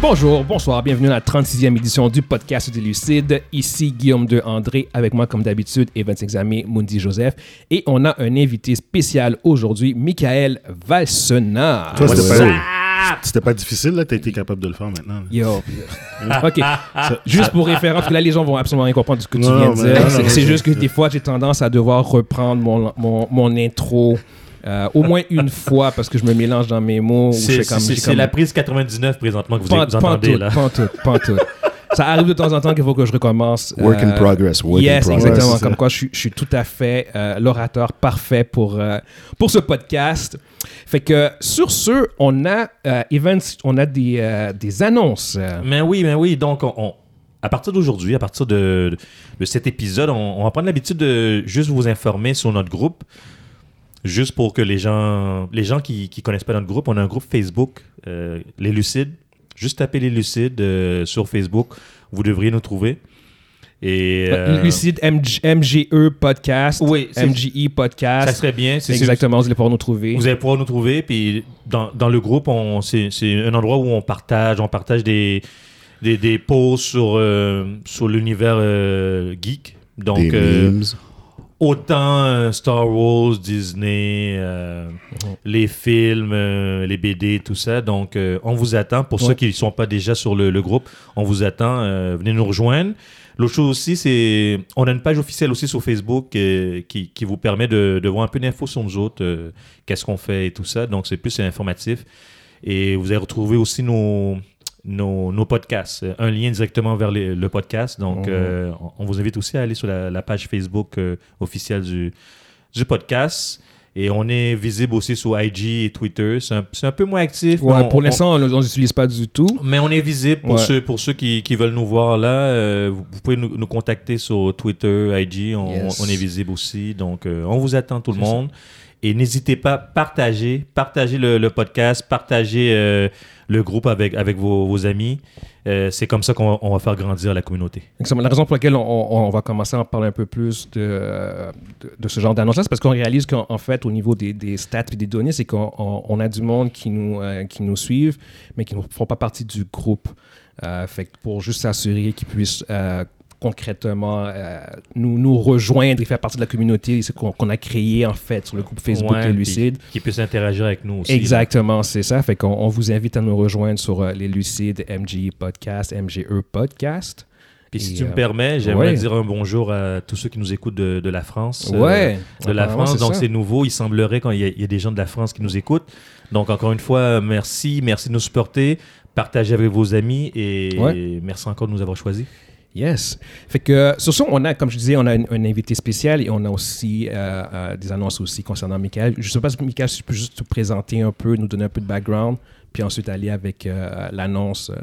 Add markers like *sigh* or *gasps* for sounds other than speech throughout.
Bonjour, bonsoir, bienvenue à la 36e édition du podcast des Lucides. Ici Guillaume de André, avec moi comme d'habitude et 25 amis Mundi Joseph. Et on a un invité spécial aujourd'hui, Michael Valsena. Toi, c'était Ah, pas, c'était pas difficile, là. T'as été capable de le faire maintenant. là. Yo. OK. Juste pour référence, parce que là, les gens vont absolument rien comprendre de ce que tu Non, viens de mais dire. non, non, C'est- non, C'est je- juste que des fois, j'ai tendance à devoir reprendre mon, mon, mon intro euh, au moins une fois parce que je me mélange dans mes mots. ou je C'est fais comme- c'est- j'ai c'est comme- la prise 99 présentement que vous, Pan- vous entendez pantoute, là. pantoute, pantoute. Ça arrive de temps en temps qu'il faut que je recommence. euh, Work in progress, work in yes, progress. exactement. Ouais, c'est Comme ça. quoi, je, suis- je suis tout à fait euh, l'orateur parfait pour, euh, pour ce podcast. Fait que sur ce, on a euh, events, on a des, euh, des annonces. euh, Mais oui, mais oui. Donc, on, on- à partir d'aujourd'hui, à partir de, de cet épisode, on, on va prendre l'habitude de juste vous informer sur notre groupe. Juste pour que les gens, les gens qui ne connaissent pas notre groupe, on a un groupe Facebook, euh, Les Lucides. Juste taper Les Lucides euh, sur Facebook. Vous devriez nous trouver. Et, euh, Lucide MG- MGE E Podcast, Oui, c'est- MGE ça Podcast. serait bien. c'est- c'est- Exactement, vous allez pouvoir nous trouver. Vous allez pouvoir nous trouver. Puis dans, dans le groupe, on, c'est, c'est un endroit où on partage, on partage des, des, des posts sur, euh, sur l'univers euh, geek. Donc, des euh, memes. autant euh, Star Wars, Disney, euh, les films, euh, les BD, tout ça. Donc, euh, on vous attend. Pour Ouais. ceux qui ne sont pas déjà sur le, le groupe, on vous attend. Euh, venez nous rejoindre. L'autre chose aussi, c'est on a une page officielle aussi sur Facebook euh, qui, qui vous permet de, de voir un peu d'infos sur nous autres, euh, qu'est-ce qu'on fait et tout ça. Donc, c'est plus informatif. Et vous allez retrouver aussi nos, nos, nos podcasts, euh, un lien directement vers les- le podcast. Mhm. Donc, euh, on- on vous invite aussi à aller sur la, la page Facebook euh, officielle du, du podcast. Et on est visible aussi sur IG et Twitter. C'est un, c'est un peu moins actif. Ouais, mais on- pour on- l'instant, on n'utilise pas du tout. mais on est visible pour Ouais. ceux, pour ceux qui, qui veulent nous voir là. euh, vous, vous pouvez nous, nous contacter sur Twitter, IG. On, Yes. on est visible aussi. Donc, euh, on vous attend tout le monde. Et n'hésitez pas, partagez, partagez le, le podcast, partagez euh, le groupe avec, avec vos, vos amis. Euh, C'est comme ça qu'on va- on va faire grandir la communauté. Exactement. La raison pour laquelle on, on- on va commencer à en parler un peu plus de, euh, de, de ce genre d'annonce-là, c'est parce qu'on réalise qu'en en fait, au niveau des, des stats et des données, c'est qu'on on- on a du monde qui nous, euh, qui nous suivent, mais qui ne font pas partie du groupe. Euh, fait que pour juste s'assurer qu'ils puissent euh, concrètement euh, nous, nous rejoindre et faire partie de la communauté c'est qu'on qu'on a créée en fait sur le groupe Facebook Ouais, Les puis Lucides. Qu'ils puissent interagir avec nous aussi. Exactement, c'est ça. Fait qu'on on vous invite à nous rejoindre sur euh, Les Lucides, MGE Podcast, MGE Podcast. Puis si Et, tu euh, me permets, j'aimerais ouais. dire un bonjour à tous ceux qui nous écoutent de, de la France. euh, Ouais. de la apparemment, France. c'est Donc ça. c'est nouveau. Il semblerait qu'il y, a- il y a des gens de la France qui nous écoutent. Donc encore une fois, merci. Merci de nous supporter. Partagez avec vos amis et Ouais. merci encore de nous avoir choisis. Yes. Fait que euh, sur ce, on a, comme je disais, on a une- un invité spécial et on a aussi euh, euh, des annonces aussi concernant Michael. Je sais pas si Michael, si tu peux juste te présenter un peu, nous donner un peu de background, puis ensuite aller avec euh, l'annonce euh,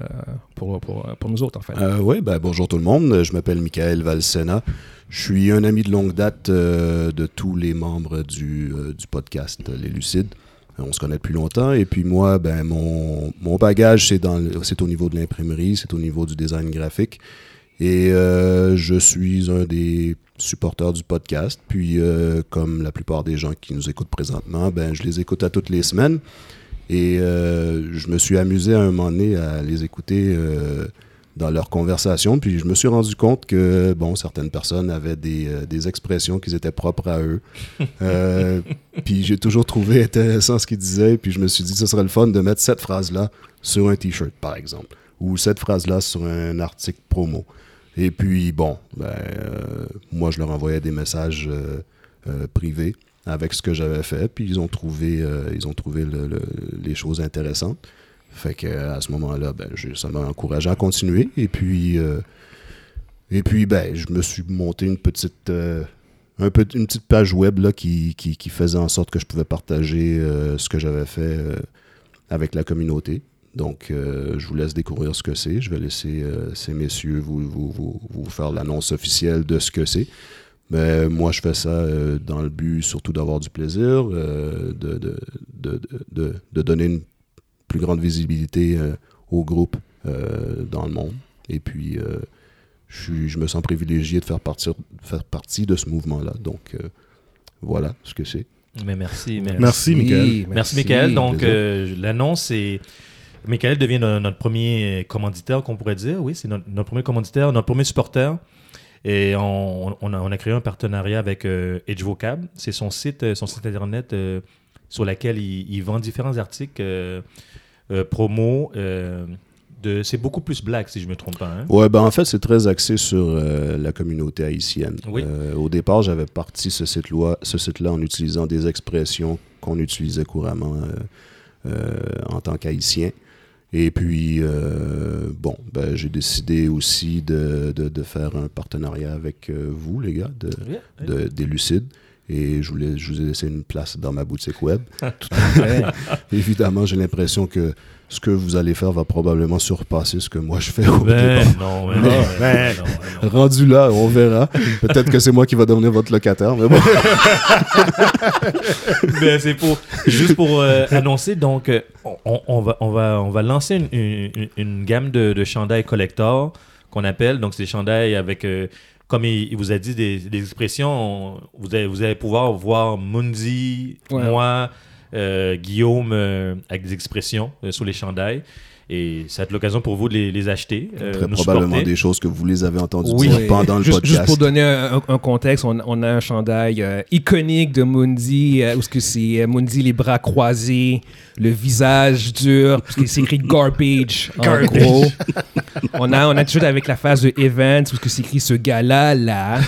pour, pour, pour nous autres, en fait. Euh, ouais, ben, bonjour tout le monde. Je m'appelle Michael Valsena. Je suis un ami de longue date euh, de tous les membres du, euh, du podcast euh, Les Lucides. Euh, On se connaît depuis longtemps. Et puis moi, ben, mon, mon bagage, c'est, dans le- c'est au niveau de l'imprimerie, c'est au niveau du design graphique. Et euh, je suis un des supporters du podcast. Puis, euh, comme la plupart des gens qui nous écoutent présentement, ben, je les écoute à toutes les semaines. Et euh, je me suis amusé à un moment donné à les écouter euh, dans leurs conversations. Puis je me suis rendu compte que, bon, certaines personnes avaient des, euh, des expressions qui étaient propres à eux. Euh, puis j'ai toujours trouvé intéressant ce qu'ils disaient. Puis je me suis dit, ce serait le fun de mettre cette phrase-là sur un T-shirt, par exemple. Ou cette phrase-là sur un article promo. Et puis, bon, ben, euh, moi, je leur envoyais des messages euh, euh, privés avec ce que j'avais fait. Puis ils ont trouvé, euh, ils ont trouvé le- le- les choses intéressantes. Fait que euh, à ce moment-là, ben, j'ai- ça m'a encouragé à continuer. Et puis, euh, et puis ben, je me suis monté une petite, euh, un peu, une petite page web là, qui, qui, qui faisait en sorte que je pouvais partager euh, ce que j'avais fait euh, avec la communauté. Donc, euh, je vous laisse découvrir ce que c'est. Je vais laisser euh, ces messieurs vous, vous, vous, vous faire l'annonce officielle de ce que c'est. Mais moi, je fais ça euh, dans le but surtout d'avoir du plaisir, euh, de, de, de, de, de donner une plus grande visibilité euh, au groupe euh, dans le monde. Et puis, euh, je, suis- je me sens privilégié de faire, partir, faire partie de ce mouvement-là. Donc, euh, voilà ce que c'est. Mais merci. Merci, Michael. Merci, Michael. Donc, plaisir. euh, l'annonce, c'est Michael devient no- notre premier commanditaire, qu'on pourrait dire. Oui, c'est notre, notre premier commanditaire, notre premier supporter. Et on, on a, on a créé un partenariat avec euh, EdgeVocab. C'est son site, euh, son site internet euh, sur lequel il, il vend différents articles euh, euh, promo. euh, de, c'est beaucoup plus black, si je me trompe pas. hein. Ouais, ben en fait, c'est très axé sur euh, la communauté haïtienne. Oui. Euh, au départ, j'avais parti ce site-là ce site en utilisant des expressions qu'on utilisait couramment euh, euh, en tant qu'haïtien. Et puis, euh, bon, ben, j'ai décidé aussi de, de- de faire un partenariat avec euh, vous, les gars, de, de- des Lucides. Et je, voulais, je vous ai laissé une place dans ma boutique web. Ouais. *laughs* Évidemment, j'ai l'impression que ce que vous allez faire va probablement surpasser ce que moi je fais au départ. *laughs* Ben non, ben non, ben non, ben non. Rendu là, on verra. Peut-être que c'est moi qui va devenir votre locataire, mais bon. *laughs* Ben, c'est pour juste pour euh, annoncer donc euh, on, on va on va on va lancer une, une- une gamme de, de chandails collector qu'on appelle donc c'est des chandails avec euh, comme il, il vous a dit des, des expressions on- vous allez vous allez pouvoir voir Mundi Ouais. moi euh, Guillaume euh, avec des expressions euh, sur les chandails et ça va être l'occasion pour vous de les, les acheter euh, Très nous probablement supporter. des choses que vous les avez entendues Oui. dire pendant le juste, podcast. Juste pour donner un, un contexte, on, on a un chandail euh, iconique de Mundi, euh, où ce que c'est euh, Mundi les bras croisés, le visage dur, parce que c'est écrit garbage en Garbage. gros. On a on a tout avec la phase de events où ce que c'est écrit ce gars-là là.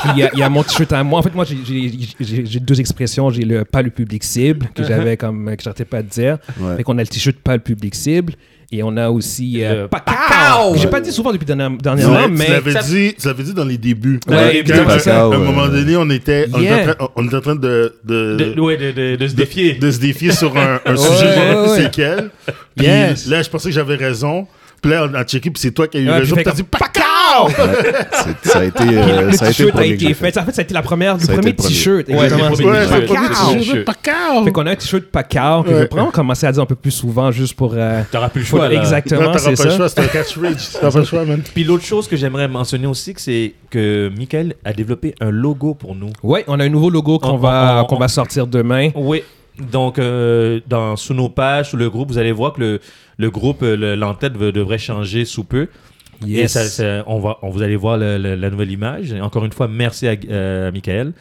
Puis il y a- il y, a mon t-shirt à moi. En fait, moi j'ai- j'ai j'ai- j'ai deux expressions. J'ai le pas le public cible que Uh-huh. j'avais comme euh, que j'arrêtais pas de dire. Ouais. Fait qu'on a le t-shirt pas le public cible et on a aussi euh, Le Pacao. Pacao. J'ai pas dit souvent depuis dernière- Tu dernièrement, l'as- tu mais l'avais dit, tu l'avais dit dans les débuts. Ouais, Quand- évidemment, quand- ça, à un ouais. moment donné, on était, on Yeah. était en train, on était en train de, de, de, ouais, de- de- de se de- défier de se défier sur un, *laughs* Ouais, un sujet, ouais, ouais. c'est quel. Puis Yes. là, je pensais que j'avais raison. Puis là, on a checké, puis c'est toi qui as eu Ouais, raison. puis Puis t'as fait dit Pacao! C'est- Ça a été, euh, le ça a été t-shirt le a premier que été j'ai fait. En fait, ça a été la première, le Ça a été premier le premier. t-shirt. Ouais, exactement. Ah, le premier Ouais, t-shirt. c'est pas Pacao. possible, je veux Pacao! Fait qu'on a un t-shirt Pacao que je Ouais. pourrais en commencer à dire un peu plus souvent juste pour. euh, t'auras plus le pour- choix là. Là, exactement, t'auras c'est pas le ça. choix, c'est *laughs* un catchphrase. T'auras pas le choix, man. Puis l'autre chose que j'aimerais mentionner aussi, que c'est que Michael a développé un logo pour nous. Ouais, on a un nouveau logo qu'on On- va, on- qu'on va sortir demain. Oui. Donc, euh, dans, sous nos pages, sous le groupe, vous allez voir que le, le groupe, euh, le- l'entête ve- devrait changer sous peu. Et Yes. ça- ça- on va, on, vous allez voir le- le- la nouvelle image. Et encore une fois, merci à, euh, à Michael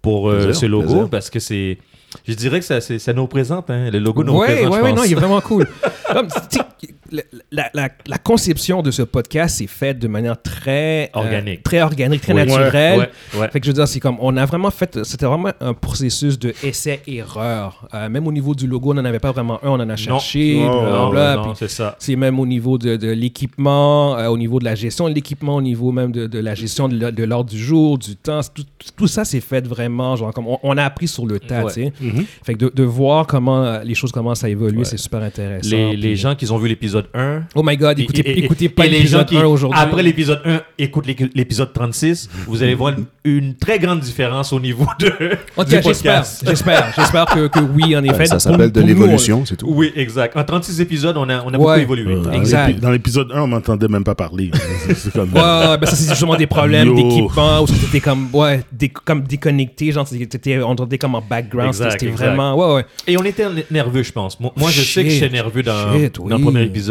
pour euh, Plaisir, ce logo plaisir. parce que c'est. Je dirais que ça, c'est- ça nous représente, hein. le logo nous Ouais, représente. ouais, je ouais, pense. non, il est *laughs* vraiment cool. Non, mais tu sais, la, la- la- la conception de ce podcast est faite de manière très euh, Organique. très organique, très Oui. naturelle. Ouais, ouais. Fait que je veux dire, c'est comme, on a vraiment fait, c'était vraiment un processus de essai-erreur. Euh, même au niveau du logo, on n'en avait pas vraiment un, on en a cherché, Non, Non, blablabla. non, Puis c'est ça. c'est même au niveau de, de l'équipement, euh, au niveau de la gestion de l'équipement, au niveau même de, de la gestion de, l'o- de l'ordre du jour, du temps. C'est Tout, tout- tout ça s'est fait vraiment, genre, comme on, on a appris sur le tas, Ouais. tu sais. Mm-hmm. Fait que de, de voir comment euh, les choses commencent à évoluer, c'est super intéressant. Les, Puis- euh, les gens qui ont vu l'épisode 1, Oh my god, écoutez, Et- et- écoutez et- pas et les gens l'épisode qui, 1 aujourd'hui. Après l'épisode 1, écoutent l'éc- l'épisode 36. Vous allez voir une, une très grande différence au niveau de, *laughs* En tout du cas, j'espère, podcast. j'espère, j'espère que, que oui, en fait. effet. Ça Pour- s'appelle de pour nous, on- l'évolution, c'est tout. Oui, exact. En 36 épisodes, on a, on Ouais. a beaucoup évolué. Dans Exact. l'épi- Dans l'épisode 1, on m'entendait même *laughs* pas parler. C'est- C'est comme. Ouais, ouais, ben ça c'est justement des problèmes Yo. d'équipement où c'était comme ouais dé- comme déconnecté genre c'était on entendait comme en background Exact, c'était exact. vraiment ouais ouais Et on était n- nerveux, je pense. Moi, moi, je sais que Shit. j'étais nerveux dans, Shit, dans oui. le premier épisode.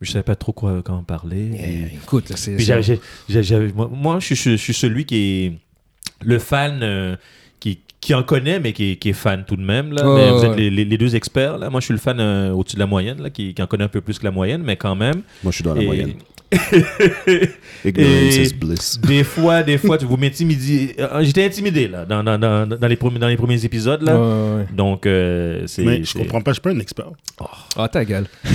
Mais je savais pas trop quoi, comment parler. Et- écoute là, c'est Puis c'est- j'avais- j'ai- j'ai- j'avais- moi, moi, je, suis- je suis celui qui est le fan euh, qui, qui en connaît, mais qui, est- qui est fan tout de même. Là. Ouais, Mais ouais, vous êtes ouais. les, les- les deux experts. Là. Moi, je suis le fan euh, au-dessus de la moyenne, là, qui, qui en connaît un peu plus que la moyenne, mais quand même. Moi, je suis dans la Et- moyenne. Ignorance is bliss. Des fois, des fois, tu vous m'intimidiez. Euh, J'étais intimidé là, dans, dans, dans, dans les premiers, dans les premiers épisodes. Ouais, Là. ouais, ouais. Donc, euh, c'est. Mais je c'est- comprends pas, je suis pas un expert. Ah, ta gueule. *laughs* *laughs* Dis-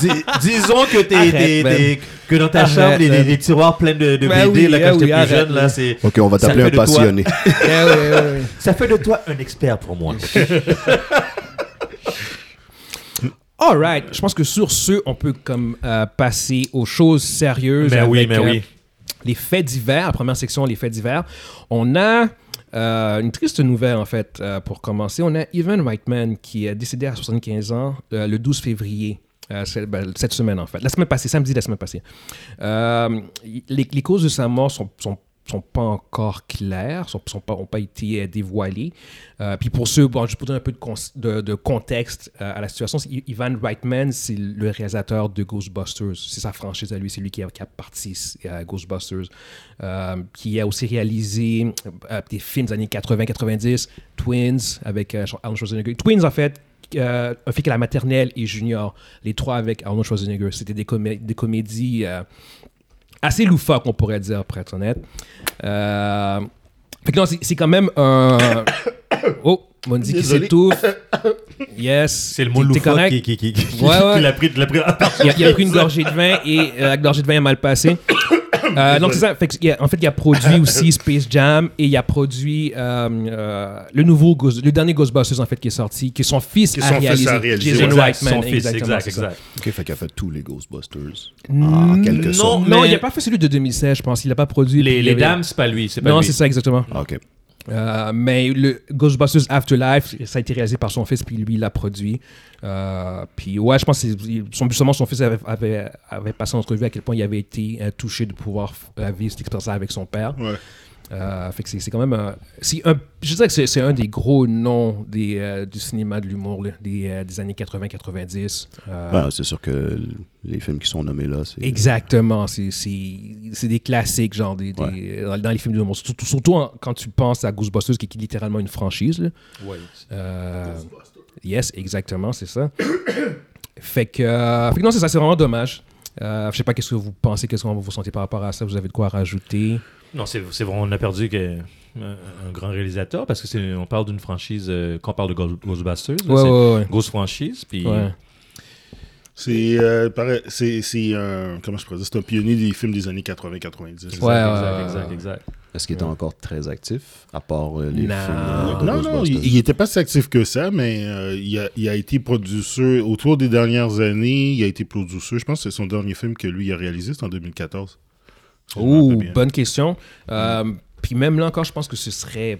dis- disons que, t'es, Arrête, des- Ben. des- que dans ta Arrête, chambre, les, les- Ben. les tiroirs pleins de, de Ben BD, oui, là, ah quand j'étais oui, plus arrête, jeune, là. là, c'est. Ok, on va Ça t'appeler fait un de toi. passionné. Ouais, ouais, ouais, ouais. Ça fait de toi un expert pour moi. All right. Je pense que sur ce, on peut comme euh, passer aux choses sérieuses. Mais Ben oui, avec, mais euh, oui. Les faits divers, la première section, les faits divers. On a euh, une triste nouvelle, en fait, euh, pour commencer. On a Evan Whiteman qui est décédé à 75 ans euh, le 12 février. euh, c'est- ben, cette semaine, en fait. La semaine passée, samedi, la semaine passée. Euh, il- les, les causes de sa mort sont, sont sont pas encore clairs, sont, sont pas, ont pas été euh, dévoilés. Euh, puis pour ceux, bon, juste pour donner un peu de, cons- de- de contexte euh, à la situation, c'est I- Ivan Reitman, c'est le réalisateur de Ghostbusters. C'est sa franchise à lui, c'est lui qui a, qui a parti euh, Ghostbusters, Euh, qui a aussi réalisé euh, des films des années 80-90, Twins avec euh, Arnold Schwarzenegger. Twins, en fait, euh, un film à la maternelle et junior, les trois avec Arnold Schwarzenegger. C'était des, comé- des comédies... euh, assez loufoque, on pourrait dire, pour être honnête. Euh, Fait que non, c'est c'est quand même un. *coughs* Oh, on dit qui Désolé. *coughs* s'étouffe. Yes. C'est le T'es- mot t'es loufoque correct? qui, qui, qui, qui, qui Ouais, ouais. l'a pris. l'a pris- Il a, il a pris une gorgée de vin et euh, la gorgée de vin est mal passée. *coughs* Euh, donc c'est ça. Fait que il a- en fait, il a produit aussi Space Jam et il a produit euh, euh, le nouveau Ghost- le dernier Ghostbusters en fait qui est sorti, que son fils Que a son fils réalisé. a réalisé, Jason Exact, Reitman, son fils, exactement, exact, c'est ça. exact. Ok, fait qu'elle fait tous les Ghostbusters. Ah, En quelque sorte. Hmm, Non, mais- il n'a pas fait celui de 2016, je pense. Il n'a pas produit. puis Les, il les avait- dames, c'est pas lui. C'est pas Non, lui. c'est ça exactement. Ah, ok. Euh, mais le Ghostbusters Afterlife, ça a été réalisé par son fils, puis lui, il l'a produit. Euh, puis ouais, je pense que c'est- son, justement, son fils avait, avait, avait passé en entrevue à quel point il avait été euh, touché de pouvoir euh, vivre cette expérience avec son père. Ouais. Euh, fait que c'est c'est quand même un, c'est un- je dirais que c'est- c'est un des gros noms des, euh, du cinéma de l'humour là, des, euh, des années 80-90. Euh, Ah, c'est sûr que les films qui sont nommés là, c'est. Exactement, c'est c'est- c'est des classiques, genre des, des- dans, dans les films de Surtout, surtout en- quand tu penses à Ghostbusters, qui est littéralement une franchise. là. Euh, yes, exactement, c'est ça. *coughs* fait, que, euh, fait que non, c'est ça, c'est vraiment dommage. Euh, je sais pas qu'est-ce que vous pensez, qu'est-ce que vous sentez par rapport à ça, vous avez de quoi rajouter. Non, c'est c'est vrai, on a perdu que- un, un grand réalisateur parce que c'est- on parle d'une franchise, euh, quand on parle de Ghost- Ghostbusters, là, Ouais, c'est ouais, ouais. une grosse franchise. Puis Ouais. C'est euh, pareil- c'est- c'est un. Comment je pourrais dire C'est un pionnier des films des années 80-90. Ouais, exact, ouais, exact, ouais. exact. Est-ce qu'il était encore très actif, à part euh, les Non. films euh, de Ah, Non, non, Ghostbusters? il n'était pas si actif que ça, mais euh, il, a, il a été producteur autour des dernières années. Il a été producteur. Je pense que c'est son dernier film que lui a réalisé, c'est en 2014. Si je me Oh, rappelle bien. Mm. bonne question. Euh, Puis même là encore, je pense que ce serait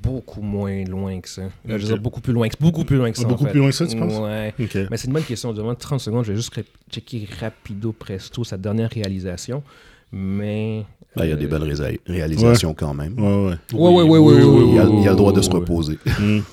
beaucoup moins loin que ça. Euh, Je veux dire, beaucoup plus loin que beaucoup plus loin que ça. en Beaucoup fait. plus loin que ça, tu penses? Ouais. Ok. Mais c'est une bonne question. Demande 30 secondes. Je vais juste ré- checker rapido presto sa dernière réalisation. Mais. euh, Ben, il y a des belles résa- réalisations quand même. Ouais, ouais. Ouais, ouais, ouais, ouais, ouais, Il, a, ouais, il a le droit de se ouais. reposer.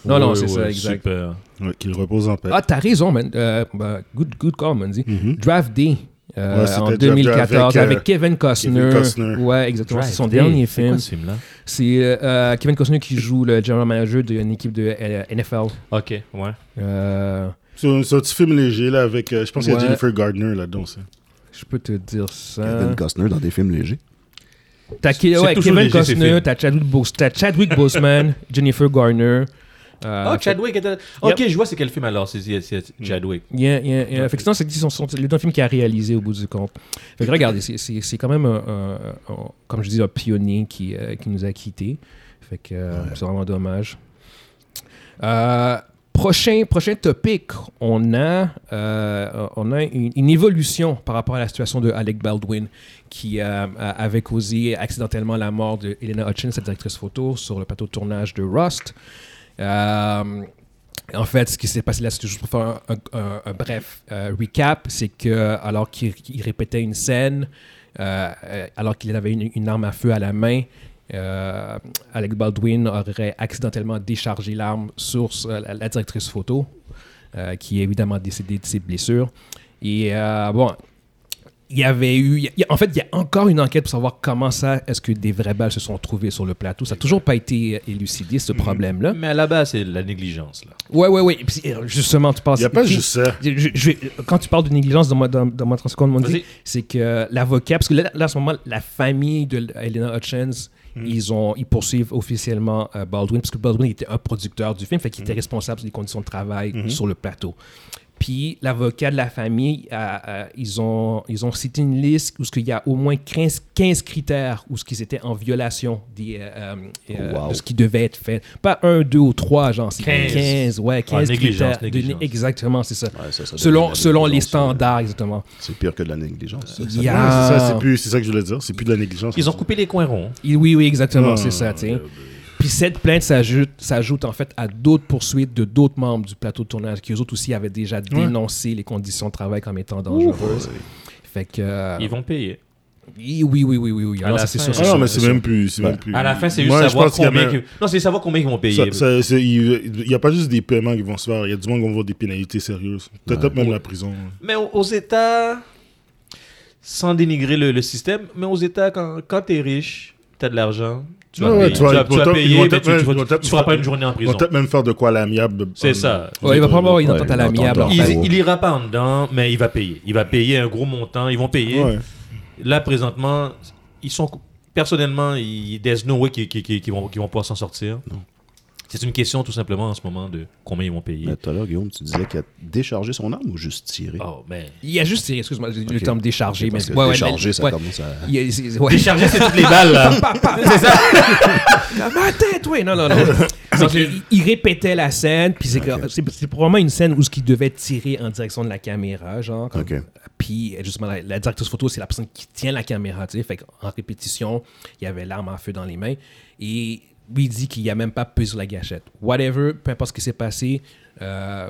Non, non, Ouais, c'est ouais, ça, exact. super. Ouais, Qu'il repose en paix. Mhm. Ah, t'as raison, man. Euh, bah, good, good call, man. dit. Draft Day. euh, Ouais, c'était en Draft Day 2014 avec, avec, euh, Kevin Costner. Costner. Ouais, exactement. C'est son Drive, dernier hey, c'est film. quoi ce film-là C'est euh, euh, Kevin Costner qui joue le general manager d'une équipe de euh, NFL. Ok, ouais. Euh, C'est un, c'est un petit film léger, là, avec. euh, je pense qu'il y Ouais. a Jennifer Gardner là-dedans. ça. je peux te dire ça. *laughs* Kevin Costner dans des films légers. T'as Ke- C'est ouais, toujours Kevin léger, ces Costner, films. t'as Chadwick, Bos- t'as Chadwick Boseman, *laughs* Jennifer Garner. Euh, oh, Chadwick. était- Ok, je vois c'est quel film alors. C'est c'est- c'est Chadwick. Yeah, yeah, yeah. Fait que sinon, c'est son, son, le dernier film qu'il a réalisé au bout du compte. Fait que regardez, c'est- c'est c'est quand même, un, un- un- comme je dis, un pionnier qui, euh, qui nous a quittés. Fait que euh, c'est vraiment dommage. Euh, prochain, prochain topic, on a, euh, on a une, une évolution par rapport à la situation de Alec Baldwin qui euh, a- avait causé accidentellement la mort de Elena Hutchins, sa directrice photo, sur le plateau de tournage de Rust. Euh, en fait, ce qui s'est passé là, c'est juste pour faire un, un- un- un bref euh, recap, c'est que alors qu'il qu'il répétait une scène, euh, euh, alors qu'il avait une, une arme à feu à la main, euh, Alec Baldwin aurait accidentellement déchargé l'arme sur euh, la, la directrice photo, euh, qui est évidemment décédée de ses blessures. Et euh, bon, il y avait eu. il y a- en fait, il y a encore une enquête pour savoir comment ça, est-ce que des vraies balles se sont trouvées sur le plateau. Ça n'a toujours pas été euh, élucidé, ce problème-là. Mais à la base, c'est la négligence là. Ouais, ouais, ouais. Et puis, euh, justement, tu Il penses. n'y a pas qui- juste ça. je- je- je vais- quand tu parles de négligence dans ma, dans, dans ma 30 secondes, mon Vas-y. dit, c'est que l'avocat, parce que là, là, à ce moment, la famille de L- Elena Hutchins, Hmm. ils, ont, ils poursuivent officiellement euh, Baldwin, parce que Baldwin était un producteur du film, fait Hmm. qu'il était responsable des conditions de travail sur le plateau. Puis l'avocat de la famille, a- a- ils, ont, ils ont cité une liste où il y a au moins 15, 15 critères où ce qu'ils étaient en violation des, euh, euh, Wow. de ce qui devait être fait. Pas un, deux ou trois, genre, c'est 15. 15. ouais, 15 Ah, négligence, critères. de né- négligence. exactement, c'est ça. Ouais, ça, ça devient selon la selon les négligence, standards, exactement. euh, C'est pire que de la négligence. ça. Il y a- Ouais, c'est ça, c'est plus- c'est ça que je voulais dire. C'est plus de la négligence. Ils ont coupé les coins ronds. Il- Oui, oui, exactement, Ah, c'est ça, tu sais. Puis cette plainte s'ajoute, s'ajoute en fait à d'autres poursuites de d'autres membres du plateau de tournage qui, eux autres aussi, avaient déjà dénoncé les conditions de travail comme étant dangereuses. Fait que... euh, Ils vont payer. Oui, oui, oui, oui, oui. oui. À Non, la ça, c'est fin. sûr. Ah c'est non, sûr, mais c'est c'est sûr. même plus. c'est même plus- À la fin, c'est juste Moi, je savoir pense qu'il y a combien. même- que- Non, c'est savoir combien ils vont Ça- payer. ça- c'est- Il n'y a pas juste des paiements qui vont se faire, il y a du monde qui vont avoir des pénalités sérieuses. Peut-être même la prison. hein. Mais au- aux États, sans dénigrer le, le système, mais aux États, quand, quand t'es riche, t'as de l'argent, tu vas Ouais, ouais, payer, tu tu vas- vas- ils tu vas payer, vont te- mais ils vont tu- te- tu ils vont vas- te- tu feras pas une journée en Ils vont prison. peut-être même faire de quoi à l'amiable. euh, C'est ça. Ouais, il va pas avoir une Ouais, entente à une l'amiable. entente en là. fait. Il, il ira pas en dedans, mais il va payer. Il va payer un gros montant. Ils vont payer. Ouais. Là, présentement, ils sont. Personnellement, il, there's no way qui, qui, qui- qui vont, qui vont pouvoir s'en sortir. C'est une question, tout simplement, en ce moment, de combien ils vont payer. Mais Tout à l'heure, Guillaume, tu disais qu'il a déchargé son arme ou juste tiré Oh, mais. Il y a juste, excuse-moi, j'ai dit le Ok. terme déchargé, mais Parce que ouais, ouais, déchargé, mais- ça ouais. commence à. Il y a- c'est- ouais. Décharger, c'est toutes les balles, là. C'est ça. Dans ma tête, oui. Non, non, *coughs* non. C'est que il- il répétait la scène, puis c'est que- c'est c'est probablement une scène où ce qu'il devait tirer en direction de la caméra, genre. comme- Ok. Puis euh, justement, la, la directrice photo, c'est la personne qui tient la caméra, tu sais. Fait qu'en répétition, il y avait l'arme à feu dans les mains. Et lui il dit qu'il n'a même pas pesé sur la gâchette. Whatever, peu importe ce qui s'est passé. euh,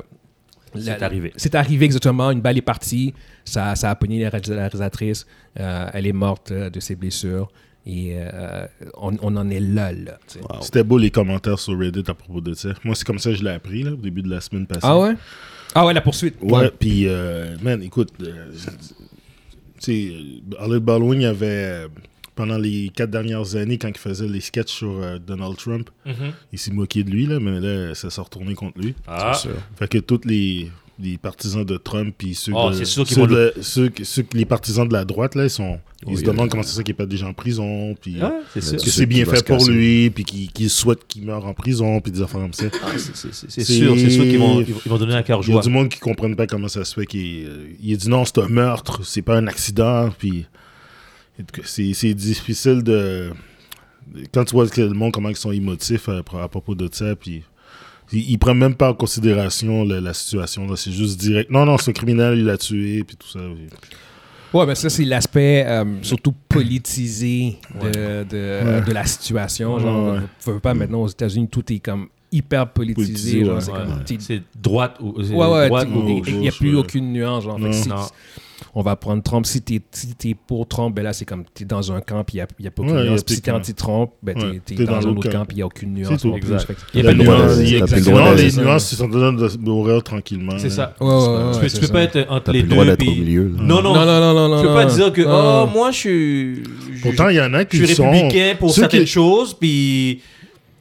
la- C'est arrivé. C'est arrivé exactement. Une balle est partie. Ça, ça a pogné la réalisa- la réalisatrice. euh, elle est morte euh, de ses blessures. Et euh, on, on en est là, là. tu sais. C'était beau les commentaires sur Reddit à propos de ça. Moi, c'est comme ça que je l'ai appris là, au début de la semaine passée. Ah ouais? Ah ouais, la poursuite. Ouais, puis, euh, man, écoute, euh, tu sais, Alec Baldwin, il avait, euh, pendant les quatre dernières années, quand il faisait les sketchs sur euh, Donald Trump, Mhm. il s'est moqué de lui, là, mais là, ça s'est retourné contre lui. Ah. Fait que tous les, les partisans de Trump, puis ceux, Oh, de- c'est sûr qu'ils ceux vont de- ceux que- ceux que les partisans de la droite, là, ils, sont, ils Oui, se euh, demandent comment c'est ça qu'il n'y a pas des gens en prison, puis Ah, c'est sûr. que Ceux c'est qui bien doivent fait se pour casser. lui, puis qu'ils qu'ils souhaitent qu'il meure en prison, puis des affaires comme ça. Ah, c'est- c'est- c'est- c'est C'est- sûr, c'est sûr qu'ils vont, ils vont- ils vont donner un cœur Il y a joie. du monde qui ne comprennent pas comment ça se fait qu'il euh, il dit non, c'est un meurtre, c'est pas un accident. Puis en tout cas, c'est c'est difficile de. de- Quand tu vois que le monde, comment ils sont émotifs à, à propos de ça, puis ils ils prennent même pas en considération la, la situation. là. C'est juste direct. Non, non, ce criminel, il l'a tué, puis tout ça. puis- Ouais, mais ça, c'est l'aspect euh, surtout politisé de, de, de la situation. Genre, Ouais, ouais. veux- veux pas maintenant aux États-Unis, tout est comme hyper politisé. Politisé, genre, ouais. c'est Ouais. comme, t'es- C'est droite ou c'est Ouais, ouais, droite tu- ou il- gauche. il n'y a gauche, plus ouais. aucune nuance. Genre, Fait que Non. si- Non. On va prendre Trump. Si t'es si t'es pour Trump, ben là, c'est comme t'es dans un camp, puis il n'y a, pas aucune Ouais, y a nuance. plus Puis si de t'es camp. anti-Trump, ben t'es- Ouais, t'es dans, un autre camp, puis il n'y a aucune nuance. tout. non plus. Exact. Fait que- Il y a T'as pas le de droit nuance. de- Il y a- t'as plus le droit non, d'aller, les ça. nuances, ils sont donnés de mourir tranquillement. C'est là. ça. Ouais, ouais, ouais, tu peux, ouais, tu c'est peux ça. pas être entre T'as les plus le deux. droit d'être au puis- milieu. là. Non, non, Non, non, non, non, non. Tu peux pas non. dire que Non. oh moi je suis je- Pourtant, il y en a je qui suis sont. républicain pour ceux qui- certaines choses puis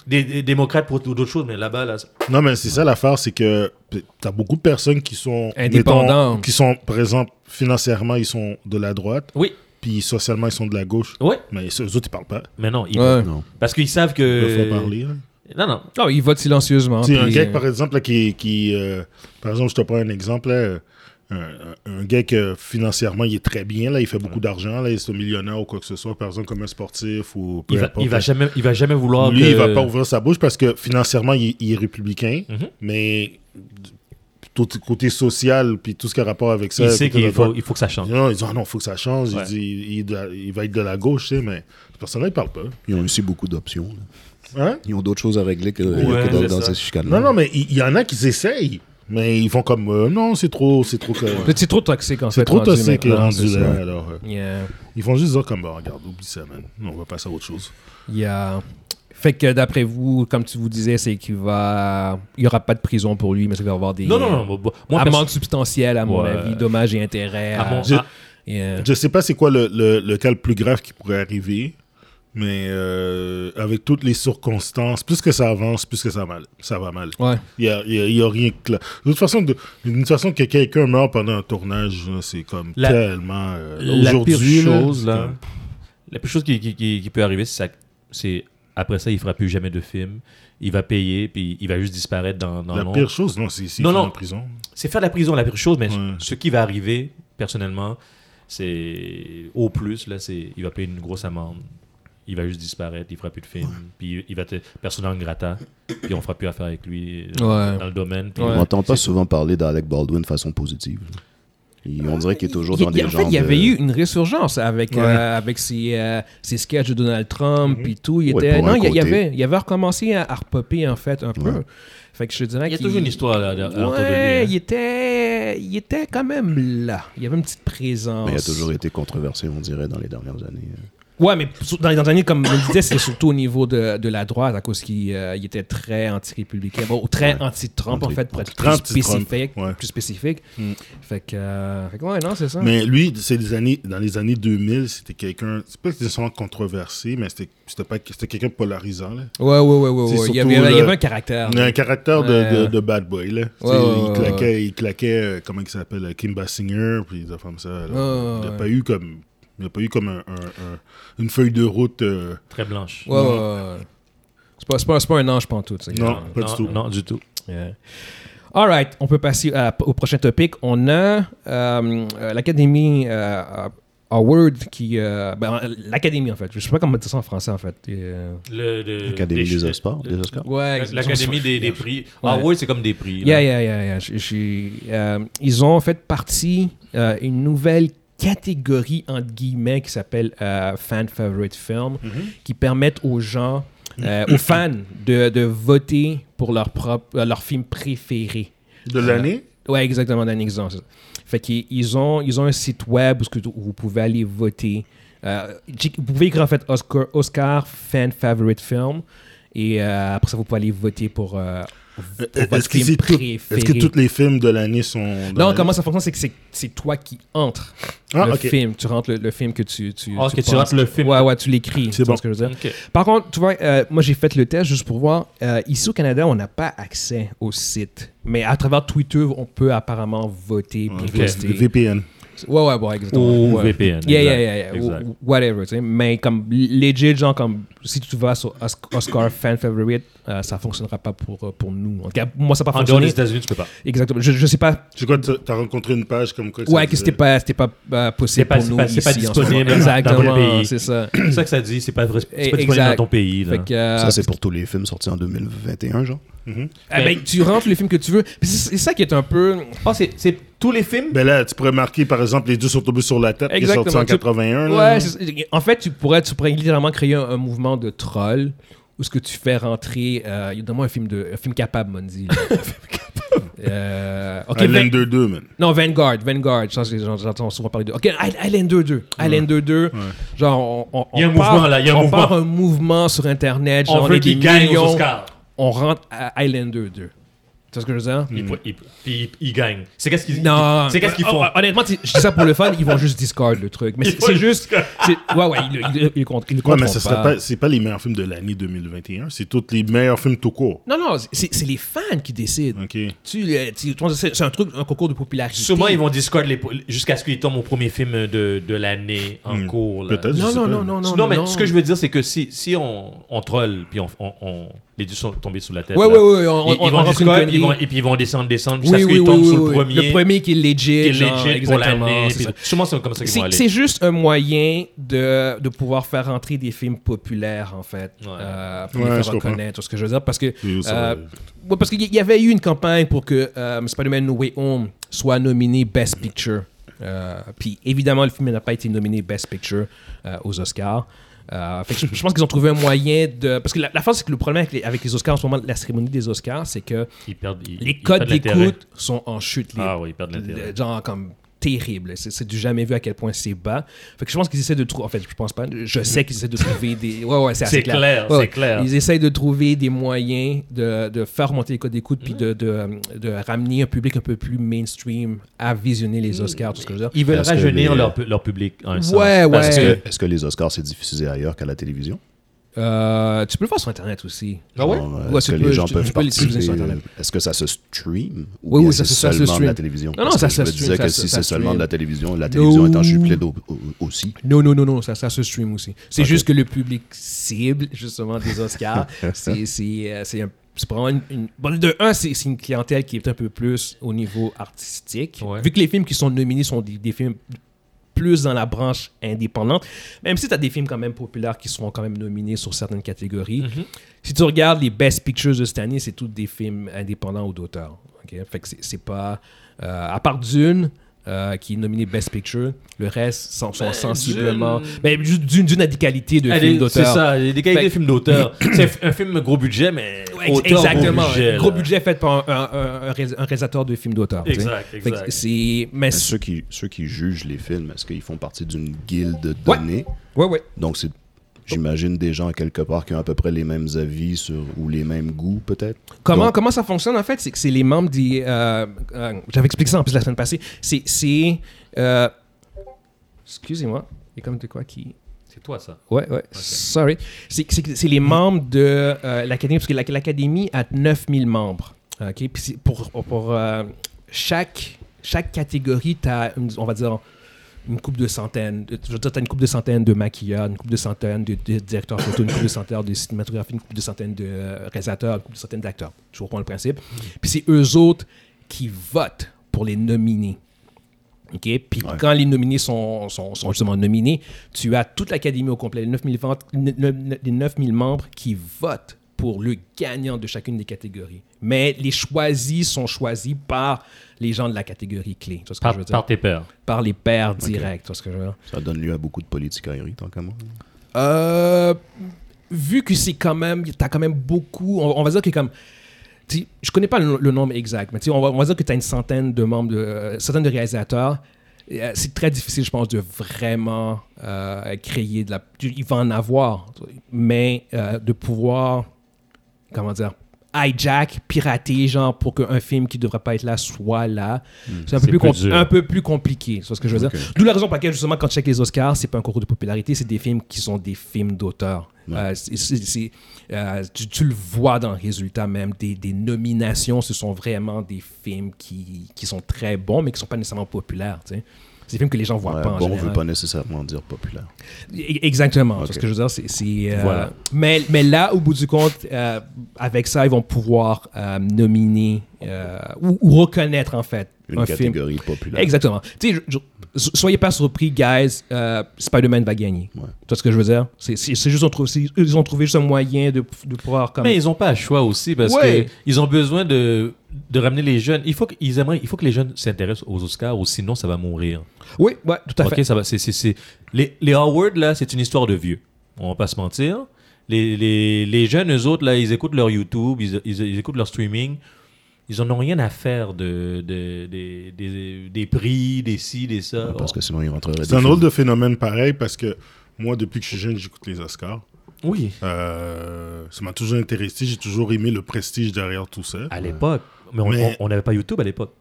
des, des démocrates pour d'autres choses mais là-bas là c'est- Non, mais c'est ça l'affaire, c'est que p- t'as beaucoup de personnes qui sont Indépendants. mettons, qui sont présentes financièrement, ils sont de la droite, oui puis socialement, ils sont de la gauche. oui Mais eux autres, ils parlent pas. mais non ils- Ouais. Non. parce qu'ils savent Ils que faut parler. hein. non non Non, il vote silencieusement. Tu sais, un puis, gars, euh, par exemple, là, qui. qui euh, par exemple, je te prends un exemple. là, euh, un, un gars que financièrement, il est très bien, là, il fait beaucoup d'argent, là, il est millionnaire ou quoi que ce soit, par exemple, comme un sportif ou peu il va, importe, il va là. jamais il va jamais vouloir Lui, que- il va pas ouvrir sa bouche parce que financièrement, il, il est républicain, Mhm. mais tout le côté social, puis tout ce qui a rapport avec ça. il sait côté de qu'il la faut droite, il faut que ça change ils disent, Non, ils disent, ah non, faut que ça change. Ouais. Il, dit, il, est de la- il va être de la gauche, tu sais, mais cette personne-là, il parle pas. Ils ont aussi beaucoup d'options. là. Hein? Ils ont d'autres choses à régler que, Ouais, que dans, c'est dans ça. ces chicanes-là. Non, non, mais il il y en a qui essayent, mais ils font comme, euh, non, c'est trop, c'est trop, que- C'est trop toxique en fait. c'est trop rendu toxique maintenant, rendu c'est là. ça. Alors, euh, Yeah. ils font juste dire comme, bah, regarde, oublie ça, man. On va passer à autre chose. Yeah. Fait que d'après vous, comme tu vous disais, c'est qu'il va. Il n'y aura pas de prison pour lui, mais ça va avoir des. non non non moi, moi, perso- Amende substantielle, à mon Ouais. avis. Dommages et intérêts. à mon- euh, à- yeah. Je sais pas c'est quoi le, le, le cas le plus grave qui pourrait arriver, mais euh, avec toutes les circonstances, plus que ça avance, plus que ça, mal, ça va mal. Ouais. Il y a, il y a- il y a rien que là. De toute façon, de, d'une façon que quelqu'un meurt pendant un tournage, là, c'est comme La- tellement... euh, la pire aujourd'hui, là, chose c'est là, comme- la pire chose qui, qui- qui- qui peut arriver c'est ça- c'est après ça il fera plus jamais de film il va payer puis il va juste disparaître dans dans la l'ombre. pire chose, non, c'est c'est Non, qu'il est non. en prison. c'est faire de la prison la pire chose mais Ouais. ce qui va arriver personnellement c'est au plus là c'est il va payer une grosse amende il va juste disparaître il fera plus de film puis il va te personnellement grata puis on fera plus affaire avec lui euh, Ouais. dans le domaine puis- Ouais. On n'entend pas souvent parler d'Alec Baldwin de façon positive. Il- on dirait qu'il est toujours Il y a- dans des En genres fait, il y de- avait eu une résurgence avec, Ouais. euh, avec ses, euh, ses sketchs de Donald Trump et tout. Il Mhm. Ouais, était, pour non, un il y- il y côté. avait, il y avait recommencé à, à repopper, en fait, un peu. Fait que je dirais Il y a qu'il- toujours une histoire là, là, autour de lui. Ouais, hein. il était, il était quand même là. Il y avait une petite présence. Mais il a toujours été controversé, on dirait, dans les dernières années. Ouais, mais sur- dans les dernières années, comme je le disais, c'est surtout au niveau de, de la droite, à cause qu'il euh, il était très anti-républicain, bon, très anti-Trump, en Anti- fait, pour être plus Trump, anti-Trump, spécifique. ouais. Mm. Plus spécifique. Fait, que, euh, fait que ouais, non, c'est ça. Mais lui, c'est des années, dans les années 2000, c'était quelqu'un, c'est pas nécessairement controversé, mais c'était c'était pas- c'était quelqu'un de polarisant. Là. Ouais, ouais, ouais, ouais. C'est ouais. Il, y surtout avait, il y le- avait un caractère. Il a un caractère de, Ouais. de- de bad boy. Là. Tu sais, Ouais, ouais, il ouais, claquait, il claquait euh, comment il s'appelle, euh, Kim Basinger, puis des affaires comme ça. là. Ouais, il n'a ouais. pas eu comme, il a pas eu comme un- un- un- une feuille de route. euh, Très blanche. Ouais, ouais, ouais. C'est pas, c'est pas, c'est pas un ange pantoute. ce non, gars-là. pas du tout. Non, du tout. Yeah. All right, on peut passer à- au prochain topic. On a euh, euh, l'Académie euh, Award qui. euh, ben, L'Académie, en fait. Je sais pas comment dire ça en français, en fait. Euh, Le- le- L'Académie des, des- Oscars, des Oscars. Ouais, L'Académie des, des prix. Ah Ouais. oui, c'est comme des prix. là. Yeah, yeah, yeah, yeah. Je- je- euh, ils ont fait partie euh, une nouvelle catégorie entre guillemets qui s'appelle euh, fan favorite film, Mhm. qui permettent aux gens, euh, aux fans de, de voter pour leur propre euh, leur film préféré. De l'année Ouais, exactement, d'un exemple. c'est ça. Fait qu'ils ils ont, ils ont un site web où ce que tu- où vous pouvez aller voter. Euh, j- vous pouvez écrire en fait Oscar, Oscar Fan Favorite Film. Et euh, après ça, vous pouvez aller voter pour, euh, pour votre Est-ce que, film c'est tout- préféré. est-ce que tous les films de l'année sont. de Non, l'année? comment ça fonctionne, c'est que c'est- c'est toi qui entres Ah, le ok. film. Tu rentres le, le film que tu. tu Ah, que tu penses. rentres le film. Ouais, ouais, tu l'écris. tu bon. vois ce que je veux dire. Ok. Par contre, tu vois, euh, moi j'ai fait le test juste pour voir. Euh, ici au Canada, on n'a pas accès au site. Mais à travers Twitter, on peut apparemment voter. puis Ok. poster. Le VPN. Ouais, ouais, ouais, exactement. Ou Ouais. VPN. Yeah, exact, yeah, yeah, yeah. exact. Ou- Whatever, tu sais. Mais comme legit, genre comme si tu vas sur Os- Oscar Fan Favorite, euh, ça fonctionnera pas pour, euh, pour nous. En tout cas, moi, ça n'a pas En dehors des fonctionné. États-unis, tu peux pas. Exactement. Je, je sais pas. Tu sais quoi, t'as t'as rencontré une page comme quoi. Ouais, ça que faisait- c'était pas, c'était pas euh, C'est possible pas- pour c'est nous. pas- c'est pas ici, en ce disponible moment. dans le Exactement, pays. c'est ça. C'est ça que ça dit, c'est pas, vrai- c'est pas Eh, Exact. disponible dans ton pays. Là. Fait que, euh, Ça, c'est pour tous les films sortis en 2021, genre. ah, ben, tu rentres le film que tu veux. Puis C'est c'est ça qui est un peu. Je pense que c'est- c'est tous les films. Ben là, tu pourrais marquer par exemple les deux autobus sur la tête qui est sorti Exactement. en Tu- 81. là. Ouais, c'est- en fait, tu pourrais, tu pourrais littéralement créer un, un mouvement de troll où ce que tu fais rentrer, euh, donne-moi un film de, un film capable, Mondi. *laughs* là. Euh, ok, Van- Highlander 2, man. non, Vanguard, Vanguard. Je pense que les gens- J'entends souvent parler de. Ok, Hi- Highlander 2, Highlander 2. Genre, on, on- Il y a on un mouvement, là, il y a un on mouvement. part un mouvement sur Internet. Genre, On on, veut est des qu'ils gagnent aux millions, Oscars. On rentre à Highlander 2. Tu vois ce que je veux dire? Ils, faut- ils- puis ils- ils gagnent. C'est qu'est-ce qu'ils Hmm. Non. c'est qu'est-ce qu'ils font. Hon- Honnêtement, c'est- je dis ça pour le fun, ils vont juste discard le truc. Mais Ils c'est vont c'est le juste. c'est- Ouais, ouais, ils, le- ils, le- ils le comptent- ils le Ouais, mais compteront ce serait pas, c'est pas les meilleurs films de l'année 2021, c'est tous les meilleurs films tout court. Non, non, c'est c'est les fans qui décident. OK. Tu, euh, tu- tu- c'est c'est un truc, un concours de popularité. Souvent, ils vont discard les- jusqu'à ce qu'ils tombent au premier film de, de l'année en Hmm. cours. là. Peut-être. je Non, sais non, pas. non, non, non. Non, mais non. ce que je veux dire, c'est que si, si on, on troll, puis on, on, on- les deux sont tombés sous la tête. Ouais, là, ouais, ouais, on- ils, on- ils vont on rentre une discord, connerie. ils vont- et puis ils vont descendre, descendre, jusqu'à Oui, ce oui, qu'ils oui, tombent oui, sur le oui. premier. Le premier qui est legit. qui est genre, legit pour exactement, l'année. c'est puis ça. Sûrement, c'est comme ça qu'ils vont C'est aller. c'est juste un moyen de, de pouvoir faire entrer des films populaires, en fait, Ouais. euh, pour Ouais, les je faire comprends. reconnaître, ce que je veux dire, parce que Oui, ça- euh, ouais, parce qu'il y- y avait eu une campagne pour que euh, Spider-Man No Way Home soit nominé Best Picture. Euh, Puis évidemment, le film n'a pas été nominé Best Picture euh, aux Oscars. Euh, fait que je, je pense qu'ils ont trouvé un moyen de... Parce que la, la force, c'est que le problème avec les, avec les Oscars en ce moment, la cérémonie des Oscars, c'est que Ils perdent, ils- les ils codes perdent l'intérêt. d'écoute sont en chute libre Ah oui, ils perdent l'intérêt. le- Euh, genre comme terrible. C'est c'est du jamais vu à quel point c'est bas. Fait que je pense qu'ils essaient de trouver. En fait, je pense pas. Je sais qu'ils essaient de trouver des. Ouais, ouais, c'est assez C'est clair. clair, Ouais, c'est ouais. clair. Ils essayent de trouver des moyens de, de faire monter les codes d'écoute puis de, de, euh, de ramener un public un peu plus mainstream à visionner Hmm. les Oscars, tout ce que je veux dire. Ils veulent Parce que rajeunir les- leur, pu- leur public en un sens. Ouais, Parce ouais. Est-ce que- que, est-ce que les Oscars, c'est diffusé ailleurs qu'à la télévision? Euh, tu peux le voir sur Internet aussi. Genre, euh, Ouais, Est-ce tu que peux- les gens tu- tu peuvent peux les diffuser participer, sur Internet. euh, Est-ce que ça se stream? ou Oui, bien oui, ça c'est se- ça se seulement de la stream. télévision. Non, non, Parce ça que se Je me stream, disais ça que se- si ça c'est se seulement de la stream. télévision, la télévision est en No. chuplet d'au- au- au- aussi. Non, non, non, non, ça, ça se stream aussi. C'est juste que le public cible, justement, des Oscars, c'est c'est, euh, c'est un- c'est vraiment une, une- bon, de un, c'est c'est une clientèle qui est un peu plus au niveau artistique. Ouais. Vu que les films qui sont nominés sont des, des films plus dans la branche indépendante, même si tu as des films quand même populaires qui seront quand même nominés sur certaines catégories, Mhm. si tu regardes les Best Pictures de cette année, c'est tous des films indépendants ou d'auteurs. ok? Fait que c'est- c'est pas... euh, à part Dune, euh, qui est nominé Best Picture. Le reste sont, sont Ben, sensiblement. d'une- Ben, juste d'une d'une radicalité de Elle film est- d'auteur. C'est ça, des qualités Fait- de films d'auteur. c'est un film gros budget, mais Ouais, auteur, exactement. Gros budget, gros là. budget fait par un, un- un- un ré- un réalisateur de films d'auteur. tu sais. Exact, Fait que exact. c'est- Mais Mais ceux qui, ceux qui jugent les films, est-ce qu'ils font partie d'une guilde donnée Ouais, ouais. Donc, c'est, j'imagine, des gens quelque part qui ont à peu près les mêmes avis sur, ou les mêmes goûts, peut-être. Comment, Donc- comment ça fonctionne, en fait, c'est que c'est les membres des... euh, euh, J'avais expliqué ça en plus la semaine passée. C'est... c'est, euh, Excusez-moi. Il y a comme de quoi qui... C'est toi, ça. Ouais, ouais. Sorry. C'est- C'est c'est les membres de euh, l'Académie, parce que l'ac- l'Académie a 9000 membres. OK? Puis c'est pour, pour euh, chaque, chaque catégorie, tu as, on va dire, une coupe de centaines. de- Je veux dire, tu as une coupe de centaines de maquilleurs, une coupe de centaines de, de directeurs photo, une coupe de centaines de cinématographie, une coupe de centaines de euh, réalisateurs, une coupe de centaines d'acteurs. Je reprends le principe. Puis c'est eux autres qui votent pour les nominés. OK? Puis quand les nominés sont, sont, sont justement nominés, tu as toute l'Académie au complet, les 9000 vent- ne- ne- les 9000 membres qui votent pour le gagnant de chacune des catégories. Mais les choisis sont choisis par les gens de la catégorie clé. Tu vois ce que je veux Par, dire? par tes peurs. Par les pairs directs. Tu vois ce que je veux dire? Ça donne lieu à beaucoup de politicaillerie, tant qu'à moi. Euh, vu que c'est quand même, t'as quand même beaucoup, on, on va dire que comme, tu sais, je connais pas le, le nombre exact, mais tu sais, on va, on va dire que t'as une centaine de membres, de, euh, centaine de réalisateurs. Euh, c'est très difficile, je pense, de vraiment euh, créer de la. du- Il va en avoir, mais euh, de pouvoir, comment dire, hijack, pirater, genre, pour qu'un film qui devrait pas être là soit là. Hmm, c'est un peu c'est plus, plus compli- dur. un peu plus compliqué, c'est ce que je veux dire. D'où la raison pour laquelle, justement, quand tu check les Oscars, c'est pas un concours de popularité, c'est des films qui sont des films d'auteur. Euh, c'est- c'est- c'est, euh, tu, tu le vois dans le résultat même. Des, des nominations, ce sont vraiment des films qui, qui sont très bons, mais qui sont pas nécessairement populaires. tu sais. C'est des films que les gens voient Ouais, pas en bon, on général. veut pas nécessairement dire populaire. E- Exactement. Ok. C'est Ce que je veux dire, c'est. c'est, euh, Voilà. mais, mais là, au bout du compte, euh, avec ça, ils vont pouvoir euh, nominer euh, ou, ou reconnaître, en fait, Une un film. catégorie populaire. Exactement. Tu sais, je- je- so- soyez pas surpris, guys, euh, Spider-Man va gagner. Ouais. Tu vois ce que je veux dire? C'est c'est- c'est juste, on trouve- c'est- ils ont trouvé juste un moyen de, de pouvoir. Comme... Mais ils n'ont pas le choix aussi parce Ouais. que ils ont besoin de, de ramener les jeunes. Il faut, qu'ils aimeraient, il faut que les jeunes s'intéressent aux Oscars ou sinon ça va mourir. Oui, ouais, tout à Ok, fait. ça va. c'est- c'est- c'est- Les, les Awards, là, c'est une histoire de vieux. On va pas se mentir. Les, les, les jeunes, eux autres, là, ils écoutent leur YouTube, ils, ils- ils écoutent leur streaming. Ils en ont rien à faire de, de- des, des- des prix, des ci, des ça. Parce que sinon, il rentrerait C'est un autre de phénomène pareil parce que moi, depuis que je suis jeune, j'écoute les Oscars. Oh. Oui. Euh, ça m'a toujours intéressé. J'ai toujours aimé le prestige derrière tout ça. À l'époque. Mais on- Mais- on n'avait pas YouTube à l'époque.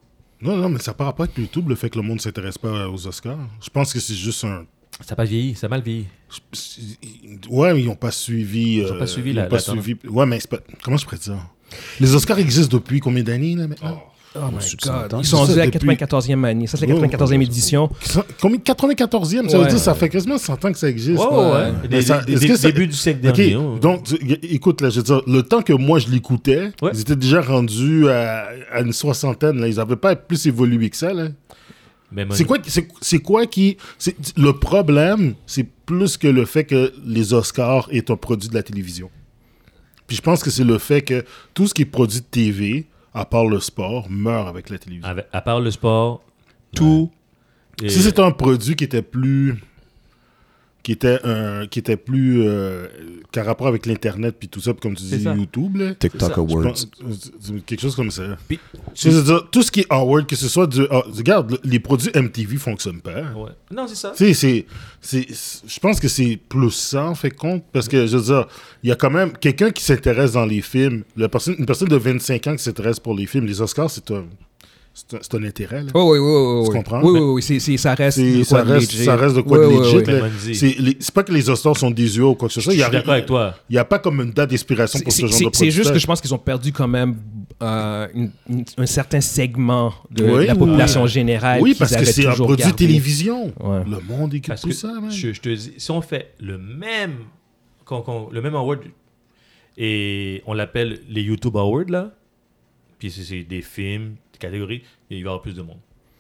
Non, non, mais ça part pas avec YouTube, le fait que le monde s'intéresse pas aux Oscars. Je pense que c'est juste un. Ça a pas vieilli, ça a mal vieilli. Ouais, mais ils n'ont pas suivi. euh, Ils ont pas suivi ils la- ont pas la tendance. suivi. Ouais, mais c'est pas- comment je pourrais dire Les Oscars existent depuis combien d'années là maintenant Oh my Au-dessus de God. 100 ans. Ils sont C'est rendus ça, à la depuis- 94e année. Ça, c'est la Oh. 94e édition. Cent- Combien 94e Ça veut Ouais. dire que ça fait quasiment 100 ans que ça existe. ouais. Mais Des- ça- des- est-ce des- que ça- début du siècle Ok, dernier. hein. ouais. donc tu- y- écoute, là, je veux dire, le temps que moi je l'écoutais, Ouais. ils étaient déjà rendus à, à une soixantaine. Là. Ils n'avaient pas plus évolué que ça. Là. Même C'est un- quoi, c'est, c'est quoi qui. c'est- le problème, c'est plus que le fait que les Oscars est un produit de la télévision. Puis je pense que c'est le fait que tout ce qui est produit de TV, à part le sport, meurt avec la télévision. avec- à part le sport, tout. et- Si c'était un produit qui était plus. qui était, un, qui était plus. euh, qui a rapport avec l'Internet, puis tout ça, puis comme tu C'est dis, ça. YouTube, là. TikTok Je Awards. pense- euh, quelque chose comme ça. Puis- Je veux dire, tout ce qui est Howard, que ce soit du. ah, regarde, le- les produits MTV fonctionnent pas. Ouais. Non, c'est ça. Tu sais, c'est- c'est- c'est- Je pense que c'est plus ça, en fait, compte. Parce que, je veux dire, il y a quand même quelqu'un qui s'intéresse dans les films. La personne, une personne de 25 ans qui s'intéresse pour les films. Les Oscars, c'est un, c'est un, c'est un intérêt. là. Oh, oui, oui, oui. oui, Tu oui. comprends? Oui, Mais- oui, oui. c'est- c'est- ça reste. C'est- de ça, quoi de reste, legit. ça reste de quoi Oui, de oui, legit. oui. là. Ben, vas-y. C'est les- c'est pas que les Oscars sont désuets ou quoi que ce soit. Je Il y a- suis d'accord avec toi. Il n'y a pas comme une date d'expiration pour C'est- ce genre de c'est- C'est produit. juste que je pense qu'ils ont perdu quand même euh, une- une- un certain segment de Oui, la oui. population générale. Oui, qu'ils parce que avaient c'est un toujours produit gardé. télévision. Ouais. Le monde écoute Parce tout que ça, man. je, je te dis, si on fait le même, qu'on- qu'on- le même award et on l'appelle les YouTube Awards, là, puis c'est- c'est des films, des catégories, et il y aura plus de monde.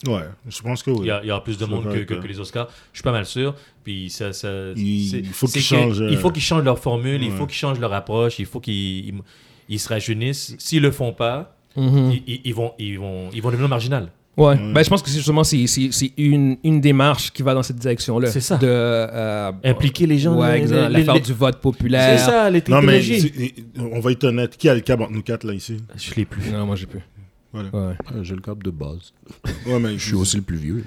Ouais, je pense que oui. Il, y a- il y aura plus de Je monde que, suis que- d'accord. que les Oscars, je suis pas mal sûr. Puis ça, ça- Il c'est- faut qu'ils c'est que- changent, euh, Il faut qu'ils changent leur formule, il ouais. faut qu'ils changent leur approche, il faut qu'ils ils- Mm-hmm. ils se rajeunissent. S'ils le font pas, ils, ils- ils vont, ils, vont, ils vont devenir marginal. Ouais. Ben, je pense que c'est justement c'est, c'est- c'est une, une démarche qui va dans cette direction-là. C'est ça. De, euh, Impliquer les gens. ouais, les- exact. les- L'affaire les- du vote populaire. C'est ça, les Non, mais technologies. c'est- on va être honnête. Qui a le câble entre nous quatre, là, ici Je l'ai plus. Non, moi j'ai plus. Voilà. Ouais. Ah, J'ai le câble de base. Ouais, mais Je suis aussi le plus vieux.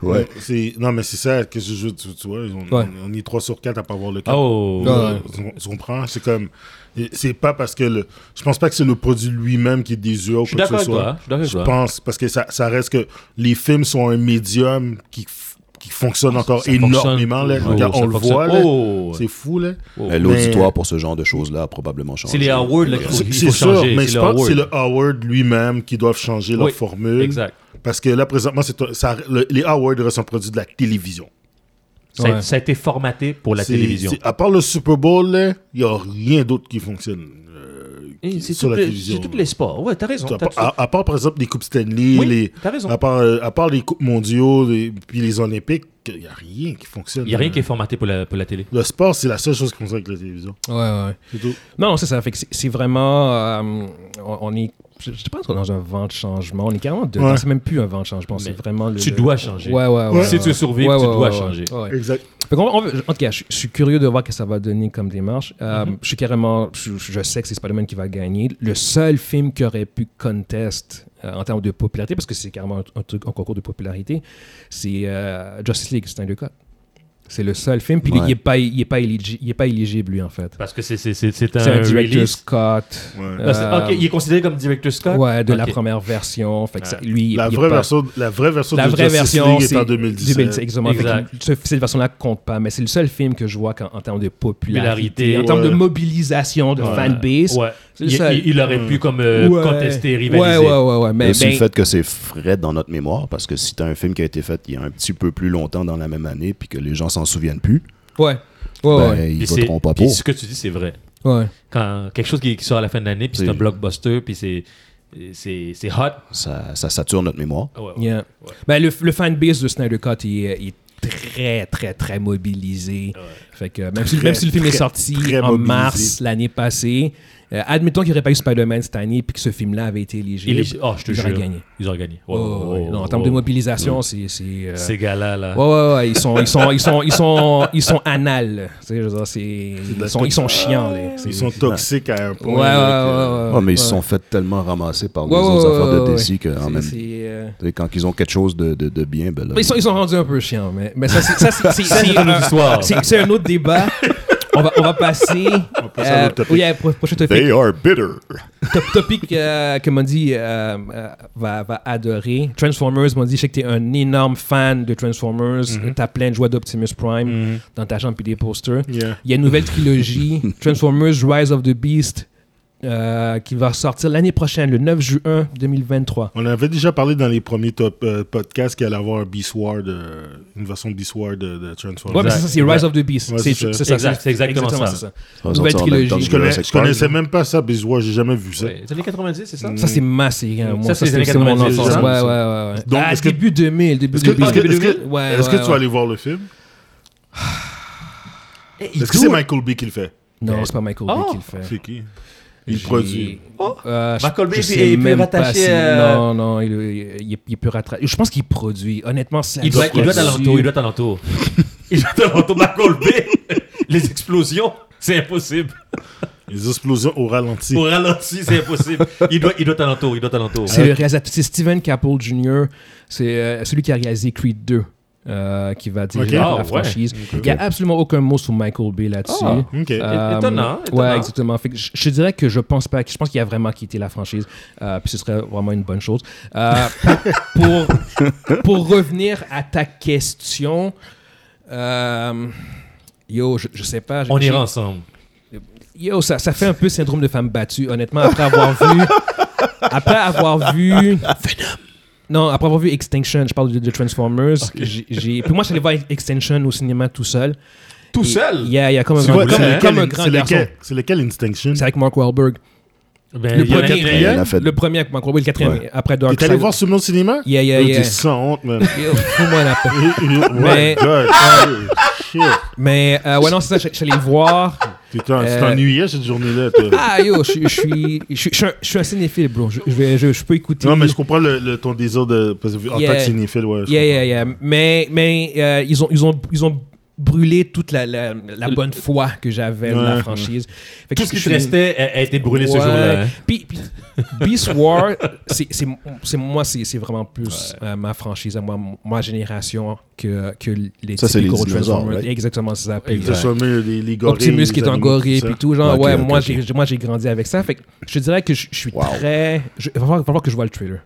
ouais. C'est- Non, mais c'est ça que je joue, tu, tu vois. On, Ouais. on- on est 3 sur 4 à pas avoir le câble. Oh. Ouais. Tu- Tu comprends? C'est comme. C'est pas parce que le. Je pense pas que c'est le produit lui-même qui est désuet ou Je suis quoi que d'accord ce avec soit. toi. Je suis d'accord avec Je toi. pense, parce que ça, ça reste que les films sont un médium qui, f- qui fonctionne encore Ah, Ça énormément. fonctionne. Là. Oh, Regarde, ça on le fonctionne. voit, là. Oh, ouais. c'est fou. là. Oh. Mais L'auditoire pour ce genre de choses-là a probablement changé. C'est les awards là, qu'il faut, C'est qu'il c'est faut sûr, changer. mais c'est je les pense que c'est awards. le Howard lui-même qui doivent changer leur Oui, formule. Exact. Parce que là, présentement, c'est un- ça, le- les Howard restent un produit de la télévision. Ça, a- Ouais. ça a été formaté pour la C'est- télévision. c'est- À part le Super Bowl, là, il n'y a rien d'autre qui fonctionne. euh, Eh, C'est sur tout la le- télévision. ah, c'est tous les sports. Ouais, t'as raison. à, t'as- part- à- à part, par exemple, les Coupes Stanley, Oui, les, t'as raison. à, part, euh, à part les Coupes mondiaux, les- puis les Olympiques, il n'y a rien qui fonctionne. Il n'y a rien qui est formaté pour la, pour la télé. Le sport, c'est la seule chose qu'on sait avec la télévision. Ouais, ouais. C'est tout. Non, non, c'est ça. Fait que c'est- c'est vraiment. euh, on on est. Je, je pense qu'on est dans un vent de changement. On est carrément dedans. Ouais. C'est même plus un vent de changement. C'est vraiment le. tu le- dois changer. Ouais, ouais, ouais. Ouais. Si tu veux survivre, tu dois changer. ouais. Exact. Fait qu'on- on veut- en tout cas, je, je suis curieux de voir ce que ça va donner comme démarche. Euh, Mm-hmm. Je suis carrément. Je, je sais que c'est Spider-Man qui va gagner. Le seul film qui aurait pu contest euh, en termes de popularité, parce que c'est carrément un, un truc, un concours de popularité, c'est euh, Justice League, Snyder Cut. C'est le seul film. Puis Ouais. il n'est pas, il est pas, éligi- il est pas éligible, lui, en fait. Parce que c'est c'est- c'est- c'est un, C'est un director release. Scott. Ouais. euh, Non, c'est- ok, il est considéré comme director Scott. ouais, de la Ok. première version. Fait que ça- Ouais. lui, il La est vraie, pas- version, la vraie version la de vraie Justice version League est en 2017. 2017. exactement. Fait que Exact. ce- cette version-là compte pas, mais c'est le seul film que je vois qu'en- en, termes de popularité, Popularité, en termes de ouais. mobilisation de Ouais. fanbase. Ouais. C'est Il, le seul. il- il aurait pu comme euh, Ouais. contester, Ouais, rivaliser. ouais, ouais, ouais, Mais Mais aussi ben, le fait que c'est frais dans notre mémoire, parce que si t'as un film qui a été fait il y a un petit peu plus longtemps dans la même année, puis que les gens s'en souviennent plus, ouais, ouais, ben, ouais, ils Puis c'est- voteront pas puis pour. ce que tu dis, c'est vrai. Ben, ouais. Quand quelque chose qui, qui sort à la fin de l'année, puis c'est C'est- un blockbuster, puis c'est c'est c'est hot. Ça, ça sature notre mémoire. Ouais, ouais. Yeah. Ben, le, le fanbase de Snyder Cut il est, il est très, très, très mobilisé. Fait que même, si, Très, même si le film est très, sorti très en mobilisé. mars l'année passée, euh, admettons qu'il n'y aurait pas eu Spider-Man cette année puis que ce film-là avait été Il éligible. est- oh, je te ils auraient jure. gagné. Ils ont gagné. Ouais, ouais, ouais. Non, en termes de mobilisation, c'est. c'est, euh, Ces gars-là, là. Ouais, ouais, ouais, ils sont, ils sont, ils sont, ils sont, ils sont anal. Tu sais, je veux dire, c'est, ils sont, ils sont chiants, les. Ils sont toxiques à un Ouais, point. ouais, ouais, là, que- ouais, Ah, mais ils ouais. se sont fait tellement ramasser par les Ouais, ouais, autres ouais, affaires ouais, de DC ouais. que en C'est- même- c'est, euh, tu sais, quand ils ont quelque chose de, de- de bien, ben là, Ils sont, ils sont rendus un peu chiants, mais, mais ça, c'est, ça, c'est, c'est, c'est, une autre euh, histoire. c'est- c'est un autre débat. On va, on va passer. On passe à l'autre topic. Oui, à la pro- prochaine topic. They are bitter. Top topic euh, que Mondi euh, euh, va, va adorer. Transformers, Mondi, je sais que t'es un énorme fan de Transformers. T'as plein de joies d'Optimus Prime dans ta jambe et des posters. Yeah. Il y a une nouvelle trilogie, Transformers Rise of the Beast, euh, qui va sortir l'année prochaine, le 9 juin 2023. On avait déjà parlé dans les premiers top, euh, podcasts qu'il allait avoir un Beast Wars, de- une version de Beast Wars de, de Transformers. Ouais, mais c'est ça, c'est Rise of the Beast. Ouais, c'est c'est ça. c'est ça, Exact, c'est- c'est exactement ça. c'est ça. Ça va Nouvelle sortir en même trilogie. temps que Je, connais- Jurassic je connaissais Park. même pas ça, Beast Wars. J'ai jamais vu ça. Ouais. Les années 90, c'est ça? Ça, c'est masse, c'est- moi, Ça, c'est c'est les c'est mon 90, enfance. ça. Ouais, ouais, ouais. ouais. Donc, Ah, est-ce que- début 2000, début Est-ce que, 2000. est-ce que- est-ce que- Ouais, est-ce ouais, que tu ouais. vas aller voir le film Eh, il Est-ce que doit- c'est Michael Bay qui le fait Non, c'est pas Michael Bay Oh! qui le fait. C'est qui J'ai- Il produit. Oh! Euh, je- Michael Bay je est- sais est plus même pas rattaché si- à- Non, non, il, il, il, il peut rattraper. Je pense qu'il produit. Honnêtement, c'est Il doit, il doit être là-dessus. à l'entour, il doit être *laughs* à l'entour. il doit être à l'entour. Michael Bay, les explosions, c'est impossible. Les explosions au ralenti. Au ralenti, c'est impossible. Il doit, il doit être à l'entour, il doit être à l'entour. C'est le réalisateur, c'est Steven Caple Jr. C'est euh, celui qui a réalisé Creed 2. euh, qui va diriger Ok. la- Ah, la ouais. franchise. Il n'y a absolument aucun mot sur Michael Bay là-dessus. Ah. Ok. Euh, Étonnant, étonnant. Ouais, exactement. Fait que je, je dirais que je pense pas. Je pense qu'il a vraiment quitté la franchise. euh, puis ce serait vraiment une bonne chose. Euh, pour, pour, *laughs* pour revenir à ta question, euh, yo, je, je sais pas. On j'ai- ira ensemble. Yo, ça, ça fait un peu syndrome de femme battue, honnêtement, après avoir *laughs* vu. après avoir vu. Venom. Non, après avoir vu Extinction, je parle de, de Transformers. j'ai- j'ai- Puis moi, j'allais voir Extinction au cinéma tout seul. Tout Et- Il y a, il y a comme un, C'est grand- quoi- comme, c'est lequel- comme un grand c'est lequel- garçon. C'est lequel Instinction C'est avec Mark Wahlberg. Ben, Le il y en a premier, plein. Il y en a fait- Le premier avec Mark Wahlberg, le quatrième, Ouais. après Dark T'es allé Side. voir ce film au cinéma Yeah, yeah, Yo, yeah. T'es sans *laughs* honte, man. Yo, fous-moi la paix. Oh my Mais- euh, God. Oh, shit. Mais euh, ouais, non, c'est ça, j'allais le voir. Putain, tu Euh, t'ennuyais cette *laughs* journée-là, toi. Ah yo, je je suis je suis- je suis un- je suis un cinéphile, bro. Je, je vais- je- je peux écouter. Non, mais je comprends le, le- ton désir de. Parce que, en Yeah. tant que cinéphile, ouais. je Yeah, yeah, yeah. Mais, mais euh, ils, ont, ils, ont, ils ont brûlé toute la, la, la bonne foi que j'avais dans Ouais. la franchise. Fait que Tout ce qui je te suis- restait a, a été brûlé ce Ouais. jour-là. hein. Puis, puis Beast War, c'est c'est- c'est- moi, c'est c'est vraiment plus euh, ma franchise, à moi, ma génération que, que les Ça, c'est les typicaux dinosaures, Transformers. right? Exactement, ça s'appelle. comprends. Que ce soit mieux les, les gorilles. Optimus qui les est en animaux, gorille tout ça. puis tout genre Ok, ouais ok, moi ok. j'ai moi j'ai grandi avec ça fait que je dirais que je, je suis Wow. très je, va falloir, va falloir que je vois le trailer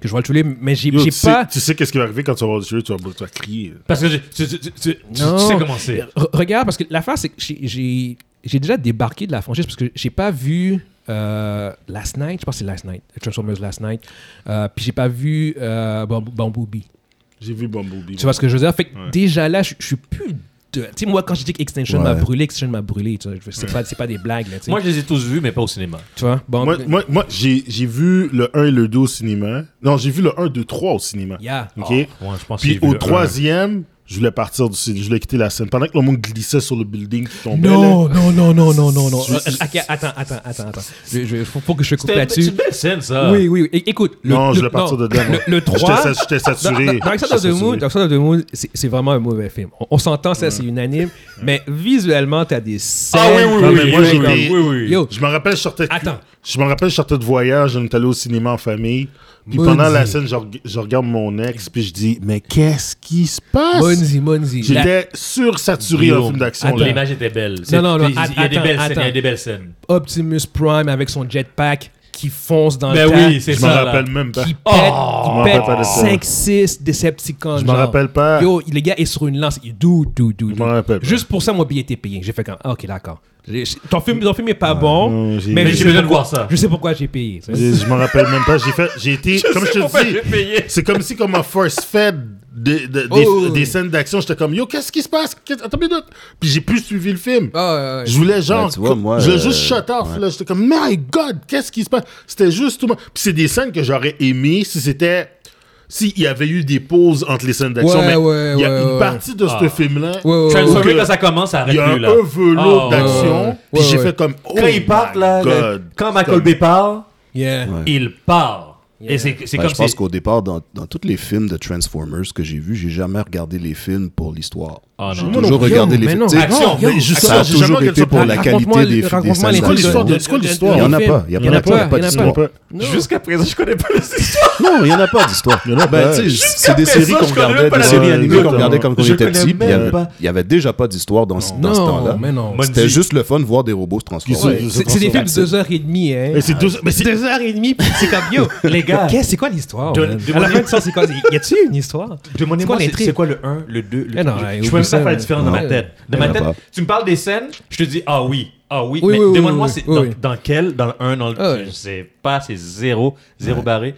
que je vois le trailer mais j'ai Yo, j'ai tu, sais, pas tu sais qu'est-ce qui va arriver quand tu vas voir le jeu, tu vas, tu vas crier. Parce que j'ai- tu, tu- tu- tu- tu- tu Non. sais comment c'est. Re- Regarde, parce que l'affaire, c'est que j'ai- j'ai j'ai déjà débarqué de la franchise parce que j'ai pas vu euh, Last Night, je pense que c'est Last Night, Transformers Last Night, euh, puis j'ai pas vu euh, Bam- Bumblebee. J'ai vu Bumblebee. Tu vois ce que je veux dire? Fait que Ouais. déjà là, je je suis plus de. Tu sais, moi, quand je dis que Extinction m'a Ouais. brûlé, Extinction m'a brûlé. tu vois, je- C'est pas, c'est pas des blagues, là, tu sais. Moi, je les ai tous vus, mais pas au cinéma. tu vois? Bon, Moi, moi, moi j'ai j'ai vu le 1 et le 2 au cinéma. Non, j'ai vu le 1, 2, 3 au cinéma. yeah. Oh. OK? Ouais, je pense que Puis j'ai vu au le troisième, je voulais partir du cinéma. Je voulais quitter la scène. Pendant que le monde glissait sur le building qui tombait. là, Non, non, non, non, non, non, non. Je- je- Euh, ok, attends, attends, attends, attends. Je, je- faut, faut que je te un. coupe C'était c'est là-dessus. une belle scène, ça. Oui, oui, oui. É- Écoute. le- non, le- je voulais partir non. de là. moi. Le, le 3. J'étais sa- J'étais Dans, saturé. dans Alexander of J'étais the Moon, saturé. Alexander of the Moon, c'est c'est vraiment un mauvais film. On, on s'entend, ça, c'est unanime. Mais visuellement, t'as des scènes. Ah oui, oui, Non, oui. mais moi, oui, j'ai oui, des- oui, oui. Yo, Je me rappelle, je sortais de, oh. Attends. Je me rappelle, je sortais de voyage, on est allé au cinéma en famille. Puis Maudit. pendant la scène, je, reg- je regarde mon ex, puis je dis Mais qu'est-ce qui se passe Monzi, Monzi. La- J'étais sursaturé Yo, en film d'action. attends. là. L'image était belle. C'est- non, non, Il y a des attends, belles scènes. Il y a attends. des belles scènes. Optimus Prime avec son jetpack qui fonce dans Ben le oui, tas, c'est Je me ça. Oh! là. rappelle même pas. qui pète, je m'en qui rappelle pète de ça. sexiste Decepticon. Je me genre. rappelle pas. Yo, le gars est sur une lance. Il dou, dou, dou. Je m'en rappelle pas. Juste pour ça, mon billet était payé. J'ai fait comme, ah, ok, d'accord. J'ai- Ton film, ton film est pas bon, non, j'ai- mais, Mais je, j'ai sais besoin de pourquoi- voir ça. je sais pourquoi j'ai payé. Je, je me rappelle même pas. J'ai fait, j'ai été, comme je te pourquoi dis, j'ai payé. c'est comme si comme un force fed de- de- des, Oh. des scènes d'action. J'étais comme yo, qu'est-ce qui se passe Qu'est- Attends une minute. Puis j'ai plus suivi le film. Ah, ouais, ouais. Je voulais genre, Ouais, Ben, tu vois, moi, je voulais euh, juste shut off. là. J'étais comme my God, qu'est-ce qui se passe C'était juste tout. le monde- Puis c'est des scènes que j'aurais aimé si c'était s'il y avait eu des pauses entre les scènes d'action. Ouais, mais ouais, il y a ouais, une ouais. partie de ce Ah. film-là. Ouais, ouais, ouais, Transformers, ouais. quand ça commence, ça Il y arrête a plus, un là. velours Ah, ouais, d'action. ouais. Puis j'ai Ouais, fait comme oh Quand ils partent, my là, le- God. quand Michael Comme- Bay part, Yeah. il part. Et c'est c'est Ben, comme je pense si... qu'au départ, dans, dans tous les films de Transformers que j'ai vus, j'ai jamais regardé les films pour l'histoire. Ah, non. j'ai Moi toujours non plus, regardé mais les films. non. Tu sais, Action, mais mais juste action, ça a j'ai toujours jamais été regardé pour ça. la Raconte-moi qualité le- des, des raconte-moi scènes l'histoire d'action. de- de- c'est quoi l'histoire? Il y en a du pas. film. Il y Il y en en a pas. Il y a il pas y en a d'histoire. pas. Jusqu'à présent, je connais pas les histoires. Non, il n'y en a pas d'histoire. Il y en a Ben, tu pas. sais, Jusqu'à c'est des présent, séries qu'on je connais regardait, même pas des la séries série. animées qu'on Ouais, regardait quand on je était connais petit. puis Il y même avait- pas. il y avait déjà pas d'histoire dans ce dans ce Non, temps-là. mais non. Mon- C'était juste le fun de voir des robots se transformer. Ouais. C'est c'est des films de 2h30, hein. Et c'est deux- mais c'est- 2h30, puis c'est comme yo. Les gars. Qu'est-ce- c'est quoi l'histoire? De- man? de- à la fin de ça, c'est quoi? Y a-tu une histoire? Demandez-moi, C'est quoi c'est l'intrigue? c'est quoi le 1, le 2, le Eh non, 3 ouais, Je oublie peux même ça, pas faire ouais. la différence dans ma Ouais. tête. De Ouais, ma ouais, tête, ouais. tu me parles des scènes, je te dis ah oui, ah oui, Oui, mais oui, oui, demande-moi oui, c'est oui, dans, oui. dans quel, dans le 1, dans le Ah ouais. je sais pas, c'est zéro, zéro barré.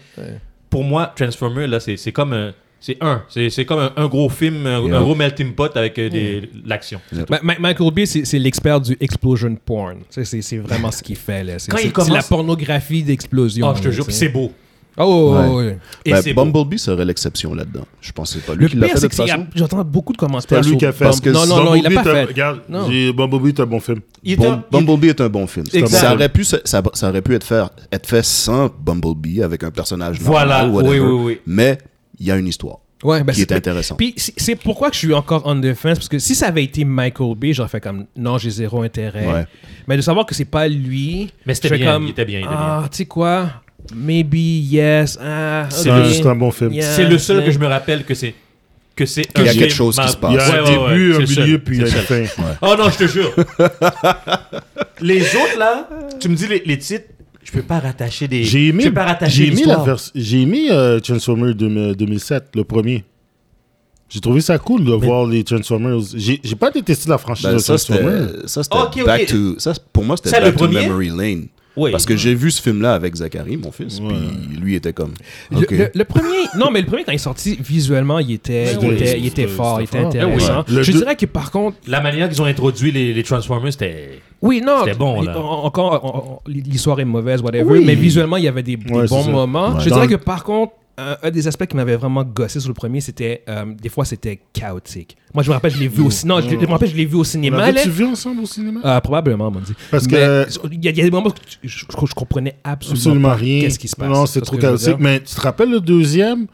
Pour moi, Transformer là, c'est c'est comme un- c'est un, c'est c'est comme un, un gros film, un, Yeah. un gros melting pot avec euh, des l'action. Ma- Ma- Michael Bay, c'est c'est l'expert du explosion porn. Tu sais, C'est c'est vraiment ce qu'il fait. là. C'est Quand il c'est- commence- c'est la pornographie d'explosion. Ah, je te là, jure, tu puis sais. c'est beau. Oh, ouais, Ouais. ouais. Et Ben, c'est beau. Bumblebee serait l'exception là-dedans. Je pense que c'est pas lui Le qui pire, l'a fait de c'est toute que c'est- façon. j'entends beaucoup de C'est commentaires. lui sur- qui a fait. parce que Non, non, non, il l'a pas Bumblebee est un- fait. Regarde, Non. j'ai- Bumblebee est un bon film. Il est Bum- un- il- Bumblebee est un bon film. Exact. Ça aurait pu, se- ça, ça aurait pu être, faire- être fait sans Bumblebee avec un personnage Voilà. normal, whatever. Oui, oui, oui. Ah, Mais il y a une histoire Ouais, ben qui est c'est- intéressante. Puis c'est- c'est pourquoi que je suis encore en défense, parce que si ça avait été Michael Bay, j'aurais fait comme non, j'ai zéro intérêt. Ouais. Mais de savoir que c'est pas lui. Mais c'était je fais bien, comme, il était bien, il était Ah, tu sais quoi Maybe, yes. Ah, C'est ok. le- c'est un bon film. Yeah, C'est le seul yeah. que je me rappelle que c'est que c'est Qu'il y a un quelque film chose qui ma- se Il y a passe. Ouais, un ouais, ouais, début, c'est un le seul, milieu, puis c'est une le seul. fin. Oh non, je te jure. *laughs* les autres là, tu me dis les, les titres, je peux pas rattacher des. Je J'ai aimé, peux pas rattacher j'ai aimé, la l'histoire. vers- j'ai aimé euh, Transformers 2000- 2007, le premier. J'ai trouvé ça cool de voir les Transformers. J'ai j'ai pas détesté la franchise Ben, de ça, Transformers. c'était, ça, c'était Ok, ok. Back to, ça, pour moi, c'était Ça, Back le to premier? Memory Lane. Oui. Parce que j'ai vu ce film-là avec Zachary, mon fils, puis lui était comme. Le, ok. le- le premier, non, mais le premier, quand il est sorti, visuellement, il était, C'était- il était, il était c'était- fort, il c'était était fort. Ah intéressant. Ouais. Le Je deux- dirais que par contre, La manière qu'ils ont introduit les, les Transformers, c'était. Oui, non. C'était bon, là. en- Encore, en- en- l'histoire est mauvaise, whatever. Oui. Mais visuellement, il y avait des, des Ouais, c'est bons ça. moments. Ouais. Je Dans dirais le- que par contre, un, un des aspects qui m'avait vraiment gossé sur le premier, c'était euh, des fois c'était chaotique. Moi, je me rappelle, je l'ai vu au cinéma. Je, je me rappelle, je l'ai vu au cinéma. là. tu Mm. vu ensemble au cinéma? Euh, probablement, on m'a dit. Parce Mais que- il y, a il y a des moments où je, je- je comprenais absolument, Absolument pas rien. Qu'est-ce qui se passe Non, c'est Tu vois ce trop que je veux dire? chaotique. Mais tu te rappelles le deuxième?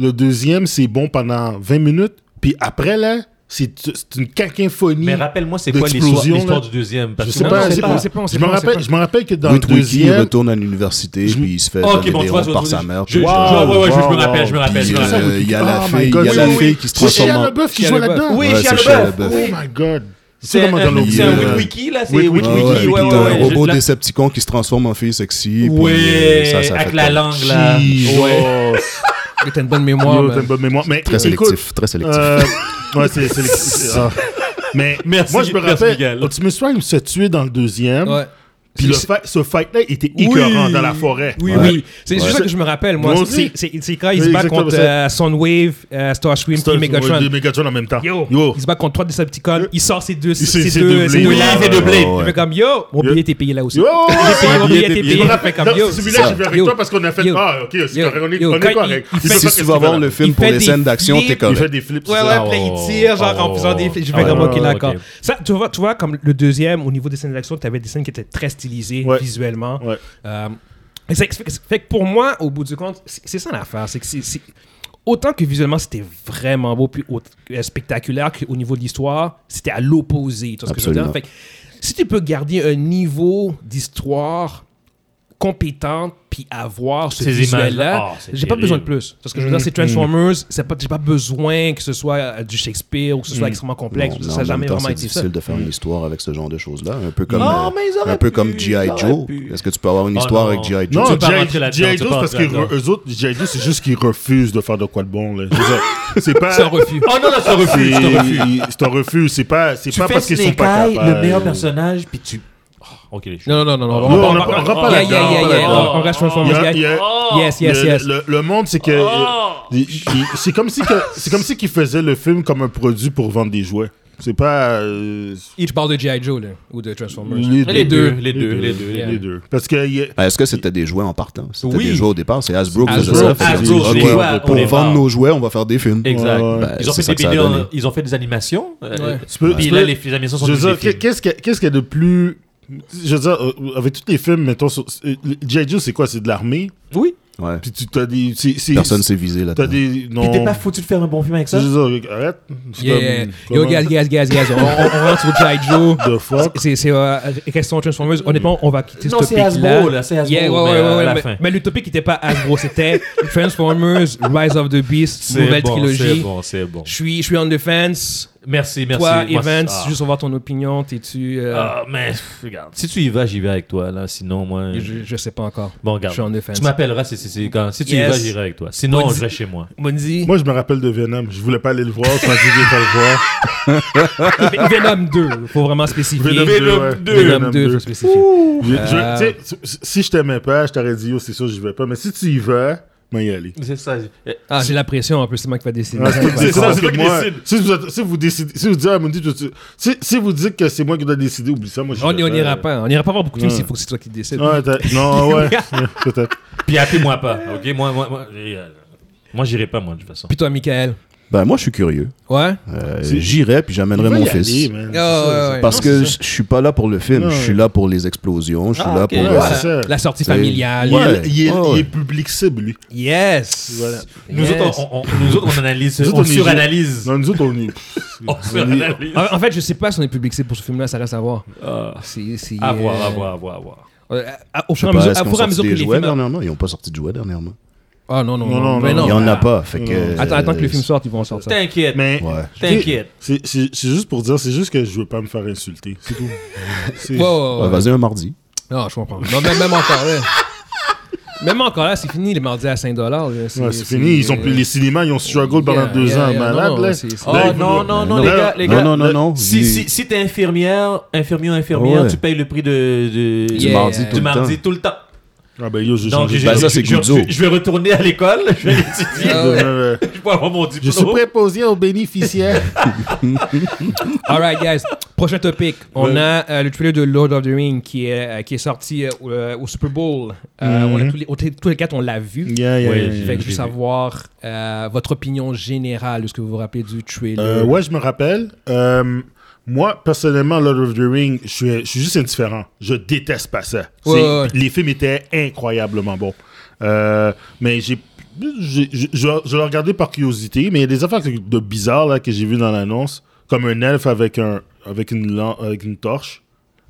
Le deuxième, c'est bon pendant 20 minutes. Puis après, là, c'est c'est une cacophonie. Mais rappelle-moi, c'est quoi l'histoire D'explosion, l'histoire là. du deuxième parce Je que- sais Non, pas, on je sait sais pas, pas. on sait pas, on sait Je me pas, on sait rappelle- pas. je me rappelle que dans le Brut Wiki deuxième... retourne à l'université, Je- puis il se fait Ah, donner ok, bon, des tu vois, ronds tu vois, par tu sa vois, mère. je- puis je- voilà. Wow, ouais, ouais, je- je me wow, rappelle, je me wow. rappelle, je Puis, me rappelle. euh, il y a la Oh my fille, God, il y a oui, la oui, fille oui. qui se C'est Shia transforme en... LaBeouf qui Shia joue LaBeouf. là-dedans. Oui, Ouais, Shia c'est Shia LaBeouf, Oh LaBeouf. oui. my God. C'est C'est comme un, dans c'est un euh, l'autre. wiki là, c'est Wiki, wiki, Ah wiki, ouais, ouais, puis ouais, t'as ouais, un robot je- Decepticon qui se transforme en fille sexy. puis, Ouais, euh, ça, ça fait avec la comme- langue là. Ouais. T'as une bonne mémoire. man. une bonne mémoire. Mais Très écoute, sélectif, très sélectif. euh, ouais, *laughs* c'est sélectif. Ah. Mais Merci, moi, je me merci, rappelle, Miguel. Optimus Prime se tuait dans le deuxième. Ouais. Puis le C'est- fight- ce fight-là était Oui. écœurant dans la forêt. Oui, Ouais. oui. C'est juste Ouais. ça que je me rappelle, moi. Moi aussi. C'est- C'est c'est quand il Oui, se bat exactement, contre ça. euh, Soundwave, euh, Starscream C'était et Megatron. Megatron. Megatron en même temps. Yo, Yo. il se bat contre trois Decepticons, il sort ses deux, s'est- ses ses deux, deux ses deux blés. lames, Ouais, ses deux ouais, blés. ouais. Il fait comme yo, mon Yo. billet était payé là aussi. Yo. J'ai payé, mon Ouais, billet billet était était payé. payé. Il fait comme yo. Celui-là, j'ai vu avec yo. toi parce qu'on a fait. Yo. Ah, ok, c'est Yo. correct. On est- Yo. on Quand est il- correct. il Ben, Il fait- Si fait qu'est-ce tu qu'il vas fait voir là. le film Il pour fait les des scènes d'action, flips. t'es Il fait correct. des flips. Ouais, ouais, ça. Oh, puis il tire, genre, en oh, faisant des filles. Je oh, Ah. fais comme, oh, ok, ok. d'accord. Ça, tu vois, tu vois, comme le deuxième, au niveau des scènes d'action, tu avais des scènes qui étaient très stylisées Ouais. visuellement. Ouais. Euh, et ça explique- fait que pour moi, au bout du compte, c'est c'est ça l'affaire. C'est que c'est- c'est- Autant que visuellement c'était vraiment beau puis aut- euh, spectaculaire qu'au niveau de l'histoire, c'était à l'opposé. Tu vois ce que je veux dire? Absolument. Fait que si tu peux garder un niveau d'histoire compétente puis avoir ce Ces visuel-là, Ah, images-là, oh, c'est j'ai pas terrible. besoin de plus. Parce que je veux dire, c'est Mm, Transformers, c'est pas, j'ai pas besoin que ce soit euh, du Shakespeare ou que ce soit extrêmement complexe. Mm. ça Non, non, n'a en jamais même temps, vraiment c'est été ça. difficile de faire une histoire avec ce genre de choses-là. Un peu comme, Non, euh, mais ils auraient un peu pu, comme G.I. ils auraient Joe. pu. Est-ce que tu peux avoir une Oh, histoire non. avec G.I. Joe? Tu Non, veux pas G.I. rentrer là-dedans, G.I. tu Joe, veux c'est pas parce que rentrer re- eux autres, G.I. Joe, c'est juste qu'ils refusent de faire de quoi de bon. là. Je veux dire, C'est pas. C'est un refus. Oh non, non, c'est un refus, c'est un refus. C'est- C'est un refus. C'est pas, c'est Tu pas fais parce qu'ils sont Snake pas Eye, capables. le meilleur personnage, puis tu. Oh, ok, les Non, non, non, non, non. Non, on on- n'a pas- on n'a pas Yeah, yeah, là-dedans, on n'a yeah, pas yeah. là-dedans. On reste Il y a- Transformers, il y yeah. a- Oh. Yes, yes, le, yes. le- le monde, c'est que. il- il- C'est comme si que- c'est comme si qu'ils faisaient le film comme un produit pour vendre des jouets. C'est pas. euh, Il parle de G.I. Joe, là, ou de Transformers. Mm. Les deux, les Les deux, deux. les deux. Yeah. les deux. Parce que. il y a- Ah, Est-ce que c'était des jouets en partant? C'était Oui. des jouets au départ. C'est Hasbro qui faisait Hasbro, ça. Fait que, Hasbro, ok, les jouets au Pour départ. vendre nos jouets, on va faire des films. Exact. Ouais, ouais. Ben, ils, ont c'est fait ça des que ça a vidéos, donné. ils ont fait des animations. euh, Ouais. Tu peux- Puis tu là, peux- les les animations sont Je veux devenues dire, des films. qu'est- qu'est-ce qu'il y a- qu'est-ce qu'il y a de plus. Je veux dire, euh, avec tous les films, mettons, sur- euh, G.I. Joe, c'est quoi C'est de l'armée. Oui. Ouais. Puis tu t'as des. c'est- c'est- Personne s'est visé là-dedans. T'as des. Puis Non. t'es pas foutu de faire un bon film avec ça? Je veux dire, arrête. C'est Yeah. comme- Yo, comment- guys, guys, guys, guys. On, on- on rentre sur G.I. Joe. The fuck? C'est c'est, euh, question Transformers. Honnêtement, on va quitter Non, ce c'est topic Hasbro, là, c'est Hasbro, Yeah, ouais, mais, ouais, euh, ouais, à la mais, fin. mais le topic n'était pas Hasbro, c'était Transformers, Rise of the Beast, C'est nouvelle bon, trilogie. C'est bon, c'est bon. Je suis, je suis on the fence. Merci, merci. Toi, Moi, Evans, ah. juste avoir ton opinion. T'es-tu. euh, Ah, mais pff, regarde. Si tu y vas, j'y vais avec toi. Là. Sinon, moi. je, je sais pas encore. Bon, Je suis en regarde. défense. Tu m'appelleras si, si, si, quand... si tu y Yes. vas, j'irai avec toi. Sinon, Bonne- je vais chez moi. Mondi, Moi, je me rappelle de Venom. Je voulais pas aller le voir. Je m'en disais pas le voir. Venom 2, faut vraiment spécifier. Venom 2, ouais. Venom 2, faut spécifier. Je- Euh. je- tu sais, si- si je t'aimais pas, je t'aurais dit, yo, c'est sûr, je vais pas. Mais si tu y vas, ben y aller. C'est ça. Ah, j'ai la pression un peu, c'est moi qui va décider. c'est ça, Parce c'est toi que qui moi, décides. Si vous, êtes- si vous décidez, si vous dites, ah, Mundi, tu- tu- si, si vous dites que c'est moi qui dois décider, oublie ça, moi, je On vais y- on pas. n'ira pas. On n'ira pas voir beaucoup de films, Ouais. il faut que c'est toi qui décides. Ouais, t'as- non, ouais, peut-être. Puis appelez-moi pas. OK? Moi, moi, moi, euh, moi j'irai pas, moi, de toute façon. Puis toi, Michael. Ben, moi, je suis curieux. Ouais? Euh, C'est- J'irai, puis j'amènerai Va mon y fils. aller, man, c'est Ah, ça, ouais, ouais. Parce Non, que c'est je je suis pas là pour le film, Non, je suis ouais. là pour les explosions, je suis Ah, là ok. pour... Ouais, euh, c'est ça. La sortie C'est- familiale. Il est- Ouais. il est- Ouais, Il est ouais. public cible, lui. Yes. Voilà. Nous, Yes. autres, on, on- nous autres, on analyse. Nous autres, on on est- suranalyse. Non, Ah, nous autres, on est. On suranalyse. En en fait, je sais pas si on est public, c'est pour ce film-là, ça reste à voir. Ah. C'est- c'est, À voir, euh, à voir, à voir, à voir. euh, à- Au Je fur et à sais pas, mesure- est-ce à qu'ils ont fur et à sorti mesure que des les jouets films. dernièrement? Ils n'ont pas sorti de jouets dernièrement. Ah non, non, Non, non. non, mais non. Il n'y en a Ah. pas, fait que... Attends, attends que le film sorte, ils vont sortir. T'inquiète. Mais Ouais. T'inquiète. C'est c'est- c'est juste pour dire, c'est juste que je veux pas me faire insulter. C'est tout. C'est- Ouais, ouais, ouais, Ouais, ouais. Vas-y, un mardi. Non, je comprends. Non, même, même encore là. Même encore là, c'est fini les mardis à 5 dollars. là. Ouais, c'est fini. Ils ont plus les cinémas, ils ont struggle pendant Yeah, deux yeah, ans, yeah, malade. non, là. c'est- c'est- Oh Là, ils non, veulent- non, non, Non, les gars, les gars. non, non, non. Si, il- si, si t'es infirmière, infirmier ou infirmière, Ouais. tu payes le prix de, de- Yeah. mardi du tout le mardi temps. tout le temps. Ah ben yo, j'ai Donc, changé j'ai- de- Ben, ça, je- c'est je- Guzzo. je- Je vais retourner à l'école, je vais étudier, Ah ouais. Euh, je vais avoir mon diplôme. Je suis préposé aux bénéficiaires. All right, guys. Prochain topic. On Ouais. a euh, le trailer de Lord of the Rings qui est, euh, qui est sorti euh, au- euh, au Super Bowl. Euh, on a tous, les, on- tous les quatre, on l'a vu. Mhm. Yeah, yeah, Oui, yeah, j'ai- yeah. Fait que je j'ai veux vu. savoir euh, votre opinion générale de ce que vous vous rappelez du trailer. Euh, ouais, je me rappelle. Euh, moi, personnellement, Lord of the Ring, je suis, je suis juste indifférent. Je déteste pas ça. C'est- Ouais, ouais, ouais. Les films étaient incroyablement bons. Euh, mais j'ai. j'ai- Je, je, je l'ai regardé par curiosité, mais il y a des affaires de bizarres là, que j'ai vues dans l'annonce, comme un elfe avec, un, avec, une, lan- avec une torche.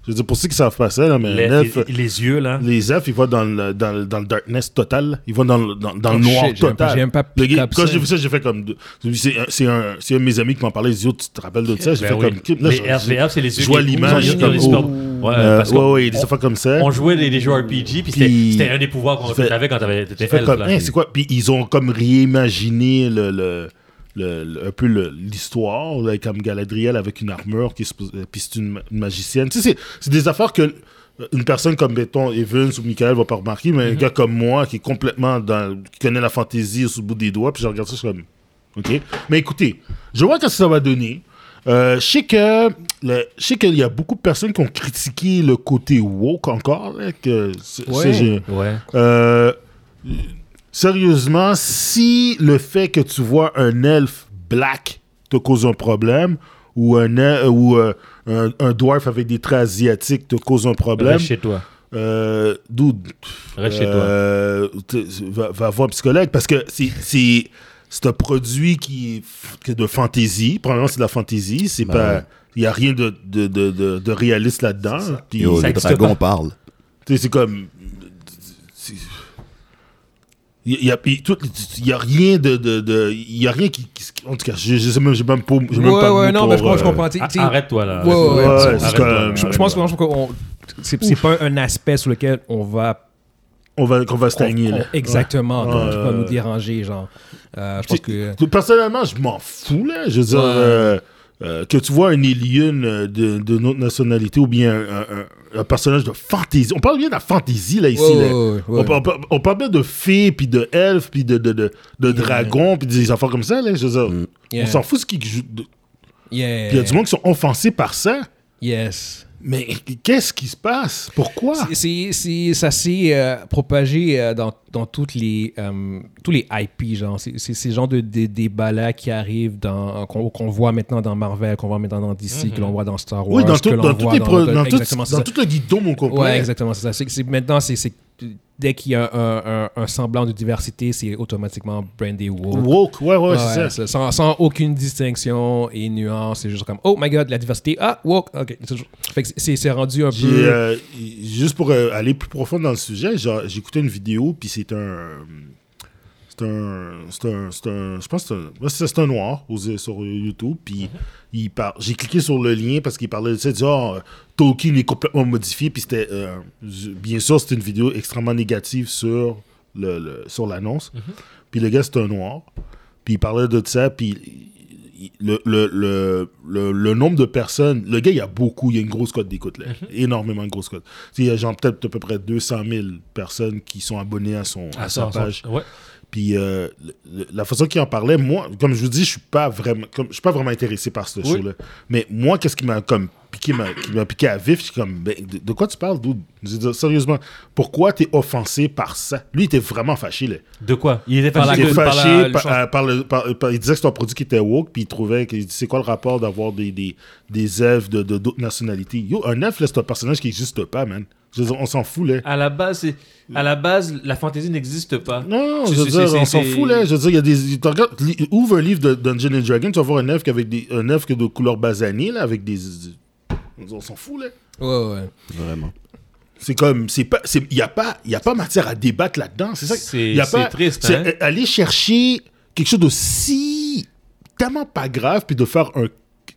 Je veux dire, pour ceux qui savent pas ça, là, mais Les, un elfe, les- les yeux, là. les elfs, ils vont dans le, dans, le- dans le darkness total. Ils vont dans le, dans, dans le Oh noir shit, j'ai même pas- total. j'ai même pas Le pick gars- up quand ça. j'ai vu ça, j'ai fait comme. de- C'est un, c'est un, c'est un de mes amis qui m'en parlait. Il dit, Yo, tu te rappelles de ça? J'ai Ben fait oui. comme. Crip, là, Les je- RVF, c'est les yeux. je vois qui- l'image, ils je suis ont comme, les oh. super- Ouais, Euh, parce ouais, qu'on- ouais, il y a des affaires comme ça. on jouait les, les jeux RPG, puis c'était- Puis- c'était un des pouvoirs qu'on Fait- avait quand t'avais- t'étais J'ai fait elfe, comme. là. Hein, c'est quoi? Puis ils ont comme réimaginé le. le le- le- un peu le- l'histoire, là, comme Galadriel avec une armure, qui est supposée- euh, puis c'est une, ma- une magicienne. Tu sais, c'est- c'est des affaires que euh, une personne comme, mettons, Evans ou Michael va pas remarquer, mais un gars comme moi, qui est complètement dans, qui connaît la fantaisie sous le bout des doigts, puis je regarde ça, je suis comme, OK? Mais écoutez, je vois que ça va donner. Euh, je sais que le- je sais qu'il y a beaucoup de personnes qui ont critiqué le côté woke encore. là, que c'est- Ouais. c'est- j'ai- Ouais. euh, sérieusement, si le fait que tu vois un elfe black te cause un problème, ou un, el- ou euh, un, un dwarf avec des traits asiatiques te cause un problème, Reste chez toi. euh, dude, Reste chez toi. euh, t- va, va voir un psychologue parce que c'est- c'est c'est un produit qui est f- que de fantaisie. Premièrement, c'est de la fantaisie. C'est Ben pas ouais. il n'y a rien de, de, de, de, de réaliste là-dedans. Puis- Yo, Ça les existe dragons pas. parlent. tu sais, c'est comme. c'est- Il n'y a, il y a- tout- il y a rien de. de- de- Il n'y a rien qui, qui- En tout cas, je, je sais même, j'ai même pas. j'ai même ouais, pas de ouais, mots non, pour, mais je, comprends- euh, je comprends. t'sais- Ah, t'sais- Arrête-toi, là. Ouais, ouais, ouais, Arrête-toi. c'est comme- Arrête-toi. je, je pense que je pense qu'on- c'est c'est pas un aspect sur lequel on va On va, qu'on va qu'on- stagner, qu'on- là. exactement Ouais. qu'on- qui va Ouais. nous déranger genre. Euh, je pense que Tu- Personnellement, je m'en fous, là. Je veux dire, Ouais. euh, euh, que tu vois un alien euh, de, de notre nationalité ou bien un, un- un personnage de fantaisie. On parle bien de la fantaisie, là, ici. Ouais, là. ouais, ouais, ouais. On, par- on par- on parle bien de fées, puis de elfes, puis de, de, de, de dragons, puis des affaires comme ça, là. Je veux dire, Mm. Yeah. on s'en fout ce qui joue. de- yeah, Puis il y a du monde qui sont offensés par ça. yes. Mais qu'est-ce qui se passe? Pourquoi? C'est- c'est- c'est- ça s'est euh, propagé euh, dans, dans toutes les, euh, tous les IP, genre. C'est c'est ces genres de, de- débats-là qui arrivent, dans- qu'on qu'on voit maintenant dans Marvel, qu'on voit maintenant dans DC, que l'on voit dans Star Wars, Mhm. Oui, dans, tout, que l'on dans, voit toutes les pro- Marvel. dans, tout, Exactement, c'est dans ça. tout le guidon, mon complet. Ouais, exactement, c'est ça. C'est- c'est- maintenant, c'est c'est- dès qu'il y a un, un- un semblant de diversité, c'est automatiquement brandé woke. Woke, ouais, ouais, Ouais, c'est ça. c'est- sans, sans aucune distinction et nuance, c'est juste comme oh my god, la diversité, ah, woke, ok. C'est toujours- Fait que c'est- c'est rendu un peu. J'ai, euh, juste pour euh, aller plus profond dans le sujet, genre, j'écoutais une vidéo, puis c'est un. C'est un. C'est un. c'est un- Je pense que c'est un. ouais, c'est- c'est un noir aux- sur YouTube, Mm-hmm. puis il par- j'ai cliqué sur le lien parce qu'il parlait de ça, il disait, oh, Tolkien est complètement modifié, puis c'était. euh, je- bien sûr, c'était une vidéo extrêmement négative sur le, le- sur l'annonce. Puis le gars, c'est un noir. Puis il parlait de ça, puis il- il- le, le, le, le, le nombre de personnes, le gars, il y a beaucoup, il y a une grosse cote d'écoute, là. Énormément de grosse cote. Tu sais, Il y a genre peut-être à peu près 200 000 personnes qui sont abonnées à, son, à, sa Attends, page. Ah, Ouais. Puis euh, le- le- la façon qu'il en parlait, moi, comme je vous dis, je suis pas vraiment, comme, je suis pas vraiment intéressé par ce show-là. Mais moi, qu'est-ce qui m'a comme piqué, ma- qui m'a piqué à vif, je suis comme, ben, de, de quoi tu parles, dude? Je veux dire, sérieusement, pourquoi t'es offensé par ça? Lui, il était vraiment fâché, là. De quoi Il était Par la Il fâché. était gueule, par fâché la- par- le change- euh, par le- par- par- il disait que c'était un produit qui était woke, puis il trouvait que c'est quoi le rapport d'avoir des, des, des elfes de de- d'autres nationalités. Yo, un elfe, là, c'est un personnage qui n'existe pas, man. Je veux dire, on s'en fout, là. À la base, c'est- à la base, la fantaisie n'existe pas. Non, C'est- je veux c'est- dire, c'est- on s'en c'est- fout, là. Je veux dire, il y a des. tu regardes, li- ouvre un livre de Dungeon and Dragon, tu vas voir un œuf qui avec des, un œuf qui est de couleur basanée, là, avec des. On s'en fout, là. Ouais, ouais. Vraiment. C'est comme, c'est pas, c'est, y a pas, y a pas matière à débattre là-dedans. C'est ça. C'est- y a c'est pas- triste, c'est, hein? euh, Aller chercher quelque chose de si tellement pas grave, puis de faire un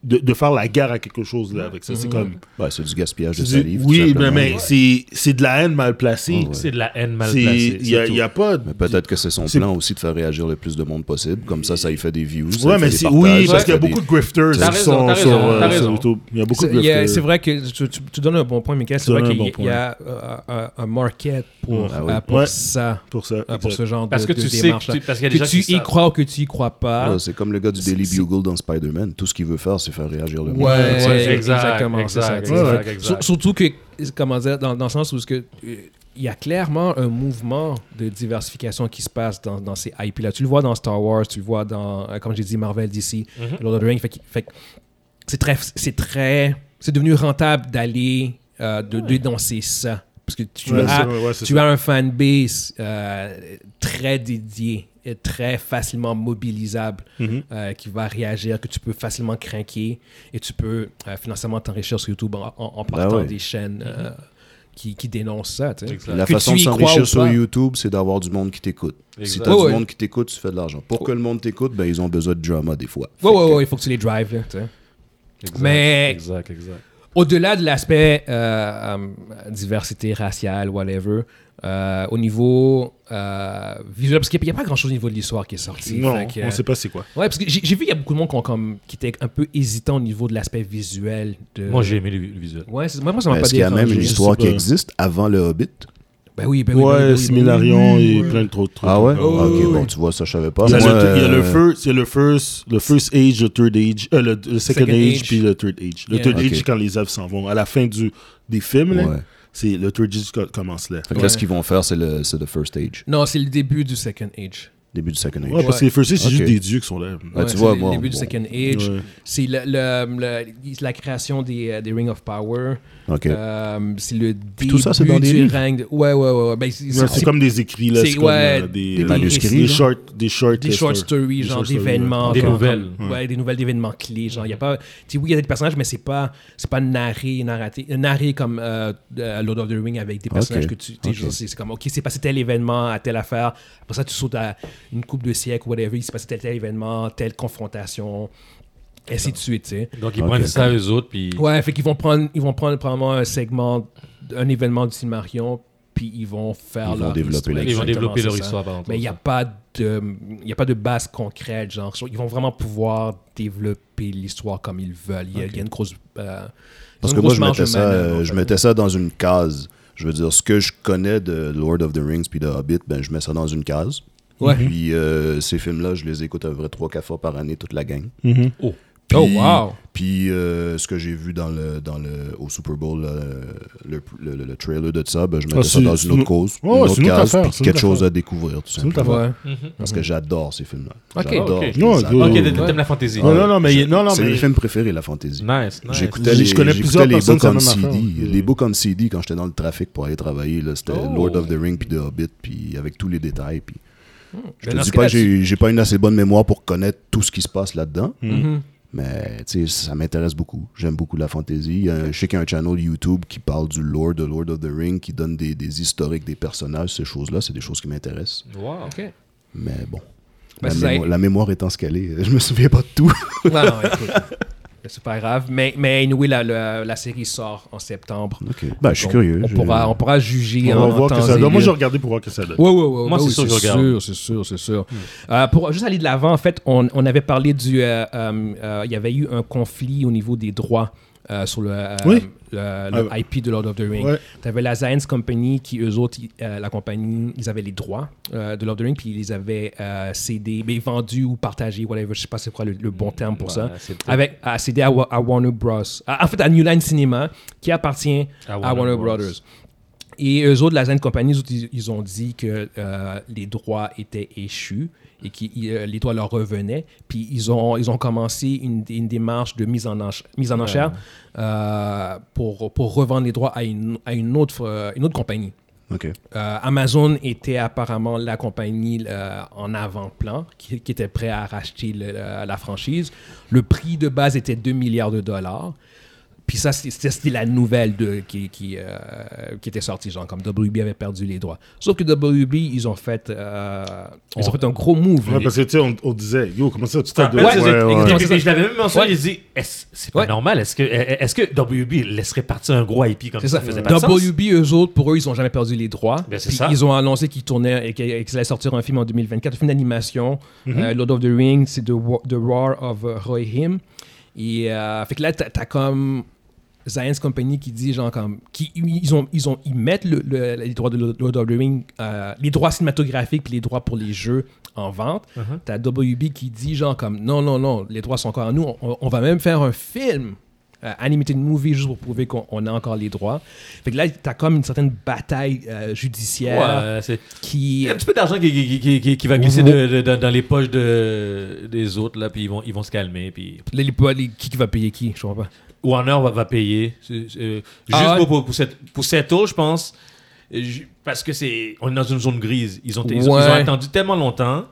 de, de faire la guerre à quelque chose là, avec ça. C'est comme. Ouais, c'est du gaspillage de c'est du- salive. tout oui, mais, simplement. mais c'est- c'est de la haine mal placée. Ouais. C'est de la haine mal placée. Il n'y a, c'est y a pas. de- Mais peut-être que c'est son C'est- plan aussi de faire réagir le plus de monde possible. Comme ça, ça y fait des views. ça Ouais, y mais fait des c'est. partages, Oui, ça parce qu'il y a fait des- beaucoup de grifters T'as qui raison, sont t'as sur, raison, euh, t'as sur raison. YouTube. Il y a beaucoup de C'est- il y a- grifters. C'est vrai que tu, tu- tu donnes un bon point, Michael. Tu C'est vrai donnes un qu'il bon y a- il y a euh, un, un market pour, Ah oui. euh, pour Ouais. ça, Pour ça. euh, pour exact. ce genre Parce de, que de tu sais démarche. que tu, parce qu'il y a des que gens tu qui y savent. crois ou que tu y crois pas. Ouais, Ah. c'est comme le gars du Daily Bugle dans Spider-Man. Tout ce qu'il veut faire, c'est faire réagir le monde. Ouais, Ouais, c'est- exact, exactement, c'est ça. exact, exact. exact, exact. Sur- Surtout que, comment dire, dans, dans le sens où ce que, euh, il y a clairement un mouvement de diversification qui se passe dans, dans ces IP-là. Tu le vois dans Star Wars, tu le vois dans, euh, comme j'ai dit, Marvel, DC, Mhm. Lord of the Rings. Fait, qu'il- fait que c'est très, c'est très, c'est devenu rentable d'aller euh, de dénoncer ça. Parce que tu Ouais, as, c'est vrai, ouais, c'est Ah, tu ça. as un fanbase euh, très dédié et très facilement mobilisable euh, qui va réagir, que tu peux facilement craquer et tu peux euh, financièrement t'enrichir sur YouTube en, en- en partant ouais. des chaînes euh, qui, qui dénoncent ça. tu sais. Exact. La Que façon tu de y crois ou s'enrichir sur pas. YouTube, c'est d'avoir du monde qui t'écoute. Si Exact. t'as Ouais, du ouais. monde qui t'écoute, tu fais de l'argent. Pour que le monde t'écoute, ben, ils ont besoin de drama des fois. Ouais, Fait ouais, que- ouais, il faut que tu les drives. là, tu sais. Exact, Mais- Exact, exact. Au-delà de l'aspect euh, euh, diversité raciale, whatever, euh, au niveau euh, visuel, parce qu'il n'y a pas grand-chose au niveau de l'histoire qui est sorti. Non, fait que, on sait pas c'est quoi. Ouais, parce que j'ai j'ai vu qu'il y a beaucoup de monde qui, ont comme, qui était un peu hésitant au niveau de l'aspect visuel. De... ça. Moi, j'ai aimé le, le visuel. Ouais, c'est- moi, moi, ça m'a Ben, pas Est-ce qu'il y a dérangé. même une histoire sais qui pas. existe avant le Hobbit Ben oui, ben oui. ben oui, ben oui, ben Ouais, oui. Similarion et plein de trop de trucs. Ah ouais encore. Ah, Ok, oui, oui. bon, tu vois, ça, je savais pas. Il y a Moi, le- il y a le euh, first, il y a le first, le first age, le third age, euh, le, le second, Second age, age. puis le third age. Le Yeah. third Ok. age, c'est quand les elfes s'en vont. À la fin du, des films, là, Ouais. c'est le third age co- commence là. Fait que Ouais. là, ce qu'ils vont faire, c'est le, c'est le First Age, Non, c'est le début du Second Age. début du Second Age. Ouais, parce que les first age, c'est Ok. juste des dieux qui sont là. Ah, tu c'est vois, le moi, début du bon. Second Age. Ouais. C'est le, le- le- la création des, euh, des Rings of Power. Ok. Euh, c'est le début tout ça, c'est dans du des livres. règne. de- Ouais, ouais, ouais. ouais. Ben, c'est, Ouais, c'est C'est comme des écrits là, c'est- c'est comme, ouais, euh, des, des euh, manuscrits, des là. short, des short, des short stories, genre short stories, d'événements. Des comme- nouvelles. comme- ouais, des nouvelles d'événements clés. Genre, il y a pas. tu sais, oui, il y a des personnages, mais c'est pas, c'est pas narré, narraté, euh, narré comme euh, euh, Lord of the Rings avec des personnages Ok. que tu. tu sais, Ok. genre, c'est, c'est comme, OK, c'est passé tel événement à telle affaire. Après ça, tu sautes à une coupe de siècle, whatever. Il s'est passé tel, tel événement, telle confrontation, ainsi de suite, tu sais. Donc, ils Ok. prennent ça eux autres, puis Ouais, fait qu'ils vont prendre, ils vont prendre probablement un segment, un événement du Silmarion, puis ils vont faire Ils vont leur développer histoire. la- ils vont Exactement, développer c'est leur ça. histoire. par exemple. Mais il n'y a pas de, il y a pas de base concrète, genre ils vont vraiment pouvoir développer l'histoire comme ils veulent. Il y a, il y a une grosse, euh, Parce une que moi, grosse je marge mettais, de ça, manœuvre, hein, en euh, fait. je mettais ça dans une case. Je veux dire, ce que je connais de Lord of the Rings puis de Hobbit, ben, je mets ça dans une case. Ouais. Puis euh, ces films-là, je les écoute à peu près 3-4 fois par année, toute la gang. Oh. Puis- Oh, wow. Puis euh, ce que j'ai vu dans le, dans le, au Super Bowl, là, le, le- le- le trailer de ça, ben, je mettais Ah, ça c'est- dans c'est une autre une- cause, Ouais, ouais, une c'est autre une autre case, affaire, puis c'est une quelque autre chose à découvrir, tout une autre simplement. Ouais. Parce que j'adore ces films-là. Ok. J'adore. Ok. je les Ouais, adore. ouais, Ok, ouais. t'aimes la fantaisie. Non, non, non, mais non, non, C'est mais mes films préférés, la fantaisie. Nice, nice. J'écoutais Je- les, je connais j'écoutais plusieurs les personnes, books en c'est la CD. même affaire. Les books en CD, quand j'étais dans le trafic pour aller travailler, là, c'était Oh. Lord of the Ring puis The Hobbit, puis avec tous les détails. Puis... Je Ben, te dans dis ce pas cas-là, que j'ai j'ai pas une assez bonne mémoire pour connaître tout ce qui se passe là-dedans, Mhm. mais tu sais, ça m'intéresse beaucoup. J'aime beaucoup la fantasy. Euh, je sais qu'il y a un channel YouTube qui parle du lore de Lord of the Ring, qui donne des, des historiques des personnages, ces choses-là, c'est des choses qui m'intéressent. Wow. Ok. Mais bon, Ben, la, c'est ça. mémo- la mémoire étant ce qu'elle est, *laughs* je me souviens pas de tout. Non, non, écoute, c'est pas grave. Mais, mais anyway, la, la, la série sort en septembre. Ben, je suis Donc, curieux. On Je- pourra, on pourra juger. on en- va en voir que temps ça et donne. Moi, lieu. j'ai regardé pour voir que ça donne. Ouais, ouais, ouais, ouais, Moi, c'est oui, sûr que je regarde. Hmm. sûr, c'est sûr, c'est sûr. Euh, pour juste aller de l'avant, en fait, on, on avait parlé du. euh, euh, euh, Il y avait eu un conflit au niveau des droits euh, sur le, euh, Oui. le- le Ah. IP de Lord of the Rings. Ouais. Tu avais la Zion's Company qui, eux autres, ils- euh, la compagnie, ils avaient les droits euh, de Lord of the Rings, puis ils les avaient euh, cédés, mais vendus ou partagés, whatever, je sais pas c'est quoi le, le bon terme pour ça. Bah, Ouais, c'est peut-être- Avec, à céder à, Wa- à Warner Bros. À- en fait, à New Line Cinema, qui appartient À à Warner Ah, Warner, Bros. Brothers. Et eux autres, la Zen Company, eux autres, ils, ils ont dit que euh, les droits étaient échus et que les droits leur revenaient. Puis ils ont, ils ont commencé une, une démarche de mise en, ench- mise en enchère euh, pour, pour revendre les droits à une, à une, autre, euh, une autre compagnie. Ok. Euh, Amazon était apparemment la compagnie euh, en avant-plan qui, qui était euh, prêt à racheter le- la- la franchise. Le prix de base était 2 milliards de dollars. Puis ça, c'est- c'est- c'était la nouvelle de, qui, qui, euh, qui était sortie, genre comme WB avait perdu les droits. Sauf que WB, ils ont fait, euh, ils ont fait un gros move. Ouais, parce que tu sais, on, on disait, yo, comment ça, tu Ah, tapes de Ouais, c'est- ouais, ouais. exactement. Puis- puis Je l'avais même mentionné, Ouais. j'ai dit, est-ce- c'est pas Ouais. normal, est-ce que, est-ce que WB laisserait partir un gros IP comme C'est ça? ça. Ça faisait pas de sens. WB, eux autres, pour eux, ils n'ont jamais perdu les droits. Ben, c'est Puis ça. Ils ont annoncé qu'ils tournaient et qu'ils et qu'ils allaient sortir un film en 2024, un film d'animation. Mhm. Euh, Lord of the Rings, c'est the, Wa- The Roar of euh, Roy Him. Et euh, fait que là, t'as as comme Zion's Company qui dit, genre, comme, qui, ils, ont, ils, ont, ils mettent le- le- les droits de Lord of the Rings, euh, les droits cinématographiques puis les droits pour les jeux en vente. Mhm. T'as WB qui dit genre comme non, non, non, les droits sont encore à nous, on, on va même faire un film, euh, animated movie, juste pour prouver qu'on on a encore les droits. Fait que là, t'as comme une certaine bataille euh, judiciaire Ouais, c'est- qui. Il y a un petit peu d'argent qui, qui- qui- qui- qui va glisser de- de- dans, dans les poches de, des autres, là, puis ils vont, ils vont se calmer. Puis... les- les- les- qui, qui va payer qui Je comprends pas. Warner va, va payer. C'est- c'est- euh, juste Ah ouais? pour, pour, pour cette, pour cette eau, je pense. euh, ju- Parce que c'est on est dans une zone grise. Ils ont, ils ont- ils ont Ouais. attendu tellement longtemps.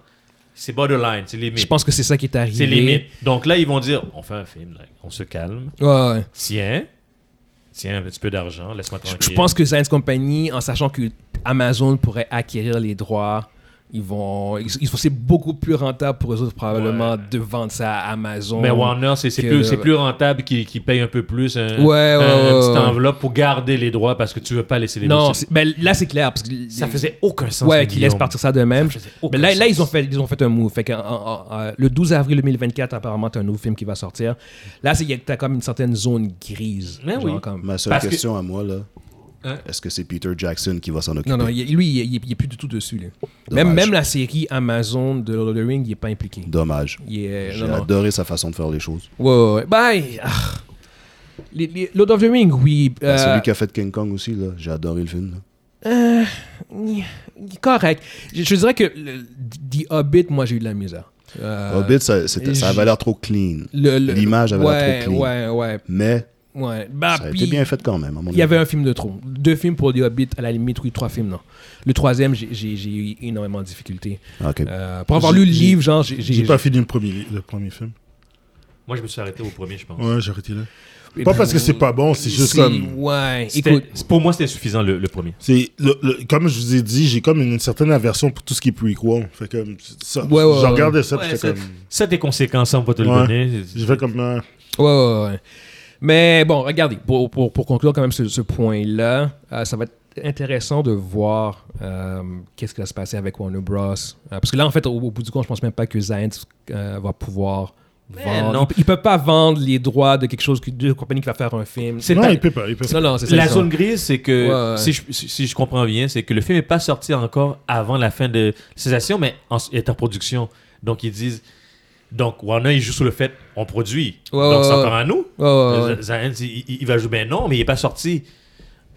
C'est borderline, c'est Je limite. pense que c'est ça qui est arrivé. C'est limite. Donc là, ils vont dire on fait un film, là, on se calme. Ouais, ouais. Tiens, tiens un petit peu d'argent, laisse-moi tranquille. Je pense que Science Company, en sachant que Amazon pourrait acquérir les droits, ils vont. Ils, ils- c'est beaucoup plus rentable pour eux autres, probablement, Ouais. de vendre ça à Amazon. Mais Warner, c'est c'est que- plus, c'est plus rentable qu'ils qu'ils payent un peu plus un, Ouais, ouais, un- ouais, un petit ouais. enveloppe pour garder les droits parce que tu veux pas laisser les Non, dossiers. c'est- ben, là, c'est clair. Parce que ça faisait aucun sens. Ouais, le qui laisse Guillaume. partir ça de même. Ça faisait aucun Mais là, là, sens. ils, ont fait, ils ont fait un move. Fait qu'en- en- en- euh, le 12 avril 2024, apparemment, tu as un nouveau film qui va sortir. Là, c'est- y a- t'as comme une certaine zone grise. Mais Genre oui. comme- Ma seule Parce que- question à moi, là, Hein? est-ce que c'est Peter Jackson qui va s'en occuper? Non, non, il- lui, il n'est plus du tout dessus. là. Même, même la série Amazon de Lord of the Ring, il n'est pas impliqué. Dommage. Il est, J'ai non, non. adoré sa façon de faire les choses. Ouais, ouais, ouais. Bye! Ah. Les- les- Lord of the Ring, oui. Ben, euh, Celui qui a fait King Kong aussi, là, j'ai adoré le film. là. il- il est Correct. Je, je dirais que le- The Hobbit, moi, j'ai eu de la misère. Euh, Hobbit, ça, c'était- ça j- avait l'air trop clean. le- le- l'image avait l'air ouais, trop clean. Ouais, ouais, Mais ouais. Bah, ça a puis- été bien fait quand même. à mon Il y avis. avait un film de trop. Deux films pour The Hobbit, à la limite, oui, trois films, non. Le troisième, j'ai- j'ai j'ai eu énormément de difficultés. Ok. Euh, pour avoir lu le J'ai- livre, genre, j'ai- J'ai j'ai. pas fini le premier, le premier film. Moi, je me suis arrêté au premier, je pense. Ouais, j'ai arrêté là. Pas parce que c'est pas bon, c'est juste ben, C'est- comme. Ouais, C'était- écoute. c'est- Pour moi, c'était suffisant le, le premier. C'est le- le- comme je vous ai dit, j'ai comme une, certaine aversion pour tout ce qui est prequel. Fait comme ça, Ouais, ouais, je ouais. regardais ça, puis Ouais, j'étais c'est- comme, Ça, tes conséquences, hein, on va te le Ouais. donner. j'ai fait comme euh, Ouais, ouais, ouais. Mais bon, regardez, pour, pour, pour conclure quand même ce, ce point-là, euh, ça va être intéressant de voir euh, qu'est-ce qui va se passer avec Warner Bros. Euh, parce que là, en fait, au, au bout du compte, je pense même pas que Zayant euh, va pouvoir vendre. non. Ils ne peuvent pas vendre les droits de quelque chose, que- de compagnie qui va faire un film. C'est Non, ta- il peut pas. Il peut pas. Non, non, c'est ça. La ils sont- zone grise, c'est que, Ouais, ouais. Si, je, si- si je comprends bien, c'est que le film n'est pas sorti encore avant la fin de cessation, mais en- il est en production. Donc, ils disent. Donc, Warner, il joue sur le fait on produit. Ouais, donc, ouais, c'est ouais. encore à nous. Ouais, ouais, ouais. Z- Zayens, il, il- il va jouer, ben non, mais il n'est pas sorti.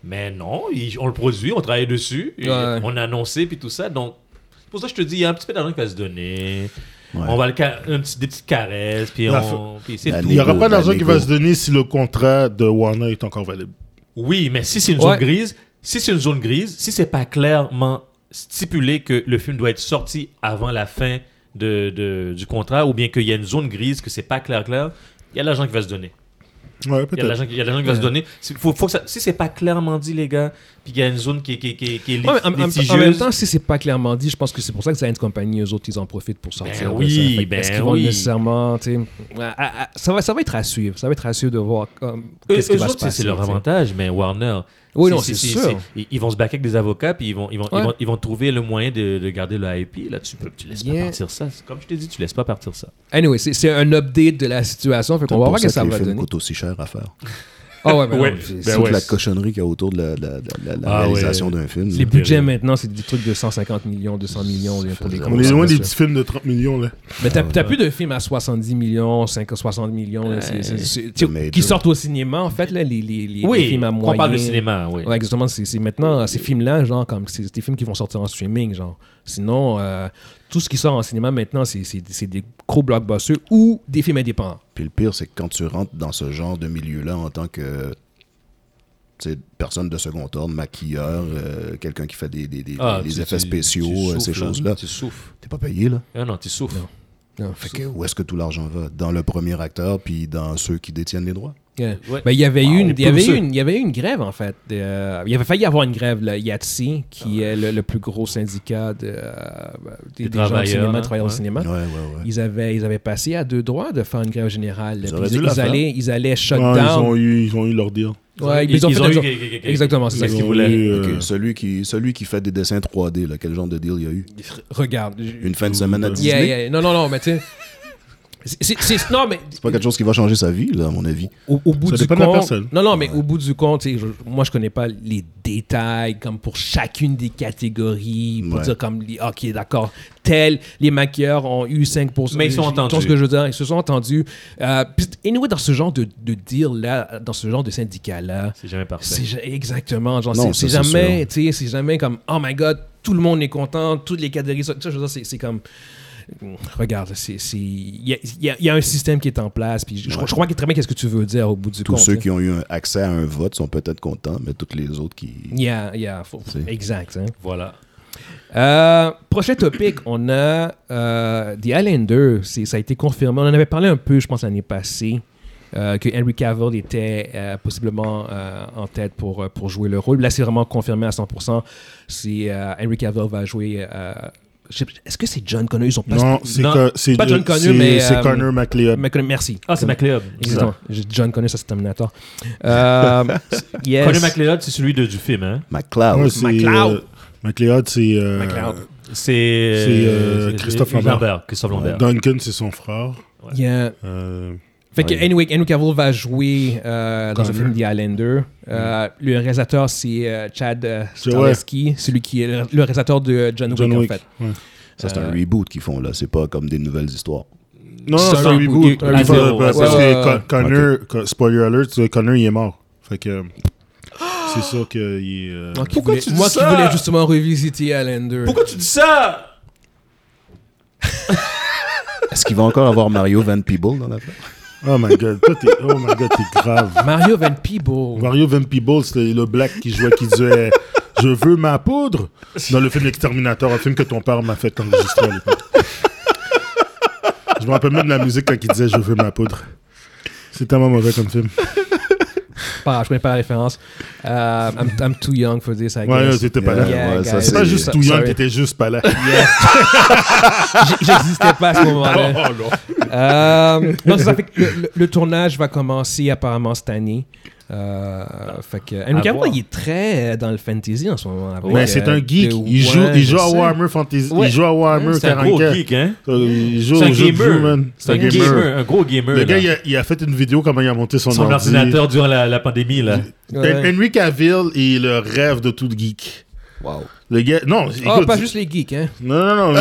Mais non, il- on le produit, on travaille dessus, et Ouais. on a annoncé, puis tout ça. Donc, c'est pour ça que je te dis, il y a un petit peu d'argent qui va se donner. Ouais. On va le ca- un petit, des petites caresses, puis La on. puis c'est La tout. Il n'y aura Lego, pas d'argent la qui va ben, Lego. se donner si le contrat de Warner est encore valide. Oui, mais si c'est une Ouais. zone grise, si c'est une zone grise, si c'est pas clairement stipulé que le film doit être sorti avant la fin de, de- du contrat, ou bien qu'il y a une zone grise, que c'est pas clair, clair, il y a de l'argent qui va se donner. Ouais, Il y a de peut-être. l'argent qui il y a de l'argent qui va se donner. C'est- faut- faut que ça- si c'est pas clairement dit, les gars, puis qu'il y a une zone qui, est- qui, est- qui, est- qui est lit- Ouais, mais en- en- en, litigieuse, même temps, si c'est pas clairement dit, je pense que c'est pour ça que Science Company, eux autres, ils en profitent pour sortir. Ben de oui, ça. Fait que ben est-ce qu'ils vont oui. nécessairement, tu sais, à- à- à- ça va, ça va être à suivre. Ça va être à suivre de voir comme, Eux- qu'est-ce qui eux va se autres, c'est- passer. c'est leur tu sais. avantage, mais Warner. Oui, non, c'est sûr. ils- Ils vont se backer avec des avocats, puis ils vont, ils vont, Ouais. ils vont, ils vont trouver le moyen de, de garder le IP. Là, tu peux, tu laisses Yeah. pas partir ça. C'est Comme je t'ai dit, tu laisses pas partir ça. Anyway, c'est c'est un update de la situation. Fait C'est qu'on va pour voir ça que ça les va films donner. coûtent aussi cher à faire. Ah ouais, ben Ouais. non, c'est- Ben c'est- Toute ouais, la c'est- cochonnerie qu'il y a autour de la, de la- de la- de la Ah réalisation ouais. d'un film. Les là. budgets terrible. maintenant, c'est des trucs de 150 millions, 200 millions là, pour les On est gros, loin ça, des ça. petits films de 30 millions. Là. Mais t'as t'as plus de films à 70 millions, 5 60 millions, là, c'est- c'est- c'est- tu- Major. qui sortent au cinéma, en fait, là, les, les, les- les films à on moyen. parle de cinéma, oui. Ouais, exactement. C'est c'est Euh, maintenant, ces films-là, genre, comme c'est c'est des films qui vont sortir en streaming, genre. Sinon, euh, tout ce qui sort en cinéma maintenant, c'est- c'est c'est des gros blockbusters ou des films indépendants. Puis le pire, c'est que quand tu rentres dans ce genre de milieu-là en tant que tu sais, personne de second ordre, maquilleur, euh, quelqu'un qui fait des, des- des- Ah, des tu- effets tu- spéciaux, tu euh, souffles, hein. ces choses-là, Tu souffles. t'es pas payé, là. Ah non, tu souffles. Non. Fait que où est-ce que tout l'argent va Dans le premier acteur, puis dans ceux qui détiennent les droits. Yeah. Ouais. Ben, il y avait eu Wow. une, il y avait eu Pousseux. une, il y avait eu une grève en fait. de, euh, il y avait failli y avoir une grève, le IATSE, Ah qui est le, le plus gros syndicat de, euh, des, Des des gens de travailleurs, cinéma, hein, travailleurs de ouais. cinéma. Ouais, ouais, ouais. Ils avaient, ils avaient passé à deux droits de faire une grève générale. Puis auraient Ils, dû la ils faire. allaient, ils allaient shut Ouais, ils, ont down. eu, ils ont eu leur deal. Ouais, ils, ont fait un- eu- Exactement, c'est Ils ça ont qu'ils eu- voulaient. eu, euh, Ok, celui, qui, celui qui fait des dessins 3D, là, quel genre de deal il y a eu Regarde. je- Une fin de semaine à Yeah, Disney Yeah, yeah. Non, non, non, mais tu sais. c'est- c'est- c'est- non, mais C'est pas quelque chose qui va changer sa vie, là, à mon avis. au, au bout Ça du dépend de la compte. personne. Non, non, mais au bout du compte, tu sais, je- moi, je connais pas les détails comme pour chacune des catégories. Pour Ouais. dire comme, les- OK, d'accord, tel, les maquilleurs ont eu 5%. Mais ils sont Je- entendus. Tu vois ce que je veux dire? Ils se sont entendus. Euh, puis, anyway, dans ce genre de, de deal-là, dans ce genre de syndicat-là, C'est jamais parfait. c'est ja- exactement. Genre, Non, c'est c'est ça, c'est jamais, tu sais, c'est jamais comme, oh my god, tout le monde est content, toutes les catégories. sont- Tu sais, je veux dire, c'est- c'est comme. Regarde, c'est- c'est- il y a, il y a- il y a un système qui est en place, puis je, je crois- je crois que très bien qu'est-ce que tu veux dire au bout du Tous compte. ceux hein. qui ont eu un- accès à un vote sont peut-être contents, mais toutes les autres qui. Yeah, yeah, faut- C'est- exact. hein. Voilà. Euh, prochain topic, on a euh, The Highlander. C'est- Ça a été confirmé. On en avait parlé un peu, je pense, l'année passée, euh, que Henry Cavill était euh, possiblement euh, en tête pour, euh, pour jouer le rôle. Là, c'est vraiment confirmé à 100%. C'est euh, Henry Cavill va jouer. euh, je sais- Est-ce que c'est John Connor Ils sont pas. Non, c'est non, que- c'est pas John euh, Connor, c'est- mais, C'est euh, Connor McLeod. Mais Connor- Merci. Ah, c'est McLeod. Exactement. J'ai dit John Connor, ça c'est Terminator. Euh, yes. Conor McLeod, c'est celui de- du film, hein? McCloud. Ouais, c'est, McLeod. euh, McLeod, c'est. euh, McLeod. C'est C'est, euh, euh, c'est- Christophe c'est- Lambert. Christophe Lambert. Duncan, c'est son frère. Yeah. Euh, Fait que, Ouais. anyway, Henry Cavill va jouer euh, dans le Connor. Mm. film The Highlander. Euh, Le réalisateur, c'est euh, Chad euh, C'est vrai. Stahelski, celui qui est le le réalisateur de John Wick, John en Wick. fait. ouais. Ça, c'est Euh, un reboot qu'ils font, là. C'est pas comme des nouvelles histoires. Non, C'est non, c'est un un reboot. reboot. Un Il faut- reboot. parce Ouais, ouais, que ouais. Con- Connor, Con- spoiler alert, Connor, il est mort. *gasps* Fait que. C'est ça qu'il est. euh, Moi qui Pourquoi voulais- tu dis Moi ça? qui voulais justement revisiter Highlander. tu dis ça? Est-ce qu'il va encore avoir Mario Van Peebles dans la Oh my god, toi, t'es oh my God, t'es grave. Mario Van *laughs* Peebles. Mario Van Peebles, c'était le black qui jouait, qui disait Je veux ma poudre dans le film L'Exterminateur, un film que ton père m'a fait enregistrer à l'époque. Je me rappelle même de la musique quand il disait Je veux ma poudre. C'est tellement mauvais comme film. Pas, Ah, je connais pas la référence. Euh, I'm, I'm too young for this, I guess. Ouais, c'était pas là. Yeah, Ouais, ça, guys. C'est pas c'est- juste So- tout young, sorry. t'étais juste pas là. Yeah. J'- J'existais pas à ce moment-là. Oh non. Euh, non, c'est ça fait que le, le- le tournage va commencer apparemment cette année. Euh, fait que Henry À Cavill, voir. il est très euh, dans le fantasy en ce moment. avec, Mais c'est euh, un geek. The Il joue, One, il joue à je sais. Warhammer Fantasy. Ouais. Il joue à Warhammer C'est un gros 40K. geek, hein? Euh, Il joue C'est aux un jeux de jeu, man. gamer. C'est un gamer. Un gros gamer. Le là. gars, il a, il a fait une vidéo comment il a monté son, Son ordi. ordinateur durant la, la pandémie, là. Ben, Ouais. Henry Cavill est le rêve de tout geek. Wow. Le gars, non, écoute, Ah, pas juste les geeks, hein. Non, non, non, mais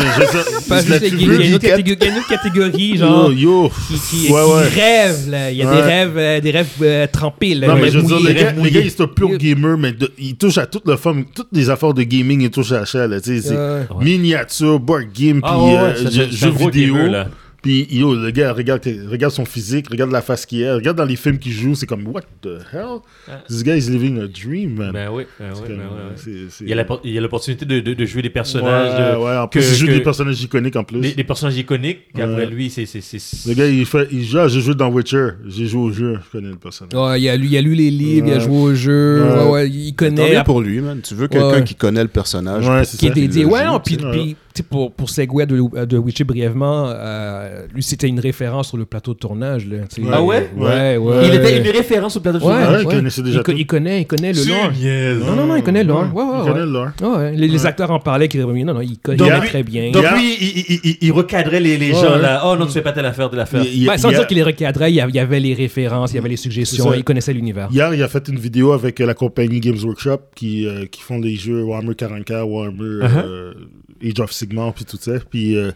*laughs* je Pas juste les geeks. Il y a une autre catégorie, il y a une autre catégorie, genre, Yo, yo. qui, qui, Oh. ouais, qui ouais. rêve, là. Il y a des Ouais. rêves, euh, des rêves euh, trempés, là. Non, Des mais je rêves veux dire, mouillés, le des gars, rêves le gars, il mouillés. est un pur gamer, mais de- il touche à toute la forme, toutes les affaires de gaming, il touche à ça, là, tu sais, c'est Ouais. miniature, board game, puis Ah ouais, ouais, euh, c'est- jeux c'est un jeux gros vidéo. gamer, là. Puis, yo, le gars, regarde, regarde son physique, regarde la face qu'il a, regarde dans les films qu'il joue, c'est comme, what the hell? This guy is living a dream, man. Ben oui, ben oui, C'est ben comme, oui, ouais. c'est- c'est- Il y a la- il y a l'opportunité de, de- de jouer des personnages. Ouais, de- ouais, en que- plus, il joue que- des personnages iconiques en plus. des- des personnages iconiques. puis Après Ouais. lui, c'est. c'est- c'est- Le gars, il, fait, il joue, ah, j'ai joué dans Witcher, j'ai joué au jeu, je connais le personnage. Ouais, il a lu, il a lu les livres, il a Ouais. joué au jeu, Ouais. ouais, ouais, il Tant connaît. mieux pour lui, man. Tu veux quelqu'un Ouais. qui connaît le personnage. Ouais, c'est qui est ça. dédié. le Ouais, jeu, non, puis, tu sais. puis, tu sais, pour, pour segway de, de Witcher brièvement, euh, lui, c'était une référence sur le plateau de tournage. Là, tu sais. Ah ouais? Ouais, ouais. Il était une référence au plateau de Ouais, tournage. il ouais. connaissait déjà il, co- tout. il connaît, il connaît le hein. lore. Génial. Non, non, non, il connaît le lore. Ouais, ouais, il ouais. connaît le lore. Ah ouais, les, les Ouais. acteurs en parlaient, qui non, non, il connaît Donc, lui- très bien. Donc Il y a- lui, il, il- il- il recadrait les, les Ouais, gens ouais. là. Oh non, tu fais pas telle affaire, telle affaire. Il- il- Ouais, Ben, sans il y a- dire qu'il les recadrait, il y a- il y avait les références, il y avait les suggestions, C'est ça. il connaissait l'univers. Hier, il a fait une vidéo avec euh, la compagnie Games Workshop qui, euh, qui font les jeux Warhammer 40K, Warhammer Uh-huh. euh, Age of Sigmar, puis tout ça. Puis euh,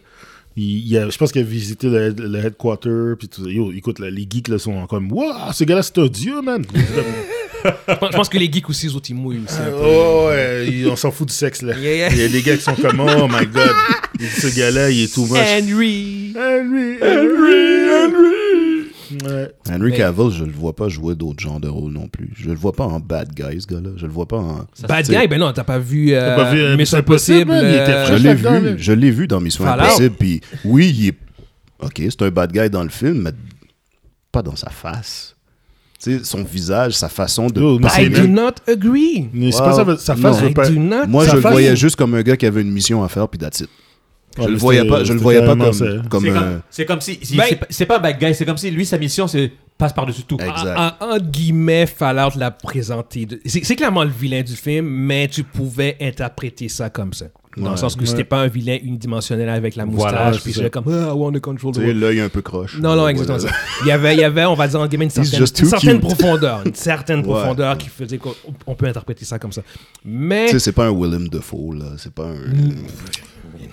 il, il a- je pense qu'il a visité le, le headquarter, puis tout ça. Yo, écoute, là, les geeks là, sont comme « Wow, ce gars-là, c'est un dieu, man! Je pense- je pense que les geeks aussi, les autres, ils mouillent aussi. » Oh, ouais, il- on s'en fout du sexe, là. Yeah, yeah. Il y a des gars qui sont comme « Oh my God! » Ce gars-là, il est tout moche. Henry! Henry, Henry, Henry. Ouais. Henry Mais- Cavill, je le vois pas jouer d'autres genres de rôles non plus. Je le vois pas en bad guy, ce gars-là. Je le vois pas en. Bad c'est- guy, ben non, t'as pas vu euh, pas vu, euh, Mission Mission Impossible. Impossible, man, il était euh, Je Juste l'ai là-dedans, là. vu, je l'ai vu dans Mission Fallout. Impossible. Puis oui, il est. Ok, c'est un bad guy dans le film, mais pas dans sa face. Tu sais, son visage, sa façon de. Yo, mais parler. I c'est do même- not agree. Mais c'est pas ça, sa face I veut pas. do not. Moi, Sa je le face- voyais juste comme un gars qui avait une mission à faire, puis that's it. Ouais, Je le mais voyais c'était- pas, je le c'était voyais pas carrément comme, ça. comme C'est un- comme, c'est comme si. si- Ben- c'est pas- C'est pas un bad guy, c'est comme si lui, sa mission, c'est passe par-dessus tout. Exact. En, en- entre guillemets, Fallout l'a présenté. de- C'est c'est clairement le vilain du film, mais tu pouvais interpréter ça comme ça. Dans le sens que c'était pas un vilain unidimensionnel avec la moustache, Voilà, c'est puis ça. c'est comme Ah, on the control the tu sais, world. l'œil un peu croche. Non, non, Voilà. exactement ça. Il y avait, il y avait, on va dire en guillemets, *laughs* une certaine, just too une certaine cute. profondeur. Une certaine *laughs* Ouais. profondeur qui faisait qu'on on peut interpréter ça comme ça. Mais. Tu sais, c'est pas un Willem Dafoe, là. C'est pas un. Mm.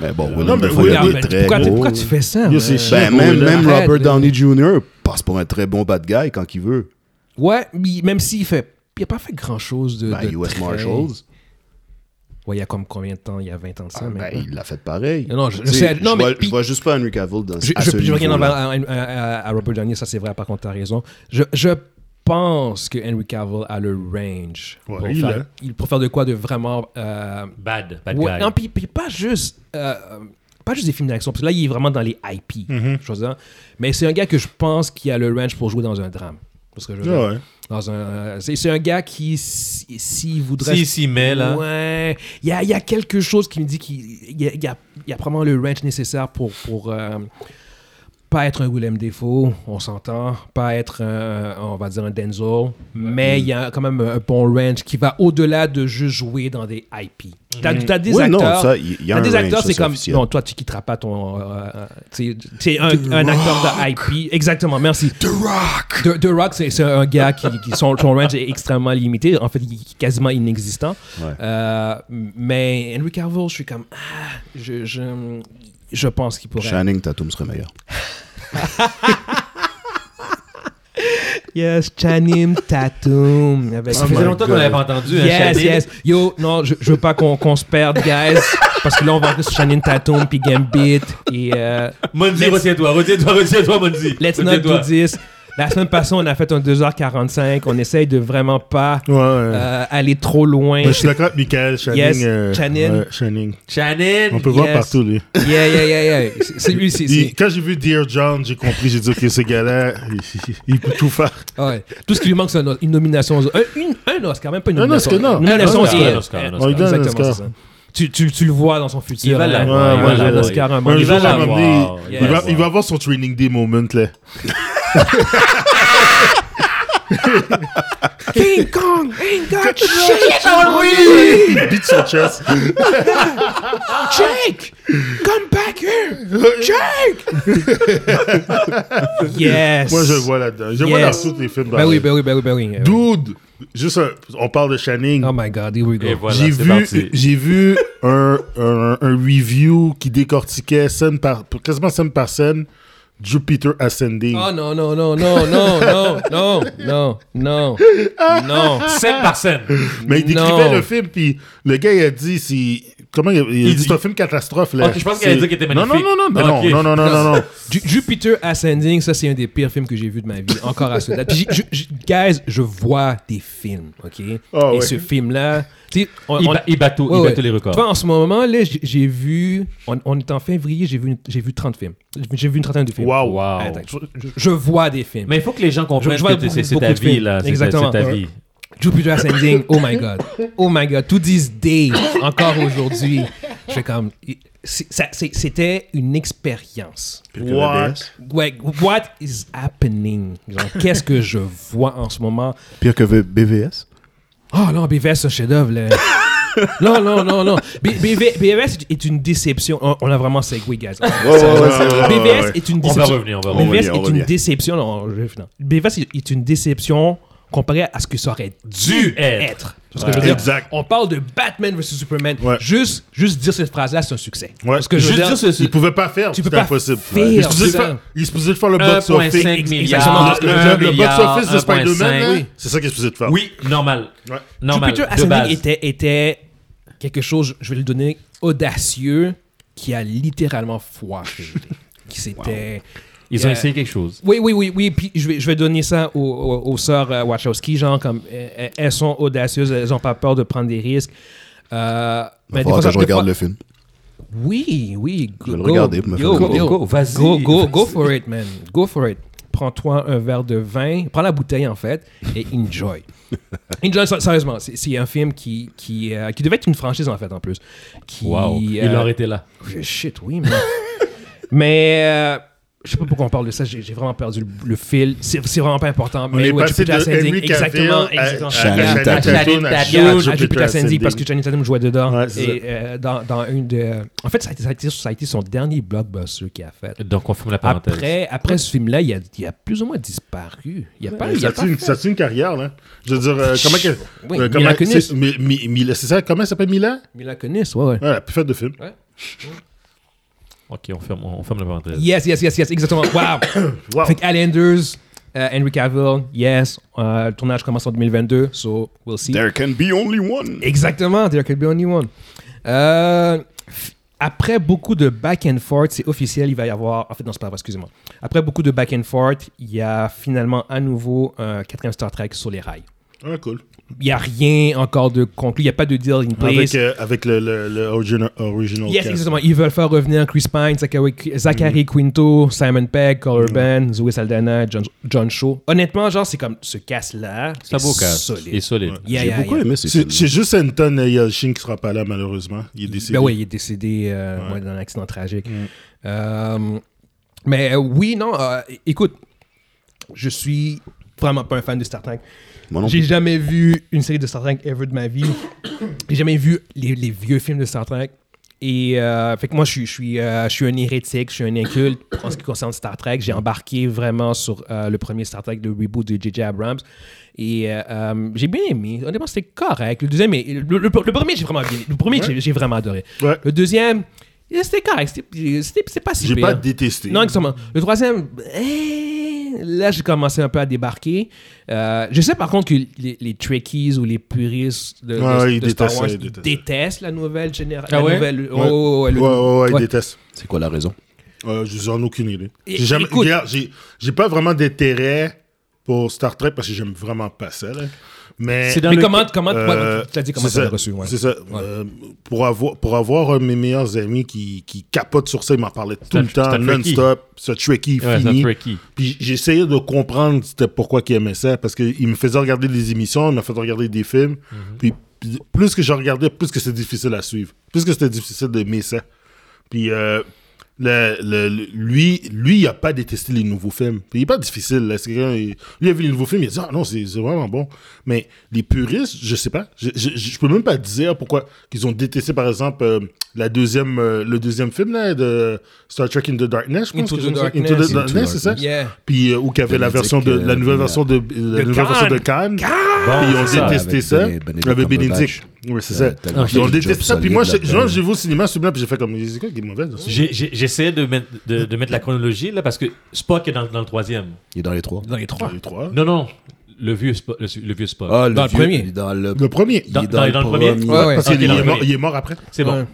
Mais bon, Willem Non, mais Dafoe, Regarde, il est ben, très pourquoi, gros. pourquoi tu fais ça? hein? Yo, man? c'est chiant, Ben, gros, même, là. même Arrête, Robert là. Downey Jr. passe pour un très bon bad guy quand il veut. Ouais, mais même s'il fait. Il n'a pas fait grand chose de. Ben, de US très- Marshals, Ouais, il y a comme combien de temps Il y a 20 ans de ça. ben, maintenant. il l'a fait pareil. Ah, Non, non, je- Tu sais, je sais- non, mais vois, puis- je vois juste pas Henry Cavill dans Je, à je, ce je veux rien niveau-là. envers à, à- à- à Robert Downey, ça c'est vrai, par contre, t'as raison. Je, je pense que Henry Cavill a le range. Ouais, pour il faire, l'a. il peut faire de quoi de vraiment. euh, Bad. Bad ouais, guy. non, puis, puis pas juste. euh, pas juste des films d'action, parce que là, il est vraiment dans les IP. je veux dire. Mais c'est un gars que je pense qui a le range pour jouer dans un drame. Parce que je veux dire. Ouais, ouais. Dans un, euh, c'est, c'est un gars qui, si- s'il voudrait. S'il s'y met, là. Ouais. Il y a, il y a quelque chose qui me dit qu'il il y a, il y a- il y a probablement le range nécessaire pour. pour euh, pas être un Willem Defoe, on s'entend. Pas être, un, on va dire, un Denzel. Mais il y a quand même un bon range qui va au-delà de juste jouer dans des IP. T'as, t'as des Ouais, non, acteurs. ça, il y a t'as un des range, acteurs, ça, c'est c'est comme. officiel. Non, toi, tu quitteras pas ton. euh, euh, t'sais, t'sais, un, un acteur de IP. Exactement, merci. The Rock! The, The Rock, c'est c'est un gars qui, qui- son, son range est extrêmement limité. En fait, il est quasiment inexistant. Ouais. Euh, mais Henry Cavill, je suis comme. Ah, je, je, je pense qu'il pourrait. Shining Tatum serait meilleur. Yes, Channing Tatum. Avec Oh Ça faisait longtemps qu'on n'avait pas entendu. hein, Yes, Shadid. yes. Yo, non, je, je veux pas qu'on qu'on se perde, guys. Parce que là, on va rester sur Channing Tatum, puis Gambit. Et euh, Monzi, retiens-toi, retiens-toi, retiens-toi, Monzi. let's not do Retiens-toi. this. La semaine passée, on a fait un 2h45. On essaye de vraiment pas Ouais, ouais. euh, aller trop loin. Mais je suis d'accord avec Michael, Channing. Yes, euh, Channing. ouais, Channing. Shannon. On peut voir Yes. *laughs* partout, lui. Yeah, yeah, yeah, yeah. C'est- C'est lui, c'est. Il- c'est- quand j'ai vu Dear John, j'ai compris, j'ai dit, OK, ce gars-là, il, il peut tout *laughs* faire. ouais. Tout ce qui lui manque, c'est un- une nomination. aux- Un, une, un Oscar, même pas une Un nomination. Oscar, non. Une nomination Un aux Oscar, Oscars. un Oscar, un Ouais, Oscar. On lui donne un Exactement, Oscar. c'est ça. Tu, tu, tu le vois dans son futur. Il va hein. l'avoir, Il il va va avoir un l'avoir. Oscar un moment Un donné. jour, va à un l'avoir. moment donné, Il il, va va, l'avoir. il va avoir son training day moment, là. King Kong ain't got shit Il beat son chest. Jake, come back here, *laughs* Jake. yes. Moi, je le vois là-dedans. Je le vois Yes. dans tous les films. Bah Ben oui, ben oui, ben oui, ben oui. Euh, Dude! Juste un- on parle de Channing. Oh my God, here we Et go. voilà, j'ai c'est vu, parti. j'ai vu un, un, un review qui décortiquait scène par, quasiment scène par scène Jupiter Ascending. Oh non, non, non, non, non, non, non, non, non, non. Scène par scène. Mais il non. décrivait le film, puis le gars, il a dit, c'est. Comment il a, il a Il- dit, c'est un film catastrophe, là. Ok, je pense qu'il allait C'est- dire qu'il était Non, magnifique. non, non, non, mais non, Ok. non, non, non, non, non. Ju- Jupiter Ascending, ça c'est un des pires films que j'ai vu de ma vie, encore à ce date. Puis j'ai- j'ai- guys, je vois des films, ok? Ah Et ouais. ce film-là, tu sais, on- Il, on- bat, il bat tout, Ouais, il bat ouais. tous les records. Tu vois, en ce moment, là, j'ai- j'ai vu. On, on est en février, j'ai vu, une- j'ai vu 30 films. J'ai vu une trentaine de films. Wow. Wow. Attends, je, je vois des films. Mais il faut que les gens comprennent Je- je vois que c'est- c'est beaucoup ta de films. vie, là. C'est ta- Exactement. c'est ta vie. Jupiter Ascending, oh my god. Oh my god. To this day, encore aujourd'hui, je fais comme. c'est- ça- c'est- C'était une expérience. What? Like, what is happening? Genre, Qu'est-ce que je vois en ce moment? Pire que V- BVS? Oh non, BVS, c'est un chef-d'œuvre, là. *laughs* Non, non, non, non. B- BV BVS est une déception. On, on a vraiment segway, guys. BVS est une On va déception. revenir, on va BVS On revenir. revient, on est revient. une déception. Non, je vais finir. BVS est- est une déception comparée à ce que ça aurait dû Dû être. être. C'est ce que je veux dire. Exact. On parle de Batman vs Superman. Ouais. Juste, juste dire cette phrase-là, c'est un succès. Ouais. Parce que je veux Juste dire, dire ce- Il pouvait pas faire, Tu peux c'était pas impossible. faire Il se faisait ça. faire- il se faisait faire le box office. 1,5 Exactement, milliards. parce que je veux Le, dire, un le box milliard, office de Spider-Man, 1,5. là, c'est ça qu'il se faisait de faire. Oui, normal. Ouais. Normal. Jupiter de Ascending base. était, était quelque chose, je vais le donner, audacieux, qui a littéralement *laughs* foiré. qui s'était... Ils ont Yeah. essayé quelque chose. Oui, oui, oui, oui. Puis je vais, je vais donner ça aux, aux- aux sœurs euh, Wachowski, genre comme euh, elles sont audacieuses, elles ont pas peur de prendre des risques. Euh, Il ben, faut des fois, ça- que je des regarde fois- le film. Oui, oui. Go, vais le regarder pour me faire yo, comprendre. yo, Go, go, vas-y. Go, go, go for it, man. Go for it. prends-toi un verre de vin, prends la bouteille en fait, et *laughs* enjoy. enjoy, ser- sérieusement, c'est- c'est un film qui, qui, euh, qui devait être une franchise en fait en plus. Qui, Wow. Il Il euh, aurait été là. je- Shit, oui, mais. *laughs* mais euh, je sais pas pourquoi on parle de ça, j'ai j'ai vraiment perdu le, le fil. C'est c'est vraiment pas important. On mais est ouais, passé de Jupiter Ascending, Henry Cavill exactement, à- exactement. à Channing Channing Tatum. Tatum, à Il y a Jupiter à Jupiter Ascending Ascending. parce que Johnny Tatum jouait dedans. Ouais, c'est et euh, dans, dans une de. En fait, ça a, été, ça, a été, ça a été son dernier blockbuster qu'il a fait. Donc, on ferme la parenthèse. Après, après ce film-là, il a, il a plus ou moins disparu. Il a pas. il Euh, Ça a pas tue une- ça tue une carrière, là. Je veux dire, euh, comment que- Oui, Mila euh, comment- Kunis. c'est- Mi- Mi- Mila- C'est ça, comment elle s'appelle Mila Mila Kunis, ouais, ouais. Ouais, elle a plus fait de films. Ok, on ferme, on ferme la parenthèse. Yes, yes, yes, yes, exactement. Wow! *coughs* Wow. Fait que Al Anders, euh, Henry Cavill, yes. euh, le tournage commence en 2022, so we'll see. There can be only one. Exactement, there could be only one. Euh, f- après beaucoup de back and forth, c'est officiel, il va y avoir. En fait, non, c'est pas vrai, excusez-moi. Après beaucoup de back and forth, il y a finalement à nouveau un quatrième Star Trek sur les rails. Ah, cool. Il n'y a rien encore de conclu, il n'y a pas de deal in place. Avec, euh, avec le, le, le origina- original Yes, cast. exactement. Ils veulent faire revenir Chris Pine, Zachary, Zachary Quinto, Simon Pegg, Color Ben, Zoe Saldana, John, John Shaw. Honnêtement, genre, c'est comme ce casse-là. C'est un beau cas. Solide. Il est solide. Ouais. Yeah, J'ai yeah, beaucoup yeah. aimé ces C'est films. c'est juste Anton Yelchin qui sera pas là, malheureusement. Il est décédé. Ben oui, il est décédé euh, Ouais. ouais, dans un accident tragique. Euh, mais euh, oui, non, euh, é- écoute, je suis vraiment pas un fan de Star Trek. Moi non J'ai plus. jamais vu une série de Star Trek ever de ma vie. J'ai jamais vu les, les vieux films de Star Trek. Et euh, fait que moi, je suis, je, suis, euh, je suis un hérétique, je suis un inculte en ce qui concerne Star Trek. J'ai embarqué vraiment sur euh, le premier Star Trek de reboot de J.J. Abrams. Et euh, euh, j'ai bien aimé. Honnêtement, c'était correct. Le deuxième, est- le, le- le premier, j'ai vraiment bien. Le premier, j'ai- j'ai vraiment adoré. Ouais. Le deuxième, c'était correct. C'était- C'était c'est pas si J'ai pire. pas détesté. hein. Non, exactement. Le troisième, eh, là, j'ai commencé un peu à débarquer. Euh, je sais par contre que les, les Trekkies ou les puristes de, de- Ouais, Ah, ils de Star détestent ça, Wars ils ils détestent ça. détestent la nouvelle génération. Ah ouais? nouvelle, oh, Ouais. oh, oh, Ouais, le- ouais, ouais, il Ouais. déteste. C'est quoi la raison? Euh, je n'en ai aucune idée. Et- J'ai jamais- écoute- regarde, j'ai j'ai pas vraiment d'intérêt pour Star Trek parce que j'aime vraiment pas ça. là. Mais Mais comment, comment, ouais, Euh, tu as dit comment c'est tu l'as ça, reçu. ouais. C'est ça. Euh, pour, avoir, pour avoir un de mes meilleurs amis qui, qui capote sur ça, il m'en parlait tout un- le c'est temps, un Trekkie. non-stop. Ce tricky Ouais, c'est un fini. tricky. Puis j'essayais de comprendre c'était pourquoi qu'il aimait ça, parce qu'il me faisait regarder des émissions, il m'a fait regarder des films. Puis puis plus que je regardais, plus que c'était difficile à suivre. Plus que c'était difficile d'aimer ça. Puis euh, le, le- le- lui, lui, il n'a pas détesté les nouveaux films. Puis il n'est pas difficile. Là. C'est quelqu'un- il- lui, il a vu les nouveaux films, il a dit Ah non, c'est, c'est vraiment bon. Mais les puristes, je sais pas. Je, je, je peux même pas dire pourquoi ils ont détesté, par exemple, euh, la deuxième, euh, le deuxième film là, de Star Trek Into Darkness, je pense. Into que the c'est ça. Darkness. Into the Into Darkness, c'est ça Yeah. puis euh, où qu'il y avait la Benedict, version de euh, la nouvelle version de la nouvelle version de Cannes. Bon, puis ils ont c'est ça, détesté avec ça. Bene- Benedict Avec Cumberbatch. Bénédicte. Oui, c'est ça. tellement Ils ont qu'il détesté joue ça. Puis moi, solide je- genre, là-dedans. j'ai vu au cinéma, c'est bien, puis j'ai fait comme, c'est quoi qui est mauvais? là? J'ai- j'ai- J'essayais de mettre, de, de mettre la chronologie, là, parce que Spock est dans, dans le troisième. Il est dans les trois. Dans les trois. Les trois. Non, non. Le vieux, Spo- le, le vieux Spock. Ah, Dans le vieux, premier. il est Dans le Le premier. il est dans- dans le premier. Ouais, ouais. Parce Ok, qu'il est dans le mort- premier. il est mort après. C'est bon. Ouais.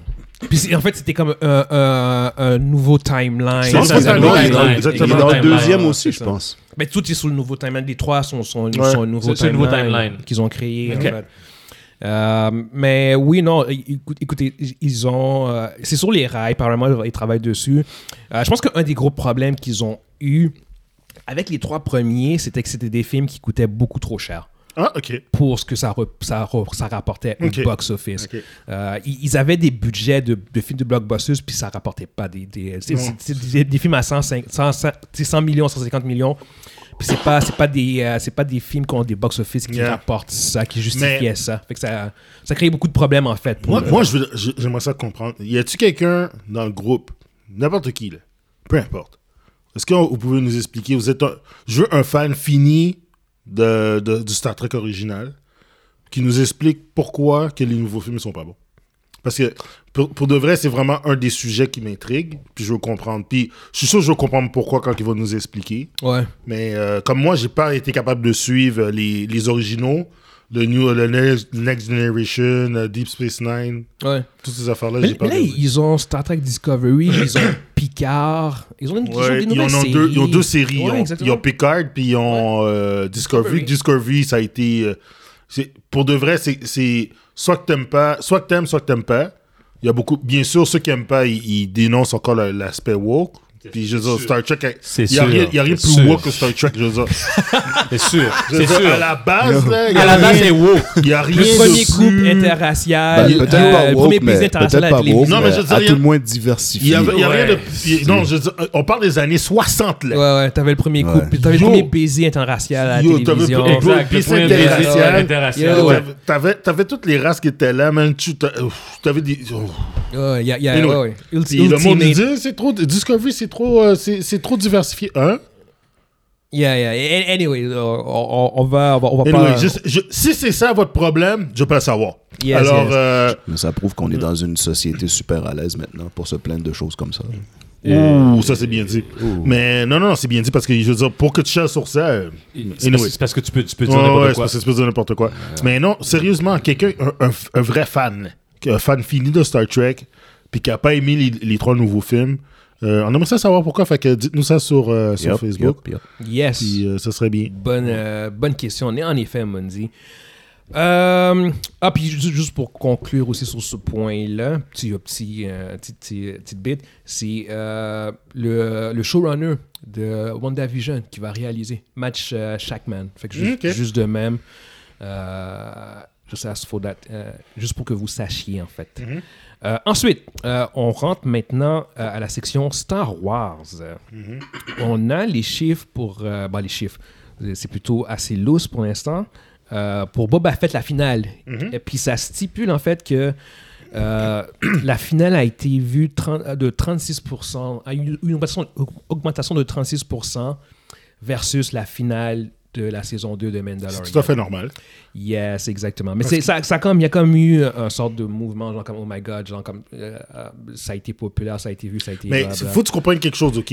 Puis c'est- en fait, c'était comme un, un- un nouveau timeline. C'est Ça, un ça- nouveau Non, il est timeline. dans- il est Exactement. dans le Timeline, deuxième ouais, aussi, c'est je ça. pense. Mais tout est sous le nouveau timeline. Les trois sont, sont, Ouais. sont un nouveau C'est- c'est le nouveau timeline, timeline. qu'ils ont créé. en Ok. fait. Euh, mais oui, non, écoute- écoutez, ils ont. euh, c'est sur les rails, apparemment, ils travaillent dessus. Euh, je pense qu'un des gros problèmes qu'ils ont eu avec les trois premiers, c'était que c'était des films qui coûtaient beaucoup trop cher Ah, ok. pour ce que ça, re- ça, re- ça rapportait au Ok. box-office. Ok. Euh, ils, ils avaient des budgets de, de films de blockbusters, puis ça rapportait pas des, des, c'est- Non. c'est- c'est des, des films à 100, 100, 100 millions, 150 millions. Puis c'est pas, c'est pas, des, euh, c'est pas des films qui ont des box-office qui Yeah. rapportent ça, qui justifiaient Mais- ça. Fait que ça, ça crée beaucoup de problèmes, en fait. pour Moi, le- moi, je veux- je- j'aimerais ça comprendre. Y a-tu quelqu'un dans le groupe, n'importe qui, là, peu importe. Est-ce que vous pouvez nous expliquer, vous êtes un, je veux un fan fini de, de- du Star Trek original qui nous explique pourquoi que les nouveaux films ne sont pas bons. Parce que pour, pour de vrai, c'est vraiment un des sujets qui m'intrigue, puis je veux comprendre. Puis je suis sûr que je veux comprendre pourquoi quand il va nous expliquer. Ouais. Mais euh, comme moi, j'ai pas été capable de suivre euh, les, les originaux, le, new, le Next Next Generation, euh, Deep Space Nine, Ouais. toutes ces affaires-là, Mais, j'ai pas là, regardé. ils ont Star Trek *coughs* Discovery, ils ont Picard, ils ont, une, ils ont Ouais, des ils, nouvelles en ont séries. deux, ils ont deux séries. Ouais, ils, ont, exactement. ils ont Picard puis ils ont euh, Discovery. Discovery, ça a été. euh, c'est- pour de vrai, c'est- c'est soit que t'aimes pas, soit que t'aimes, soit que t'aimes pas. Il y a beaucoup. Bien sûr, ceux qui aiment pas, ils, ils dénoncent encore la- l'aspect woke. Puis je veux dire, Star Trek, a- C'est il y a sûr. rien, il y a rien de C'est plus sûr. woke que Star Trek, je veux dire. C'est sûr. Je veux C'est dire, sûr. à la base, là, il y a À la base, rien- c'est woke. il y a rien Le premier de couple plus- interracial. Ben, peut-être euh, pas le woke, premier mais baiser peut-être interracial pas avec les woke, Non, mais je mais veux dire, à il y a- tout le moins Il y diversifié. avait- il y a rien de. Ouais. il- Non, je veux dire, on parle des années 60, là. Ouais, ouais, t'avais le premier couple, Ouais. puis t'avais Yo. le premier baiser interracial à la Yo, t'avais télévision. le premier- Exact. Puis Le c'est point interracial. interracial. Yeah, interracial. ouais. T'avais- T'avais t'avais toutes les races qui étaient là, man. Tu t'a- ouf, t'avais des. oh. Ouais, y a- y a- Anyway. ouais, ouais. Ulti- Puis le monde ultimate. il dit eh, c'est trop. Discovery, c'est trop, euh, c'est c'est trop diversifié. Hein? Yeah, yeah. A- Anyway, euh, on, on- on va, on va, on va Anyway, pas... juste- je- si c'est ça votre problème, je peux le savoir. Yes, Alors, yes. euh, Mais ça prouve qu'on est dans une société super à l'aise maintenant pour se plaindre de choses comme ça. ouh, ça c'est bien dit. Mais non, non, non, c'est bien dit parce que je veux dire, pour que tu chasses sur ça. euh, C'est parce- Anyway. c'est parce que tu peux, tu peux dire Ouais, n'importe ouais, c'est quoi. parce que c'est pas dire n'importe quoi. Mais non, sérieusement, quelqu'un, un, un- un vrai fan, un fan fini de Star Trek, puis qui a pas aimé les, les trois nouveaux films, euh, on aimerait ça savoir pourquoi. Fait que dites-nous ça sur, euh, sur Yup, Facebook, yup, yup. Yes. puis euh, ça serait bien. Bonne, euh, bonne question. On est en effet, Mundi. Euh, ah, puis ju- juste pour conclure aussi sur ce point-là, petit, euh, petit, euh, petit, petit, euh, petite bit, c'est euh, le, le showrunner de WandaVision qui va réaliser Match euh, Shackman. Fait que ju- Ok. juste de même, euh, je sais, faut date, euh, juste pour que vous sachiez en fait. Euh, ensuite, euh, on rentre maintenant euh, à la section Star Wars. On a les chiffres pour. euh, bah, les chiffres. C'est plutôt assez loose pour l'instant. Euh, pour Boba Fett, la finale. Et puis ça stipule en fait que euh, *clears throat* la finale a été vue 30 de 36%, a eu une augmentation, augmentation de 36% versus la finale de la saison 2 de Mandalorian. C'est tout à fait normal. Yes, exactement. Mais c'est, ça, ça comme, il y a comme eu un sorte de mouvement, genre comme, oh my god, genre comme, euh, euh, ça a été populaire, ça a été vu, ça a été... Mais il blablabla. faut que tu comprennes quelque chose, OK?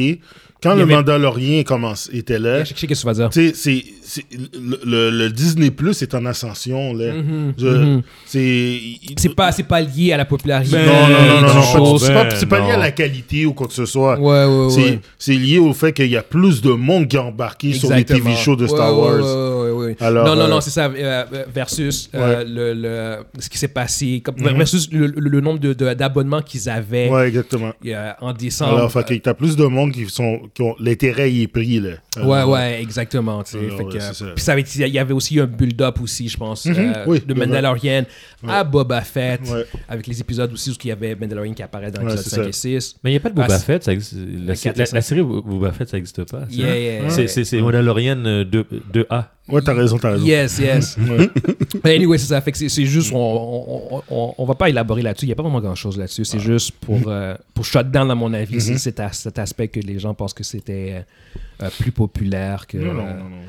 Quand Il y le avait- Mandalorien commence, était là, Je sais je sais qu'est-ce que tu vas dire. tu sais, c'est- c'est- le, le- le Disney Plus est en ascension, là. Je- C'est... C'est pas, c'est pas lié à la popularité. Non, non, non, non, du non, show. pas- c'est pas, Ben, c'est pas lié à non. la qualité ou quoi que ce soit. Ouais, ouais, C'est ouais. c'est lié au fait qu'il y a plus de monde qui est embarqué sur les TV shows de Ouais, Star ouais, Wars. ouais, ouais, ouais. Alors, non, non, non, euh, c'est ça. euh, euh, versus euh, le, le- ce qui s'est passé, comme, versus le, le- le nombre de, de- d'abonnements qu'ils avaient Mhm. Ouais, exactement. euh, en décembre. Alors, fait que t'as plus de monde qui sont. qui ont- L'intérêt y est pris, là. Euh, Ouais, Alors, ouais, exactement. tu sais. euh, Alors, Fait ouais, que, c'est ça. Mhm. puis ça avait été- il y avait aussi un build-up aussi, je pense, euh, oui, de de vrai. Mandalorian à Boba Fett, Ouais. avec les épisodes aussi où il y avait Mandalorian qui apparaît dans Ouais, l'épisode c'est 5 ça. et 6. Mais il n'y a pas de Ah, Boba c'est- Fett, ça existe- la, quatre, la- c'est ça. la série Bo- Boba Fett, ça n'existe pas. c'est Yeah, vrai? yeah, Ah C'est- yeah. C'est c'est Mandalorian euh, de- de A. Ouais, t'as raison, t'as raison. Yes, *laughs* yes. Mais anyway, c'est ça. Fait que c'est- c'est juste, on, on, on- on va pas élaborer là-dessus. Il n'y a pas vraiment grand-chose là-dessus. Ah. C'est juste pour, Mm-hmm. euh, pour shut down, à mon avis, c'est cet as- cet aspect que les gens pensent que c'était euh, euh, plus populaire que Non, non, euh, non, non.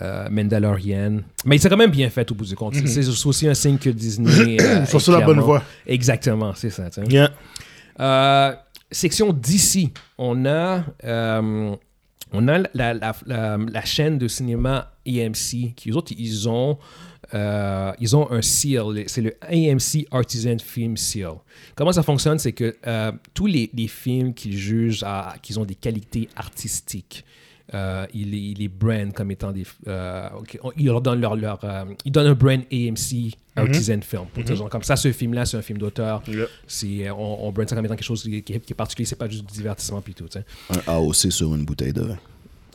euh, Mandalorian. Mais c'est quand même bien fait au bout du compte. C'est- C'est aussi un signe que Disney. euh, Ils est sont Mm-hmm. *coughs* sur la clairement- bonne voie. Exactement, c'est ça. tu sais. Yeah. Euh, section d'ici, on a, euh, on a la, la- la- la chaîne de cinéma AMC, qui eux autres, ils ont, euh, ils ont un seal, c'est le AMC Artisan Film Seal. Comment ça fonctionne, c'est que euh, tous les, les films qu'ils jugent à- qu'ils ont des qualités artistiques, euh, ils, les- ils les brandent comme étant des... euh, ok, on- ils, leur donnent leur, leur, euh, ils donnent un brand AMC Artisan Film. Pour dire, genre, comme ça, ce film-là, c'est un film d'auteur. Yeah. C'est- euh, On, on brand ça comme étant quelque chose qui, qui est- qui est particulier. C'est pas juste du divertissement puis tout. tu sais. Un AOC sur une bouteille de vin.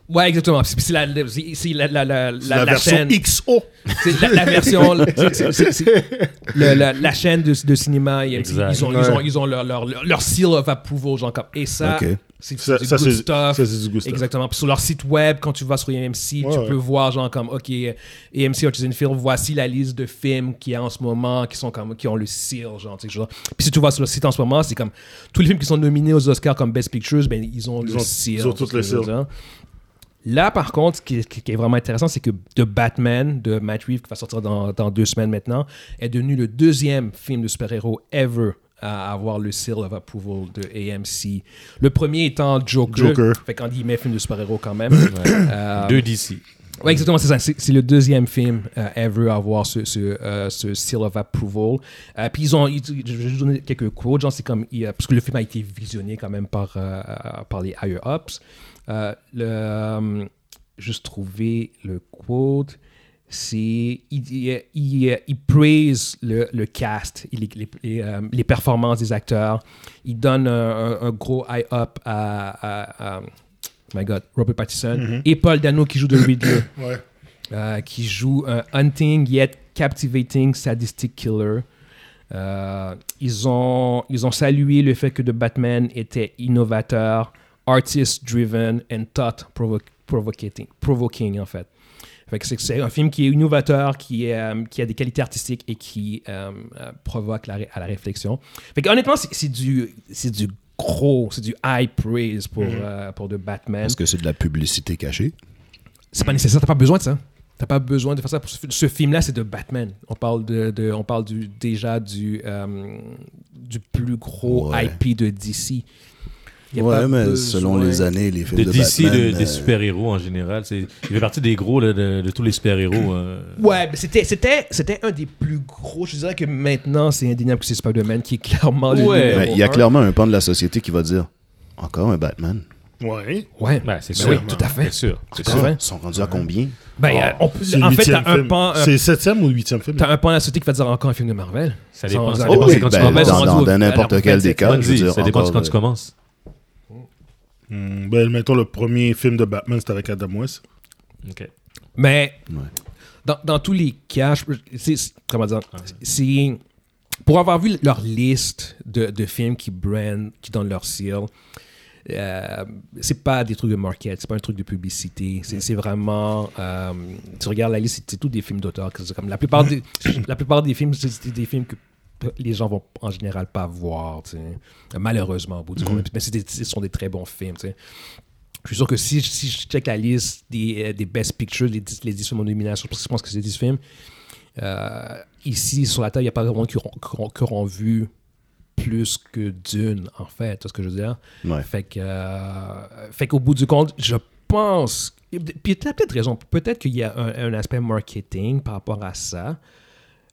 Ouais, exactement. C'est c'est la, c'est- c'est la, la, la, La, la, la version chaîne. XO. C'est la, la version. *laughs* c'est- c'est- c'est- c'est- le- la, la chaîne de, de cinéma, ils, Exact. ils ont, ils, ont, ils ont leur, leur, leur, leur seal of approval, genre comme. Et ça, Ok. c'est Ça, du ça, good c'est ça, stuff. c'est du good stuff. Exactement. Puis sur leur site web, quand tu vas sur AMC, Ouais, tu ouais. peux voir genre comme OK, AMC Artisan Film, voici la liste de films qu'il y a en ce moment qui sont comme qui ont le seal genre tu sais, genre. Puis si tu vas sur le site en ce moment, c'est comme tous les films qui sont nominés aux Oscars comme Best Pictures, ben ils ont Ils le ont- seal. ils ont tous tu sais, le je veux seal. dire. Là, par contre, ce qui, qui- qui est vraiment intéressant, c'est que The Batman de Matt Reeves, qui va sortir dans, dans deux semaines maintenant, est devenu le deuxième film de super-héros ever à avoir le seal of approval de AMC. Le premier étant Joker. Joker. Fait qu'en guillemets, film de super-héros quand même. Euh, Deux DC. oui, exactement, c'est ça. C'est c'est le deuxième film euh, ever à avoir ce, ce, euh, ce seal of approval. Euh, puis ils ont, ils- je vais juste donner quelques quotes, genre c'est comme, il, euh, parce que le film a été visionné quand même par, euh, euh, par les higher ups. Euh, le, euh, juste trouver le quote. c'est il, il, il- il praise le, le cast, il- les, les, euh, les performances des acteurs. Il donne un, un- un gros high up à, à- à- my God, Robert Pattinson et Paul Dano qui joue de Riddler, Ouais. euh, qui joue un hunting yet captivating sadistic killer. Euh, ils, ont, ils ont salué le fait que The Batman était innovateur, artist-driven and thought-provoking, provoking, en fait. Fait que c'est- c'est un film qui est innovateur, qui, est, euh, qui a des qualités artistiques et qui euh, euh, provoque la ré- à la réflexion. Fait que, honnêtement, c'est c'est du, c'est du gros, c'est du high praise pour, euh, pour The Batman. Est-ce que c'est de la publicité cachée? C'est Mm. pas nécessaire, t'as pas besoin de ça. T'as pas besoin de faire ça. Pour ce, ce film-là, c'est de Batman. On parle, de, de- on parle du, déjà du, euh, du plus gros Ouais. IP de DC. Y a Ouais, pas mais besoin- selon les années, les films De de, DC, de- Batman... euh, des super-héros en général. c'est- Il fait partie des gros là, de, de tous les super-héros. euh. Ouais, mais c'était, c'était, c'était un des plus gros. Je dirais que maintenant, c'est indéniable que c'est Spider-Man qui est clairement le Ouais. numéro ben, il y a un. clairement un pan de la société qui va dire « Encore un Batman? Ouais. Ouais, Ben, c'est Ben sûr. oui, tout à fait. C'est sûr. c'est C'est sûr. Oh, vrai. Ils sont rendus à combien? Ben, euh, on peut- C'est le en fait, huitième t'as un film. pan, un, C'est le septième ou le huitième film t'as un pan à sauter qui va dire encore un film de Marvel. Ça dépend. Sans- Ça Oh dépend oui, c'est quand tu ben, commences. dans- rendu au- dans à n'importe la quel fin, des c'est cas, Comme je veux dit, dire, ça dépend de encore, quand tu euh, commences. Hmm, Ben, mettons, le premier film de Batman, c'était avec Adam West. Ok. Mais Ouais. dans, dans tous les cas, je- c'est, c'est- comment dire, c'est pour avoir vu leur liste de, de films qui brand, qui donnent leur seal. euh, c'est pas des trucs de market, c'est pas un truc de publicité. C'est, c'est vraiment. euh, tu regardes la liste, c'est, c'est tous des films d'auteur. que c'est Comme la, plupart des, la plupart des films, c'est, c'est des films que p- les gens vont en général pas voir, tu sais. malheureusement, au bout du compte. Mais c'est des- ce sont des très bons films. tu sais. Je suis sûr que si, si je check la liste des, euh, des best pictures, les, dix- les 10 films en nomination, parce que je pense que c'est 10 films, euh, ici, sur la table, il n'y a pas vraiment qui auront- qui auront- qui auront vu plus que d'une, en fait, c'est ce que je veux dire. Ouais. Fait que, euh, fait qu'au bout du compte, je pense. Puis tu as peut-être raison. Peut-être qu'il y a un, un aspect marketing par rapport à ça.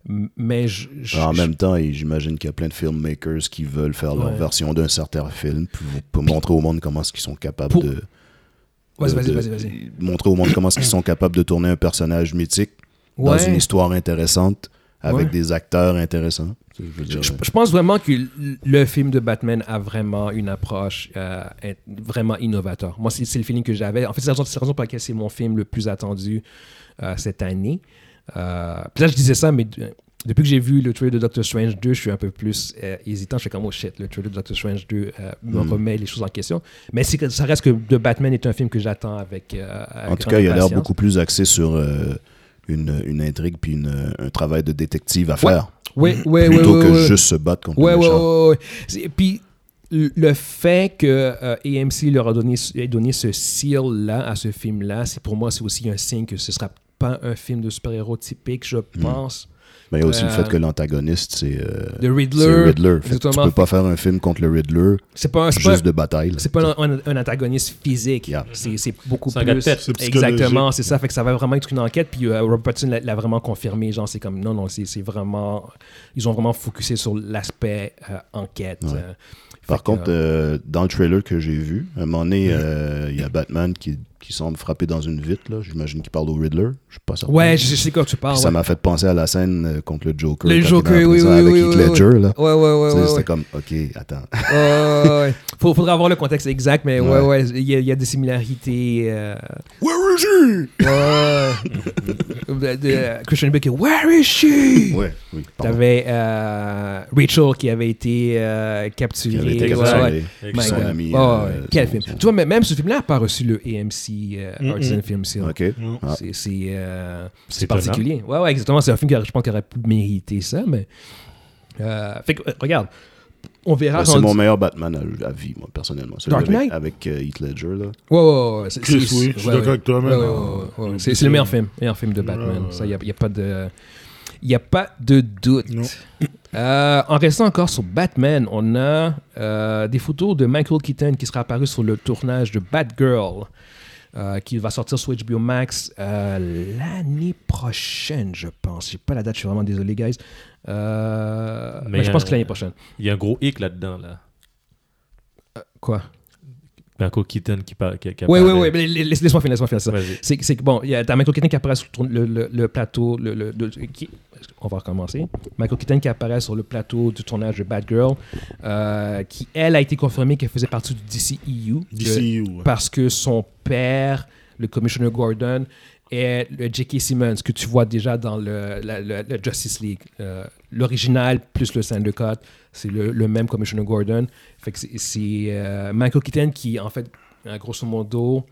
m- Mais je. je- En je- même temps, et j'imagine qu'il y a plein de filmmakers qui veulent faire leur Ouais. version d'un certain film pour, pour montrer au monde comment est-ce qu'ils sont capables Pour- de, Vas-y, de- vas-y, de- vas-y, vas-y. montrer au monde comment est-ce qu'ils sont capables de tourner un personnage mythique dans Ouais. une histoire intéressante avec Ouais. des acteurs intéressants. Je veux dire, euh, Je, je pense vraiment que l- le film de Batman a vraiment une approche euh, in- vraiment innovateur. Moi, c'est c'est le feeling que j'avais. En fait, c'est la, raison- c'est la raison pour laquelle c'est mon film le plus attendu euh, cette année. Euh, puis là, je disais ça, mais euh, depuis que j'ai vu le trailer de Doctor Strange 2, je suis un peu plus euh, hésitant. Je suis comme, oh shit, le trailer de Doctor Strange 2 euh, me Hmm. remet les choses en question. Mais c'est que- ça reste que The Batman est un film que j'attends avec, euh, avec en tout grande cas, il a l'air impatience. beaucoup plus axé sur euh, une, une intrigue puis une- un travail de détective à faire Oui, oui, oui. plutôt oui, que oui. juste se battre contre Ouais, le ouais, méchant. ouais, ouais. C'est- Puis le le fait que euh, AMC leur a donné, ait donné ce seal-là à ce film-là, c'est pour moi, c'est aussi un signe que ce sera pas un film de super-héros typique, je Mm. pense. Mais il y a aussi le Euh, fait que l'antagoniste, c'est euh, De Riddler. c'est Riddler. Fait que tu exactement. peux pas faire un film contre le Riddler C'est pas un, c'est pas- juste de bataille. là. c'est pas un, un- un antagoniste physique. Yeah. C'est c'est beaucoup C'est un plus. gars de tête, c'est psychologique. Exactement, c'est ça. Fait que ça va vraiment être une enquête. Puis euh, Robert Pattinson l'a- l'a vraiment confirmé. Genre, c'est comme non, non, c'est c'est vraiment. Ils ont vraiment focusé sur l'aspect euh, enquête. Euh, Par fait que, contre, euh, dans le trailer que j'ai vu, à un moment donné, euh, il y a Batman qui, qui semble frapper dans une vitre. là. J'imagine qu'il parle au Riddler. Je suis pas certain. Ouais, je, je sais quoi tu Puis parles. ça ouais. m'a fait penser à la scène euh, contre le Joker. Le quand il est en Joker, oui, prison oui, Avec oui, Heath oui, Ledger, là. Ouais, ouais, ouais. Tu sais, ouais, C'était ouais. comme, OK, *laughs* attends. Ouais, ouais, ouais. Faut- faudra avoir le contexte exact, mais ouais, ouais, Ouais. il y, a- il y a des similarités. euh, Where is ouais, ouais. De- de- Christian Bale qui Where is she? he? Ouais, oui. pardon. T'avais euh, Rachel qui avait été euh, capturée. Il avait été ouais, capturé, ouais. puis My son God. ami. Ouais, ouais. euh, Quel son- film. son- Tu vois, mais même ce film-là n'a pas reçu le AMC euh, Mm-mm. Artisan Film Seal. OK. Ah. C'est- C'est euh, C'est c'est particulier. Ouais, ouais, exactement. C'est un film qui, aurait- je pense, qui aurait pu mériter ça, mais. euh, fait que, euh, regarde, on verra. Ouais, Ben, C'est rendu- mon meilleur Batman à, à vie, moi, personnellement. Celui Dark avec- Knight? Avec euh, Heath Ledger, là. Ouais, ouais, ouais. C'est, Chris, c'est- oui, ouais, je suis ouais. d'accord avec toi, Ouais, man. ouais, ouais, ouais, ouais. C'est, c'est le meilleur film, meilleur film de Batman. Ouais, ouais, Ça, il n'y a, y a pas de. Il n'y a pas de doute. Non. Euh, en restant encore sur Batman, on a euh, des photos de Michael Keaton qui sera apparu sur le tournage de Batgirl, euh, qui va sortir sur HBO Max euh, l'année prochaine, je pense. J'ai pas la date, je suis vraiment désolé, guys. Euh, mais, Mais, je pense euh, que l'année prochaine. Il y a un gros hic là-dedans. Là. Quoi Michael Keaton qui, par- qui, qui Oui, oui, apparaît. oui. mais laisse- Laisse-moi finir, laisse-moi finir ça. Vas-y. C'est c'est que, bon, il y a t'as Michael Keaton qui apparaît sur ton- le, le- le plateau. Le, le- de- qui- on va recommencer. Michael Keaton qui apparaît sur le plateau du tournage de Bad Girl, euh, qui, elle, a été confirmée qu'elle faisait partie du E DCEU. le- DCU. ouais. parce que son père, le commissioner Gordon, est le J.K. Simmons, que tu vois déjà dans le, la- le- le Justice League. Euh, L'original plus le syndicat, c'est le, le même commissioner Gordon. Fait que c'est- c'est euh, Michael Keaton qui, en fait, euh, grosso modo,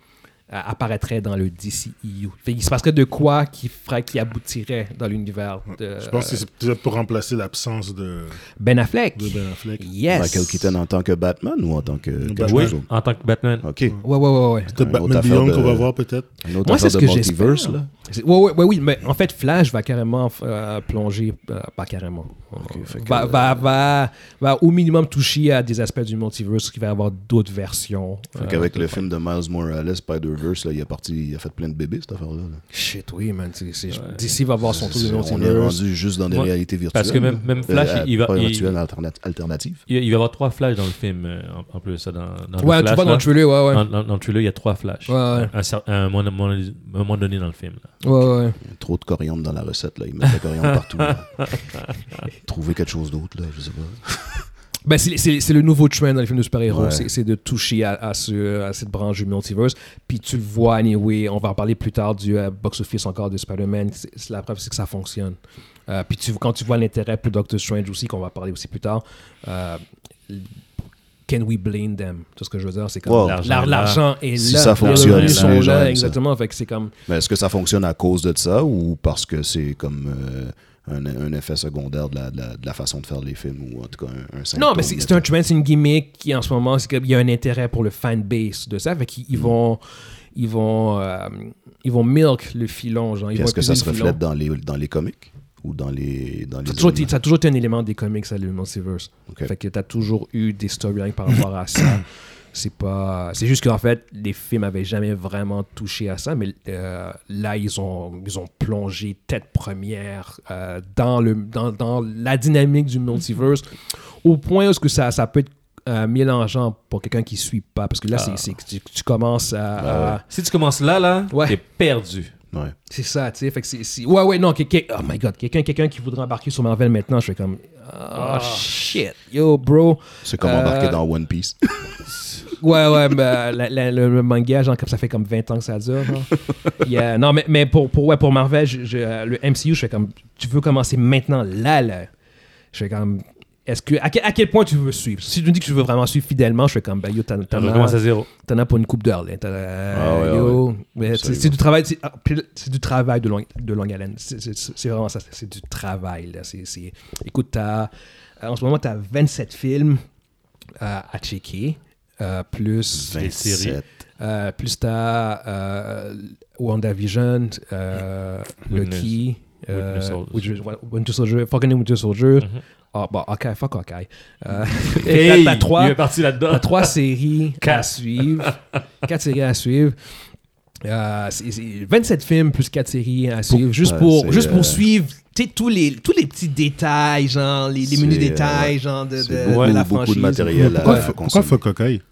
euh, apparaîtrait dans le DCEU. Fait qu'il se passerait de quoi qui ferait qui aboutirait dans l'univers de Je pense que c'est peut-être pour remplacer l'absence de, Ben Affleck. de Ben Affleck. Yes. Michael Keaton en tant que Batman ou en tant que. quelque Batman. chose Oui, en tant que Batman. d'autre? Ok. Ouais, ouais, ouais, ouais. Peut-être Une autre Batman affaire Beyond de- qu'on va voir, peut-être. Une autre Moi, c'est affaire ce de que j'espère. multiverse, là. C'est- Ouais, ouais, ouais, oui, mais en fait, Flash va carrément euh, plonger, euh, pas carrément, euh, fait que- va, va, va, va au minimum toucher à des aspects du multiverse qui va avoir d'autres versions. Fait Euh, Ah, qu'avec le film de Miles Morales, Spider-Verse, là, il, est parti, il a fait plein de bébés, cette affaire-là. Ah, là. Euh, Shit, oui, man. c'est- c'est- DC va avoir son tour du On est multiverse. rendu juste dans des Ouais. réalités virtuelles. Parce que même- là. même Flash, il va- Pas il- virtuelle, alterna- alternative. Il, il va y avoir trois flashs dans le film, euh, en, en plus. ça, Dans, dans le Ouais, Flash, tu vois, dans là. le trailer, ouais, ouais. Dans- dans- dans le trailer, il y a trois flashs. Ouais, ouais. À un cer- à un moment- à un moment à un moment donné dans le film. là. ouais, ouais. Trop de coriandre dans la recette, là. Il met de la coriandre partout. là. *laughs* Trouver quelque chose d'autre, là, je sais pas. Ben, c'est- c'est c'est le nouveau trend dans les films de super-héros, Ouais. c'est c'est de toucher à, à ce- à cette branche du multiverse. Puis tu le vois, anyway, on va en parler plus tard du euh, box-office encore de Spider-Man. C'est- c'est La preuve, c'est que ça fonctionne. Euh, puis tu, quand tu vois l'intérêt pour Doctor Strange aussi, qu'on va parler aussi plus tard, euh, can we blame them? Tout ce que je veux dire, c'est comme Wow. l'ar- L'argent est là. l'argent est là. Si ça les fonctionne, revenus les sont gens là, aiment ça. exactement. Fait que c'est comme... Mais est-ce que ça fonctionne à cause de ça ou parce que c'est comme euh, un, un effet secondaire de la, de la- de la façon de faire les films ou en tout cas un, un symptôme, Non, mais c'est c'est un trend, c'est une gimmick qui en ce moment, c'est qu'il y a un intérêt pour le fanbase de ça. Fait qu'ils ils vont, ils vont, euh, ils vont milk le filon, genre. Puis Ils vont Est-ce que ça se utiliser le filon. reflète dans les, dans les comics ou dans les. Dans les Ça a, toujours été, éléments? ça a toujours été un élément des comics, ça, le multiverse. Ok. Fait que t'as toujours eu des storylines par rapport à *coughs* ça. C'est pas, c'est juste qu'en fait, les films avaient jamais vraiment touché à ça, mais euh, là, ils ont, ils ont plongé tête première euh, dans le, dans, dans la dynamique du multiverse au point où est-ce que ça, ça peut être euh, mélangeant pour quelqu'un qui suit pas, parce que là, Ah. c'est- c'est que tu, tu commences à- à Si tu commences là, là, Ouais. t'es perdu. Ouais. c'est ça, tu sais. Fait que c'est. c'est- Ouais, ouais, non. que- que- oh my god. Quelqu'un quelqu'un qui voudrait embarquer sur Marvel maintenant, je fais comme. Oh shit. Yo, bro. C'est comme embarquer Euh, dans One Piece. Ouais, ouais, mais, euh, la- la- le, le manga, genre, comme ça fait comme 20 ans que ça dure. genre. Puis, euh, non, mais, mais pour, pour, ouais, pour Marvel, je- je, euh, le MCU, je fais comme. Tu veux commencer maintenant, là, là. Je fais comme. Est-ce que. À quel, à quel point tu veux suivre Si tu me dis que tu veux vraiment suivre fidèlement, je fais comme. Ben, yo, t'en t'en On as- recommence à zéro. t'en as pour une coupe d'heure. là. T'en as- Ah ouais, yo. Mais c'est- Absolument. C'est du travail, c'est ah, puis là, c'est du travail de longue, de longue haleine. C'est- C'est c'est vraiment ça, c'est du travail. Là. C'est- c'est- Écoute, t'as- euh, en ce moment, tu as 27 films euh, à checker, euh, plus, des séries. 27. euh, plus tu as euh, WandaVision, euh, Witness. Loki, euh, Winter Soldier. Winter- Winter Soldier, Falcon and Winter Soldier. Mhm. Ah, bon, ok, fuck, ok. *laughs* Euh, Hey, t'as- t'as trois- Il est parti à là-dedans. Ah, trois séries à Quatre. suivre. Quatre séries à suivre. Euh, c'est- c'est 27 films plus 4 séries à suivre, juste, ouais, pour, c'est, juste pour euh, suivre tu sais, tous les, tous les petits détails, genre les, les menus C'est, euh, détails genre de, de, C'est de beaucoup, la beaucoup franchise. de matériel Pourquoi, à, à pourquoi consommer. fuck Hawkeye?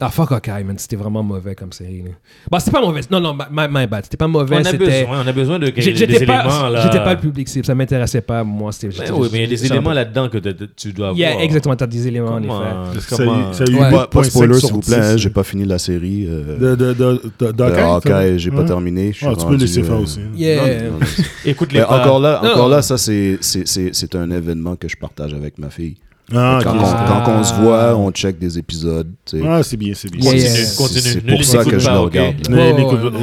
Ah, fuck, ok, man, c'était vraiment mauvais comme série. là. Bon, c'était pas mauvais. Non, non, my, my bad. C'était pas On mauvais. a, C'était. besoin, on a besoin de J'ai- des J'étais éléments. pas, là. j'étais pas le public cible, ça m'intéressait pas. Moi, c'était. Ben j'étais- oui, mais il y a des j'étais- éléments là-dedans que t- t- tu dois avoir. Yeah, exactement, t'as des éléments en effet. Comment- euh, Ça, comment- ça a eu Ouais. Pas, pas 8.5 spoiler, sur s'il vous plaît. hein, 10. j'ai pas fini la série. euh, De, de, de, de, de d'Hawkeye, ça- Hawkeye, j'ai pas Hein? terminé. je suis Ah, tu peux rendu, laisser faire euh, aussi. hein. Yeah. *laughs* non, non, non. Écoute les Mais pas. encore là, Eh, Non, encore non. là, ça c'est c'est- c'est- c'est un événement que je partage avec ma fille. Ah, quand, ok. on, Ah. quand on se voit, on check des épisodes. tu sais. Ah, c'est bien, c'est bien. Yeah, C'est- yeah. c'est- Continue, C'est ne pour les ça que écoute je pas, le ok? regarde. Ouais, là. Mais ouais, l'écoute- ouais, ouais,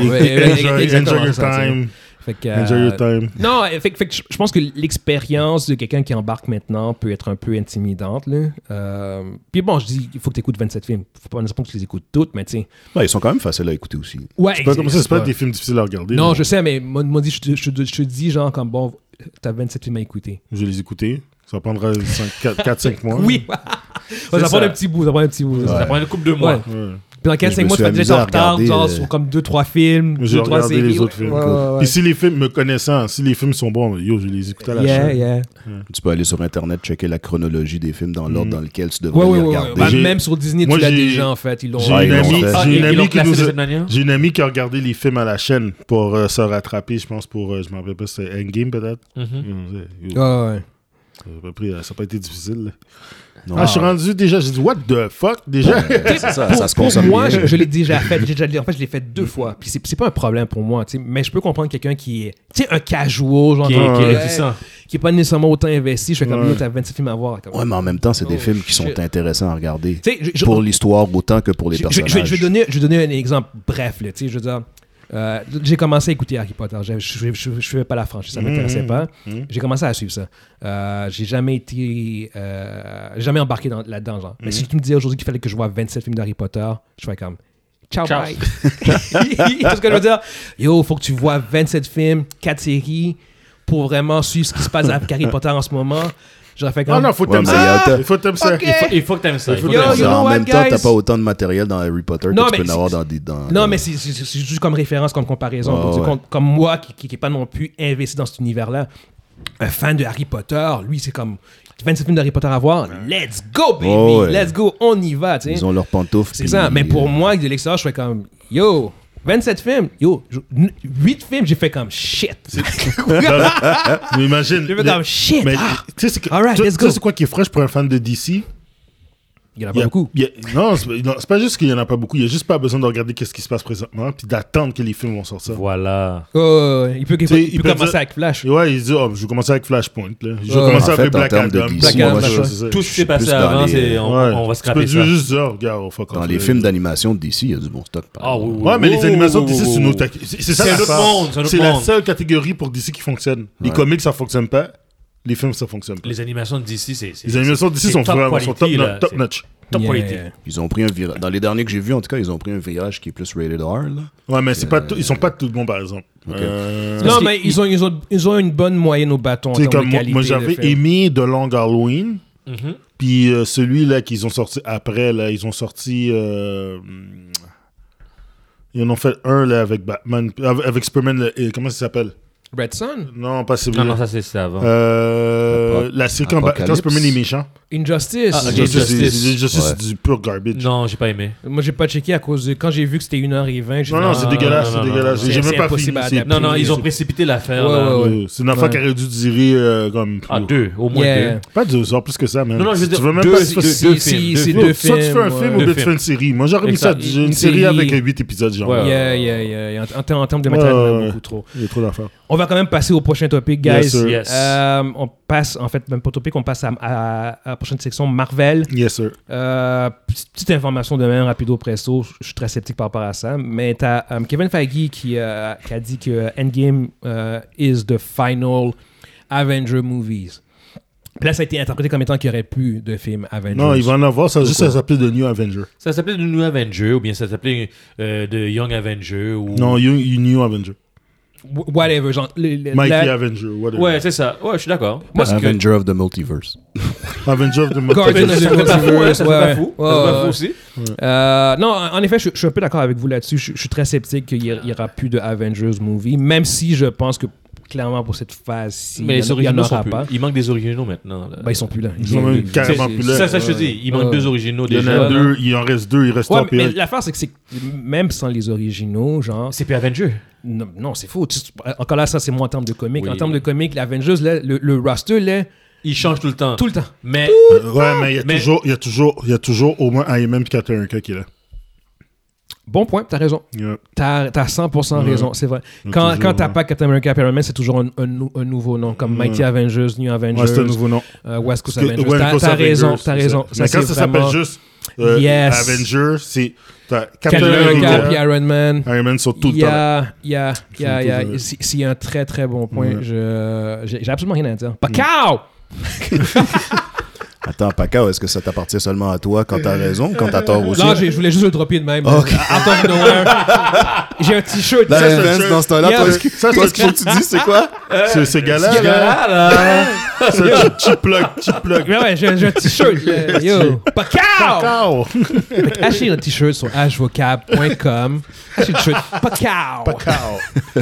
Enjoy exactement, enjoy your ça, c'est- time. Fait que, Enjoy euh, your time. Non, euh, fait, que- fait que je- je pense que l'expérience de quelqu'un qui embarque maintenant peut être un peu intimidante. Là. Euh, puis bon, je dis, il faut que tu écoutes 27 films. faut pas nécessairement que tu les écoutes toutes, mais tiens. Ouais, ils sont quand même faciles à écouter aussi. Ouais, C'est pas comme ça, c'est pas pas- des films difficiles à regarder. Non, mais je sais, mais moi, moi, dis, je, te- je te- je te dis, genre, comme bon, t'as 27 films à écouter. Je vais les écouter. Ça prendra 4-5 mois. Oui! Ouais, *laughs* ça, ça. prend un petit bout, ça prend un petit bout. ça. Ça prend une couple de mois. Ouais. Ouais. Puis dans 4-5 me mois, tu suis vas amusé déjà en à retard, regarder, genre euh, sur comme 2-3 films, J'ai 2-3 regardé séries. les autres films. Ouais, cool. ouais, ouais. Puis si les films me connaissant, si les films sont bons, yo, je les écoute à la Yeah, chaîne. yeah. Tu peux aller sur Internet, checker la chronologie des films dans l'ordre Mm. dans lequel tu Ouais, devrais ouais, les ouais. regarder. Bah, J'ai- même sur Disney, Moi, tu l'as j'ai- déjà, en fait. Ils l'ont. J'ai Ah, une, ils l'ont amie, fait. j'ai Ah, une ils- ils amie l'ont qui classé nous de a- cette manière? j'ai une amie qui a regardé les films à la chaîne pour euh, se rattraper, je pense, pour, euh, je m'en rappelle pas, c'était Endgame peut-être. Mhm. Yo, Ouais, ouais. ça a pas pris- euh, Ça n'a pas été difficile. là. Non. Ah, je suis rendu déjà, j'ai dit, what the fuck, déjà? Ouais, c'est Ah, ça, ça se Pour consomme moi, bien. je, je l'ai déjà fait. J'ai déjà, en fait, je l'ai fait deux fois. Puis c'est c'est pas un problème pour moi, tu sais. Mais je peux comprendre quelqu'un qui est, tu sais, un casual, genre, Qui est, qui est Ouais. réticent. qui est pas nécessairement autant investi. Je fais comme, Ouais. yo, t'as 27 films à voir. comme- Ouais, mais en même temps, c'est des Oh, films qui sont shit. intéressants à regarder. Tu sais, je- je- Pour l'histoire autant que pour les Je- je- personnages. Je, je vais donner, je vais donner un exemple bref. là, tu sais, je veux dire, euh, j'ai commencé à écouter Harry Potter. Je je, je, je suivais pas la franchise, ça m'intéressait Mhm. pas. Mhm. J'ai commencé à suivre ça. Euh, j'ai jamais été, euh, j'ai jamais embarqué dans- là-dedans. genre. Mmh. Mais si tu me disais aujourd'hui qu'il fallait que je voie 27 films d'Harry Potter, je ferais comme. Ciao, Ciao. bye. *laughs* Tout ce que je veux dire, yo, faut que tu vois 27 films, 4 séries pour vraiment suivre ce qui se passe avec Harry Potter en ce moment. J'aurais fait *laughs* Non, comme. non, faut que Ouais, t'aimes mais ça. il y a- Il faut que t'aimes ça. Ok. Il faut, il faut que t'aimes ça. il faut que Yo, t'aimes yo, ça. know en what, même temps, guys? t'as pas autant de matériel dans Harry Potter Non, que tu mais peux en avoir dans des. Dans, Non, dans- mais c'est c'est- c'est juste comme référence, comme comparaison. Ouais, pour dire ouais. qu'on- Comme moi, qui qui- qui est pas non plus investi dans cet univers-là, un fan de Harry Potter, lui, c'est comme 27 films d'Harry Potter à voir. Let's go, baby! Ouais, ouais. Let's go! On y va, tu sais. Ils ont leurs pantoufles. C'est puis- ça. Mais pour moi, de l'extérieur, je fais comme Yo! 27 films, yo, je- n- 8 films, j'ai fait comme shit. *laughs* j'ai Mais imagine. fait comme shit. Mais Ah, tu sais, c'est que- All right, tu- let's tu sais, go. c'est quoi qui est fraîche pour un fan de DC? il y en a Il y pas a- beaucoup. il y a- non, c'est non, c'est pas juste qu'il y en a pas beaucoup. Il y a juste pas besoin de regarder qu'est-ce qui se passe présentement puis d'attendre que les films vont sortir. Voilà. Oh, il peut, il peut- il sais, il peut peut commencer dire- avec Flash. Et ouais, ils disent, oh, je vais commencer avec Flashpoint. Là. Je vais Ouais. commencer En avec fait, en Black termes de Adam. DC, Black Adam, moi, je- machin. c'est ça. Tout ce qui s'est plus passé dans avant, les- c'est on, on Ouais. va se Tu peux scraper ça. juste dire, regarde, on fuck Dans off, euh, les là. films d'animation de DC, il y a du bon stock. par Ah exemple. oui, oui. Ouais, mais Oh, les animations oh, DC, oh, c'est une oh. autre. C'est c'est ça C'est un la autre part. monde, c'est un autre C'est la monde. seule catégorie pour DC qui fonctionne. Les Ouais. comics, ça fonctionne pas. Les films, ça fonctionne pas. Les animations d'ici, c'est. c'est- Les animations DC c'est sont top vraiment sont quality, top là. no- top C'est- notch. Top Yeah. quality. Ils ont pris un virage. Dans les derniers que j'ai vus, en tout cas, ils ont pris un virage qui est plus rated R. là. Ouais, mais c'est pas Euh, tout- ils sont pas tous bons, par exemple. Euh, Non, mais ils ont, ils, ont, ils ont une bonne moyenne au bâton. en Tu sais, termes de comme moi, qualité moi, de j'avais film. aimé The Long Halloween. Mhm. Puis euh, celui-là qu'ils ont sorti après, là, ils ont sorti. euh, ils en ont fait un là, avec Batman. Avec, avec Superman. là, et comment ça s'appelle Red Sun? Non, pas celui-là. Non, non, ça, c'est- c'est hein. avant. Euh, Apo- la série quand, Apocalypse. quand Superman est méchant. Injustice. Ah, ok. C'est- c'est- c'est- Justice. c'est- Justice, c'est Ouais. du pur garbage. Non, Non, j'ai pas aimé. Moi, j'ai pas checké à cause de. Quand j'ai vu que c'était 1h20, j'ai non, fait, c'est ah, dégueulasse, non, c'est non, dégueulasse. non, J'ai non, même pas c'est fini. impossible à c'est- adapter. Non, non, Puis, ils ont c'est- précipité l'affaire. Ouais, là. ouais, ouais. Euh, C'est une affaire Ouais. qui aurait dû durer euh, comme. Ah, deux, au moins Yeah. deux. Pas deux heures, plus que ça, même. Non, non, je veux Tu dire, veux même deux, pas. c'est- si- deux si- films, si deux deux Soit tu fais un films, film ouais. ou bien Deux tu fais une série. Moi, j'aurais mis ça. Exact. Une Une série série. avec 8 épisodes, genre. Ouais. Yeah, yeah, yeah, yeah. En, en termes de Ouais, matériel, on en a ouais. beaucoup trop. Il y a trop d'affaires. On va quand même passer au prochain topic, guys. Yes, sir. Yes. Euh, on passe, en fait, même pas topic, on passe à, à- à la prochaine section Marvel. Yes, sir. Euh, petite petite information de même, rapido presto. Je suis très sceptique par rapport à ça. Mais t'as euh, Kevin Feige qui, euh, qui a dit que Endgame euh, is the final Avenger movies. Puis là, ça a été interprété comme étant qu'il n'y aurait plus de film Avengers. Non, il va en avoir. Ça juste Pourquoi? ça s'appelle The New Avenger. Ça s'appelait The New Avenger, ou bien ça s'appelait euh, The Young Avenger. Ou... Non, you, you New Avenger. Wh- Whatever. Genre, le- le- Mikey la- Avenger. Whatever. Ouais, c'est ça. Ouais, je suis d'accord. Moi, ce que- Avenger of the Multiverse. Avenger of the Guardian Ça of se the Multiverse. fait pas fou, hein, ça se fait Ouais, pas ouais. fou. Ouais, Ça se fait pas ouais. fou aussi. Euh, non, en en effet, je, je suis un peu d'accord avec vous là-dessus. Je, je suis très sceptique qu'il n'y aura plus de Avengers movie, même si je pense que clairement pour cette phase-ci, il Mais les n'y en, originaux sont aura plus. pas. Il manque des originaux maintenant. là. Ben, ils sont plus là. Euh, Ils sont même C'est- carrément plus là. ça, ça, je te dis. Il manque Ouais. deux originaux Il y en déjà. là. a deux. Il en reste deux. Il reste Ouais, trois. puis mais un. l'affaire, c'est que c'est que même sans les originaux, genre. C'est plus Avenger. Non, non, c'est faux. Tu- Encore là, ça, c'est moi en termes de comique. Oui. En termes de comique, l'Avengers, là, le, le roster, là, Il change tout le temps. tout le temps. Mais Ouais, Ah, mais il y a Mais- toujours- il y a toujours- il y a toujours au moins un et même 41K qui est là. Bon point, t'as raison. Yeah. T'as t'as 100% Ouais. raison, c'est vrai. Il y a Quand, Mhm. Mm, toujours, quand t'as ouais. Mm. pas Captain America Iron Man, c'est toujours un, un nou- un nouveau nom, comme Mighty Avengers, New Avengers, Ouais, c'est un nouveau nom. euh, West Coast Parce que- Avengers. ouais, T'as- Coast T'as Avengers, raison, c'est t'as raison. Mais quand c'est ça s'appelle vraiment juste euh, Yes. Avenger, c'est. t'as Captain Captain America puis America. Iron Man. Iron Man sont tout Il le y temps. là. a, il y a, il y a, il y a- Tout le temps. c'est- c'est un très très bon point. Ouais. Mm. Je- J'ai j'ai absolument rien à dire. Pacao! Attends, Pacao, est-ce que ça t'appartient seulement à toi quand t'as raison, quand t'as tort aussi? Non, j'ai- je voulais juste le dropper de même. Ok. Out of nowhere. J'ai un t-shirt. Là, Ça, Ben, c'est Vince, sûr. dans ce temps-là, Yeah. toi, ce que- toi, Ça, c'est *laughs* Euh, ce qu'il faut que tu dis, c'est quoi? Ce- Ces gars-là, Là, là, là, là. C'est un petit plug, petit plug. Ouais, ouais, j'ai un j'ai un t-shirt. *laughs* euh, Yo, Pacao! Pacao! Achetez un t-shirt sur hvocab.com. Achetez un t-shirt Pacao! Pacao!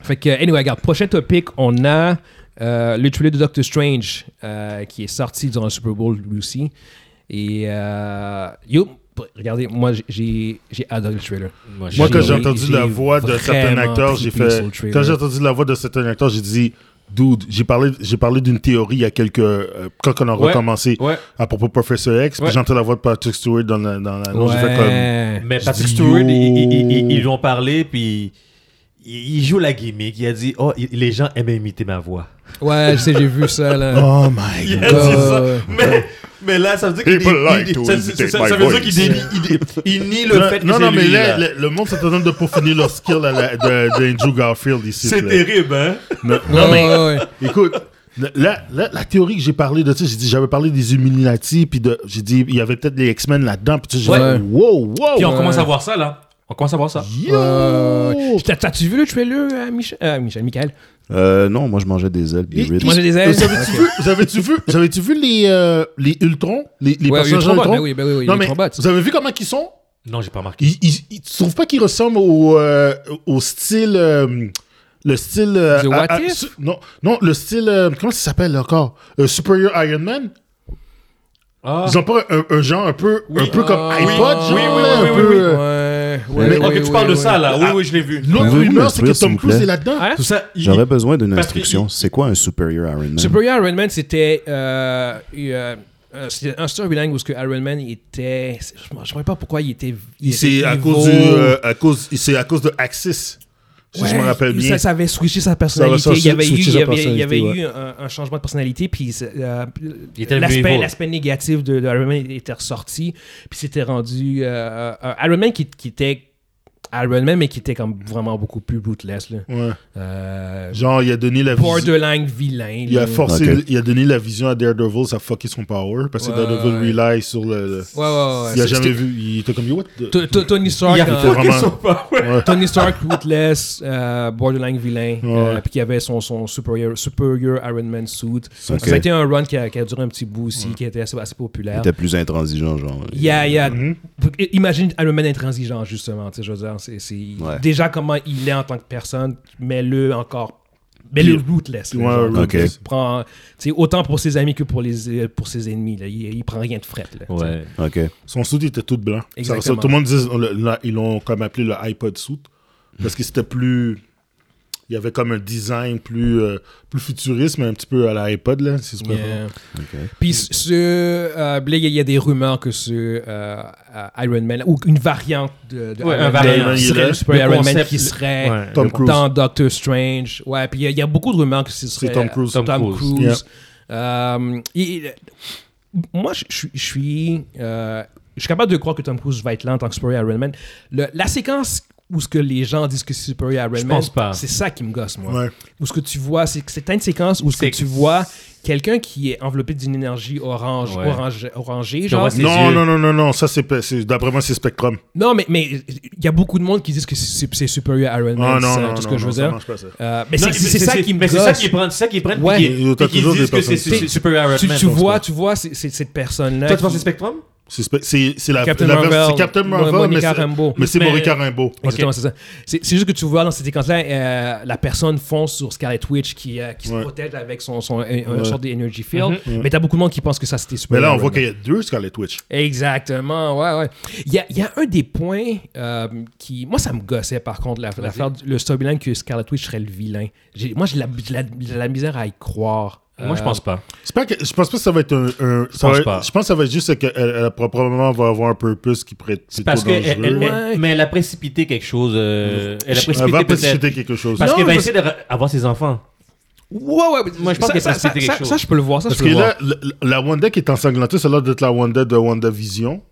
Fait que, anyway, regarde, prochain topic, on a euh, le trailer de Doctor Strange euh, qui est sorti durant le Super Bowl lui aussi. Et euh, yo, regardez, moi j'ai j'ai adoré le trailer. Moi, J'ai- quand j'ai entendu j'ai la voix de certains vraiment acteurs, j'ai trippé fait. sur le trailer. Quand j'ai entendu la voix de certains acteurs, j'ai dit, dude, j'ai parlé, j'ai parlé d'une théorie il y a quelques. euh, quand on a Ouais. recommencé Ouais. à propos de Professor X, Ouais. puis j'ai entendu la voix de Patrick Stewart dans la- dans l'annonce. J'ai fait comme. Ouais. Mais Je Patrick dis, Stewart, yo. ils, ils- ils- ils- ils lui ont parlé, puis il, il joue la gimmick. Il a dit Oh, il- les gens aiment imiter ma *laughs* voix. Ouais, je sais, j'ai vu ça là. Oh my Il god! a dit ça. Ouais. Mais, mais là, ça veut dire qu'il People il- like il- to ça- ça- imitate ça- my ça veut dire voice. qu'il dénie- il- il nie le Non, fait que non, c'est non, mais lui, là, là. le, le monde se donne de peaufiner leur skill à la- de, de Andrew Garfield ici. C'est là. terrible, hein? Non, Ouais, non, mais ouais, ouais. Écoute, la- la, la, la théorie que j'ai parlé de, tu sais, j'ai dit, j'avais parlé des Illuminati, puis de, j'ai dit, il y avait peut-être les X-Men là-dedans, puis tu sais, j'ai Ouais. dit, wow, wow! Puis on Ouais. commence à voir ça, là. On commence à voir ça. Yo! Euh, t'as- T'as-tu vu le trailer, euh, Michel? Euh, Michel, Michael? Euh, non, moi, je mangeais des ailes puis des Ritz. Moi, j'ai des ailes. Vous avez-tu Ok. vu, vous avez-tu vu, vous avez-tu vu les, euh, les Ultron? Les, les Ouais, personnages Ultron, Ultron? ben oui, ben oui, oui, non, mais Ultron Bots. vous avez vu comment ils sont? Non, j'ai pas remarqué. Ils, ils, ils- tu trouves pas qu'ils ressemblent au, euh, au style... euh, le style... euh, The What If? su- non, non, le style... euh, comment ça s'appelle encore? Euh, Superior Iron Man? Ah. Ils ont pas un, un genre un peu, un peu comme Ah, iPod, genre, oui, oui, là, oui, un oui, peu... oui. euh, Ouais, ouais, Mais- ouais, ok, tu ouais, parles de ouais. ça, là. Oui, oui, je l'ai vu. L'autre Pouvez-vous rumeur, c'est que m'instruire, s'il Tom vous Cruise plaît? est là-dedans. Hein? Tout ça, il- J'aurais besoin d'une Parce que- instruction. C'est quoi un Superior Iron Man? Superior Iron Man, c'était euh, euh, euh, c'était un storyline où ce que Iron Man il était. Je ne me rappelle pas pourquoi il était. il C'est était à evil. cause du, euh, à cause, c'est à cause de Axis, si je Ouais, me rappelle il- bien. Ça, ça avait switché sa personnalité. Ça avait il y avait eu, switché il y sa avait, il y avait personnalité, eu un, un changement de personnalité. Puis c'est, euh, Il était devenu l'aspect, evil. l'aspect négatif de, de Iron Man était ressorti. Puis c'était rendu. euh, un Iron Man qui, qui était. Iron Man, mais qui était comme vraiment beaucoup plus rootless. Là. Ouais. Euh, Genre, il a donné la vision. borderline vilain. Il a là. forcé, Mm. Ok. il a donné la vision à Daredevil, ça a fucké son power parce que Ouais, Daredevil ouais. rely sur le. le- Ouais, ouais, ouais. il a C'est- jamais vu, il était comme yo what. the- T- t- Tony Stark. il en- a fucké vraiment- son power. Ouais. Tony Stark, Rootless, euh, Borderline Vilain, euh, Ouais. puis qui avait son, son superior, superior Iron Man suit. Ok. Ça a été un run qui a, qui a duré un petit bout aussi, qui était assez, assez Il populaire. était plus intransigeant, genre. euh, Yeah, yeah. Mhm. I- Imagine Iron Man intransigeant, justement. tu sais, Je veux dire, c'est, c'est- Ouais. déjà comment il est en tant que personne, mais le encore. Mais le rootless. là, Ouais, genre. rootless. Ok. Il prend, tu sais, autant pour ses amis que pour, les, euh, pour ses ennemis. Là. Il, il prend rien de fret. là, tu sais. Ouais. OK. Son suit était tout blanc. Ça- ça- Exactement. tout le monde disait, on le- là, ils l'ont comme appelé le iPod suit parce que c'était plus. Il y avait comme un design plus, euh, plus futuriste, mais un petit peu à l'iPod, là, si je me Yeah. OK. Puis ce, euh, Blake, il y a des rumeurs que ce euh, euh, Iron Man, ou une variante de, de Ouais, Iron un Man, variant. qui serait Le le Super Iron Man concept, qui le- serait Ouais. Tom Cruise. dans Doctor Strange. Ouais, puis il y a- il y, a beaucoup de rumeurs que ce serait Tom Cruise. Tom, Tom Cruise. Cruise. Euh, il- il- moi, je je- je suis, euh, je suis capable de croire que Tom Cruise va être là en tant que Super Iron Man. Le- la séquence où ce que les gens disent que c'est Super Iron Je Man, pense pas. c'est ça qui me gosse, moi Ouais. où ce que tu vois, c'est que c'est une séquence où ce que C'est- tu vois quelqu'un qui est enveloppé d'une énergie orange, Ouais. orange, orangée, on genre. voit ses Non, yeux. non, non, non, non, ça c'est, pas- c'est- d'après moi c'est Spectrum. Non, mais mais il y a beaucoup de monde qui disent que c'est c'est supérieur à Iron Ah Man, non, c'est non, tout ce non, que je veux non, ça dire. marche pas, ça. Euh, mais Non, c'est c'est ça qui me Mais c'est ça gosse. qu'ils prennent, c'est ça qu'ils prennent. Ouais. Puis qu'ils- T'as puis qu'ils toujours disent des que c'est personnes- c'est Super Iron Man. Tu, tu dans ce vois, cas. tu vois, c'est c'est- cette personne-là. Toi, tu penses que qui- c'est Spectrum C'est, spe- c'est, c'est la, Captain la version- Marvel, c'est Captain Mo- Marvel, mais Monica c'est, Rambeau. mais c'est Mais- Monica Rambeau. Exactement, c'est ça. C'est c'est juste que tu vois dans cette séquence-là, euh, la personne fonce sur Scarlet Witch qui, euh, qui se Ouais. protège avec son, son, un- un sort d'énergie field. Mais t'as beaucoup de monde qui pense que ça c'était super. Mais là, on Iron voit Man. qu'il y a deux Scarlet Witch. Exactement, ouais, ouais. Il y a, il y a un des points euh, qui. Moi, ça me gossait par contre, la- l'affaire, du- le storyline que Scarlet Witch serait le vilain. J'ai- moi, j'ai la, j'ai la, j'ai la misère à y croire. Moi, je Euh, pense pas. C'est pas que- je pense pas que ça va être un. un- ça pense va être- pas. je pense que ça va être juste qu'elle elle, elle, probablement va avoir un purpose qui pourrait être plutôt Parce que elle, elle- dangereux. elle- Ouais. mais elle a précipité quelque chose. euh, elle a Elle précipité va peut-être. précipiter quelque chose. Parce Non, qu'elle va mais- essayer d'avoir ses enfants. Ouais, ouais. mais Moi, je pense ça- qu'elle ça, peut se ça, péter quelque ça- chose. ça, je peux le voir. Ça, Parce je que peux le voir. là, la, la Wanda qui est ensanglantée, ça a l'air d'être la Wanda de WandaVision.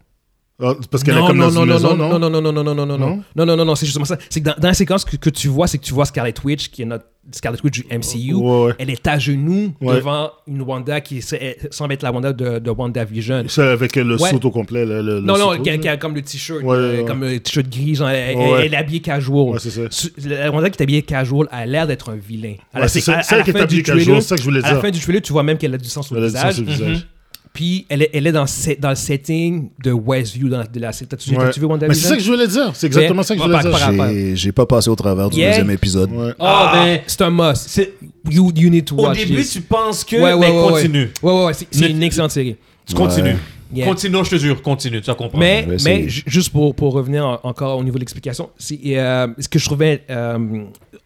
Ah, parce qu'elle est comme dans une maison, non? non, non, non, non, non, non, non, non, non, Non? non, non, non, non, c'est justement ça. C'est que dans, dans la séquence que, que tu vois, c'est que tu vois Scarlet Witch, qui est notre Scarlet Witch du MCU. Ouais, ouais. Elle est à genoux Ouais. devant une Wanda qui essaie- elle semble être la Wanda de, de WandaVision. Celle avec le Ouais. saut au complet. Le, le- le Non, non, saut, qui a, là. qui a comme le t-shirt, Ouais, euh, ouais. comme le t-shirt gris, genre, elle, Ouais. elle- elle est habillée casual. Ouais, c'est ça. Su- La Wanda qui est habillée casual a l'air d'être un vilain. À la fin- Ouais, c'est ça. à- à Celle la qui est fin du habillée casual, trailer- c'est ça que je voulais À la dire. fin du trailer, tu vois même qu'elle a du sang sur Elle le a du sang visage. sur le visage. Puis elle est, elle est dans, ce- dans le setting de Westview, dans la, de la t'as-tu- Ouais. t'as-tu vu WandaVision? Mais c'est ça que je voulais dire. C'est exactement ça que je Bah, voulais bah, dire. par rapport- J'ai- J'ai pas passé au travers du Yeah. deuxième épisode. Ouais. Ah, Ah, ben, c'est un must. C'est- You, you need to Au watch début, this. tu penses que, Ouais, ouais, mais ouais, ouais. continue. Ouais, ouais, ouais, c'est c'est Ne- une excellente série. Tu continues. Yeah. Continue, non, je te jure, continue, tu vas comprendre. Mais, je vais mais essayer. ju- juste pour, pour revenir en- encore au niveau de l'explication, c'est, euh, ce que je trouvais, euh,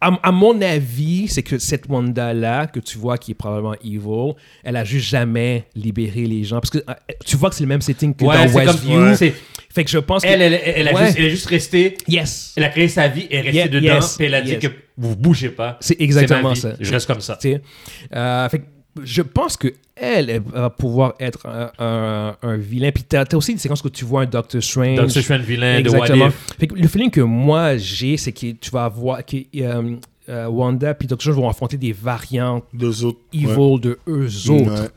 à, à mon avis, c'est que cette Wanda-là, que tu vois qui est probablement evil, elle a juste jamais libéré les gens. Parce que euh, tu vois que c'est le même setting que ouais, dans c'est comme Westview. Ouais. c'est- Fait que je pense que... Elle, elle, elle, elle a Ouais. juste, elle est juste restée, Yes! elle a créé sa vie, elle est restée Yeah, dedans, yes, puis elle a yes. dit que vous bougez pas. C'est exactement ma vie, ça. Je reste comme ça. Tu sais. Euh, fait que je pense que elle elle va pouvoir être un, un- un vilain. Puis t'as, t'as aussi une séquence où tu vois un Doctor Strange. Donc, ce un vilain Euh, de What Exactement. If. Fait que le feeling que moi j'ai, c'est que tu vas avoir que euh, euh, Wanda puis Doctor Strange vont affronter des variantes Deux autres. ouais. Mm, evil de eux autres.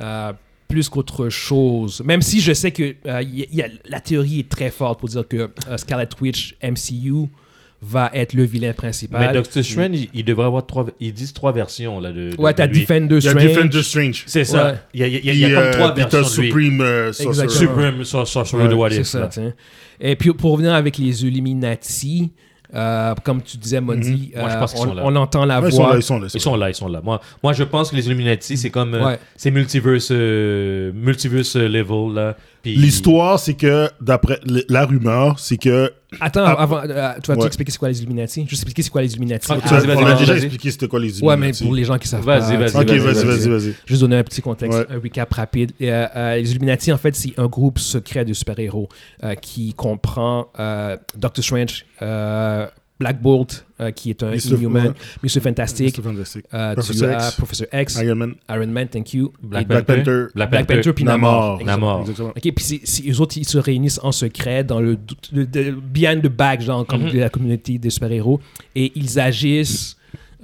Euh, plus qu'autre chose. Même si je sais que euh, y- y a- la théorie est très forte pour dire que euh, Scarlet Witch MCU va être le vilain principal. Mais Doctor Strange, il, il devrait avoir trois. Ils disent trois versions là de. de- ouais, de t'as lui. Defender Il y a Strange. Defender Strange. C'est Ouais. ça. Il y a, il y a- il y a Puis, comme euh, trois puis t'as versions de lui. Supreme euh, Sorcerer. Exactement. Supreme Sor- Sorcerer de What C'est If, ça, là. tiens. Et puis pour revenir avec les Illuminati, euh, comme tu disais, Modi, Mhm. Moi, je euh, pense qu'ils on, sont là. on entend la Ouais, Ils sont voix. là, ils sont là. Ils sont là, ils sont là. Moi, moi je pense que les Illuminati, c'est comme. euh, Ouais. C'est multiverse, euh, multiverse level, là. Puis- L'histoire, c'est que, d'après l- la rumeur, c'est que. Attends, Ah, avant, euh, tu vas ouais. expliquer c'est quoi les Illuminati Juste expliquer c'est quoi les Illuminati. Ok, Tu as- vas-y, vas-y, on a vas-y, déjà vas-y. expliqué c'était quoi les Ouais, mais Illuminati. pour les gens qui savent Vas-y, pas. vas-y, tu sais, euh, Ok, Vas-y, vas-y, vas-y. vas-y, vas-y. Juste donner un petit contexte, Ouais. un recap rapide. Euh, euh, les Illuminati, en fait, c'est un groupe secret de super-héros euh, qui comprend euh, Doctor Strange, euh, Black Bolt, euh, qui est un Mr. Inhuman, Ouais. Mr. Fantastic, Mr. Fantastic. euh, tu Professor as X. Professor X, Iron Man. Iron Man, thank you, Black, et Black Panther. Panther. Black Black Panther, Panther. puis Namor. Namor. Namor. Exactement. OK, puis c'est- c'est- eux autres, ils se réunissent en secret dans le, le- le- behind the bag, genre, comme Mhm. de la communauté des super-héros, et ils agissent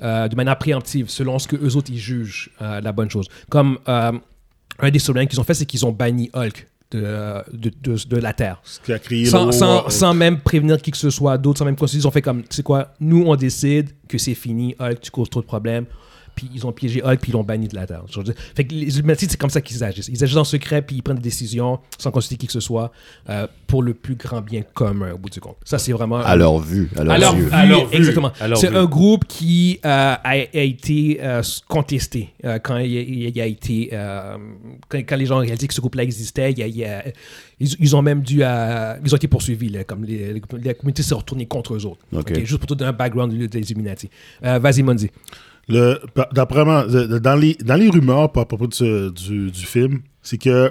euh, de manière préemptive, selon ce que eux autres, ils jugent euh, la bonne chose. Comme euh, un des problèmes qu'ils ont fait, c'est qu'ils ont banni Hulk de, euh, de, de- de la Terre. Ce qui a créé Sans, le- sans- sans même prévenir qui que ce soit d'autre, sans même consulter, ils ont fait comme, tu sais quoi, nous, on décide que c'est fini, Hulk, tu causes trop de problèmes. Puis ils ont piégé Hulk, puis ils l'ont banni de la Terre. Je veux dire, Fait que les Illuminati, c'est comme ça qu'ils agissent. Ils agissent en secret, puis ils prennent des décisions sans consulter qui que ce soit euh, pour le plus grand bien commun, au bout du compte. Ça, c'est vraiment. À leur vue, à leurs Alors, yeux. ah, à leur vue. Exactement. À leur C'est vue. un groupe qui euh, a, a été euh, contesté euh, quand il, il- il a été euh, quand, quand les gens ont réalisé que ce groupe-là existait, il y a- il y a- ils, ils ont même dû à- ils ont été poursuivis là, comme les, les- la communauté s'est retournée contre eux autres. Ok. Ok, juste pour te donner un background des Illuminati. Euh, Vas-y Mondi. Le, pa- d'après moi, euh, dans les, dans les rumeurs par- à propos de ce- du, du film, c'est que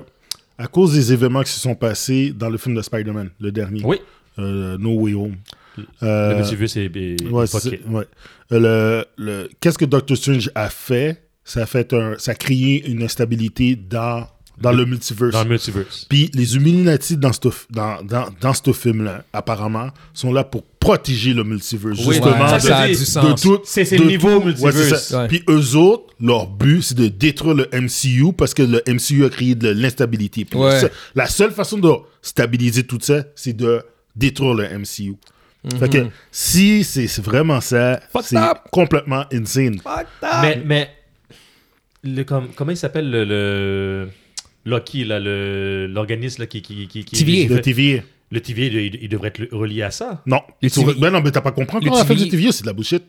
à cause des événements qui se sont passés dans le film de Spider-Man, le dernier, Oui. euh, No Way Home. Le Euh, multiverse c'est. est- ouais, est c'est- fucké. ouais. Euh, le, le- qu'est-ce que Doctor Strange a fait Ça a fait un, ça a créé une instabilité dans dans le, multiverse. Dans le multiverse. Puis les Illuminati dans ce dans, dans, dans ce film-là, apparemment, sont là pour protéger le multiverse Oui, justement ouais, de- ça a de, du sens. tout- C'est- c'est de le niveau tout- multiverse. ouais, c'est ça. Ouais. Puis eux autres, leur but, c'est de détruire le MCU parce que le MCU a créé de l'instabilité. Puis Ouais. la, se- la seule façon de stabiliser tout ça, c'est de détruire le MCU. Fait que si c'est c'est vraiment ça, Mhm. Fucked c'est up. complètement insane. Ah. Mais, mais le, com- comment il s'appelle le, le- Loki, là, le- l'organisme là, qui, qui, qui, qui- TVA. qui Le fait- TVA. Le TVA, il, il- il devrait être le- relié à ça. Non. Le Tu- TVA. Ben non, mais t'as pas compris Le encore la fin du TVA. TVA, c'est de la bullshit.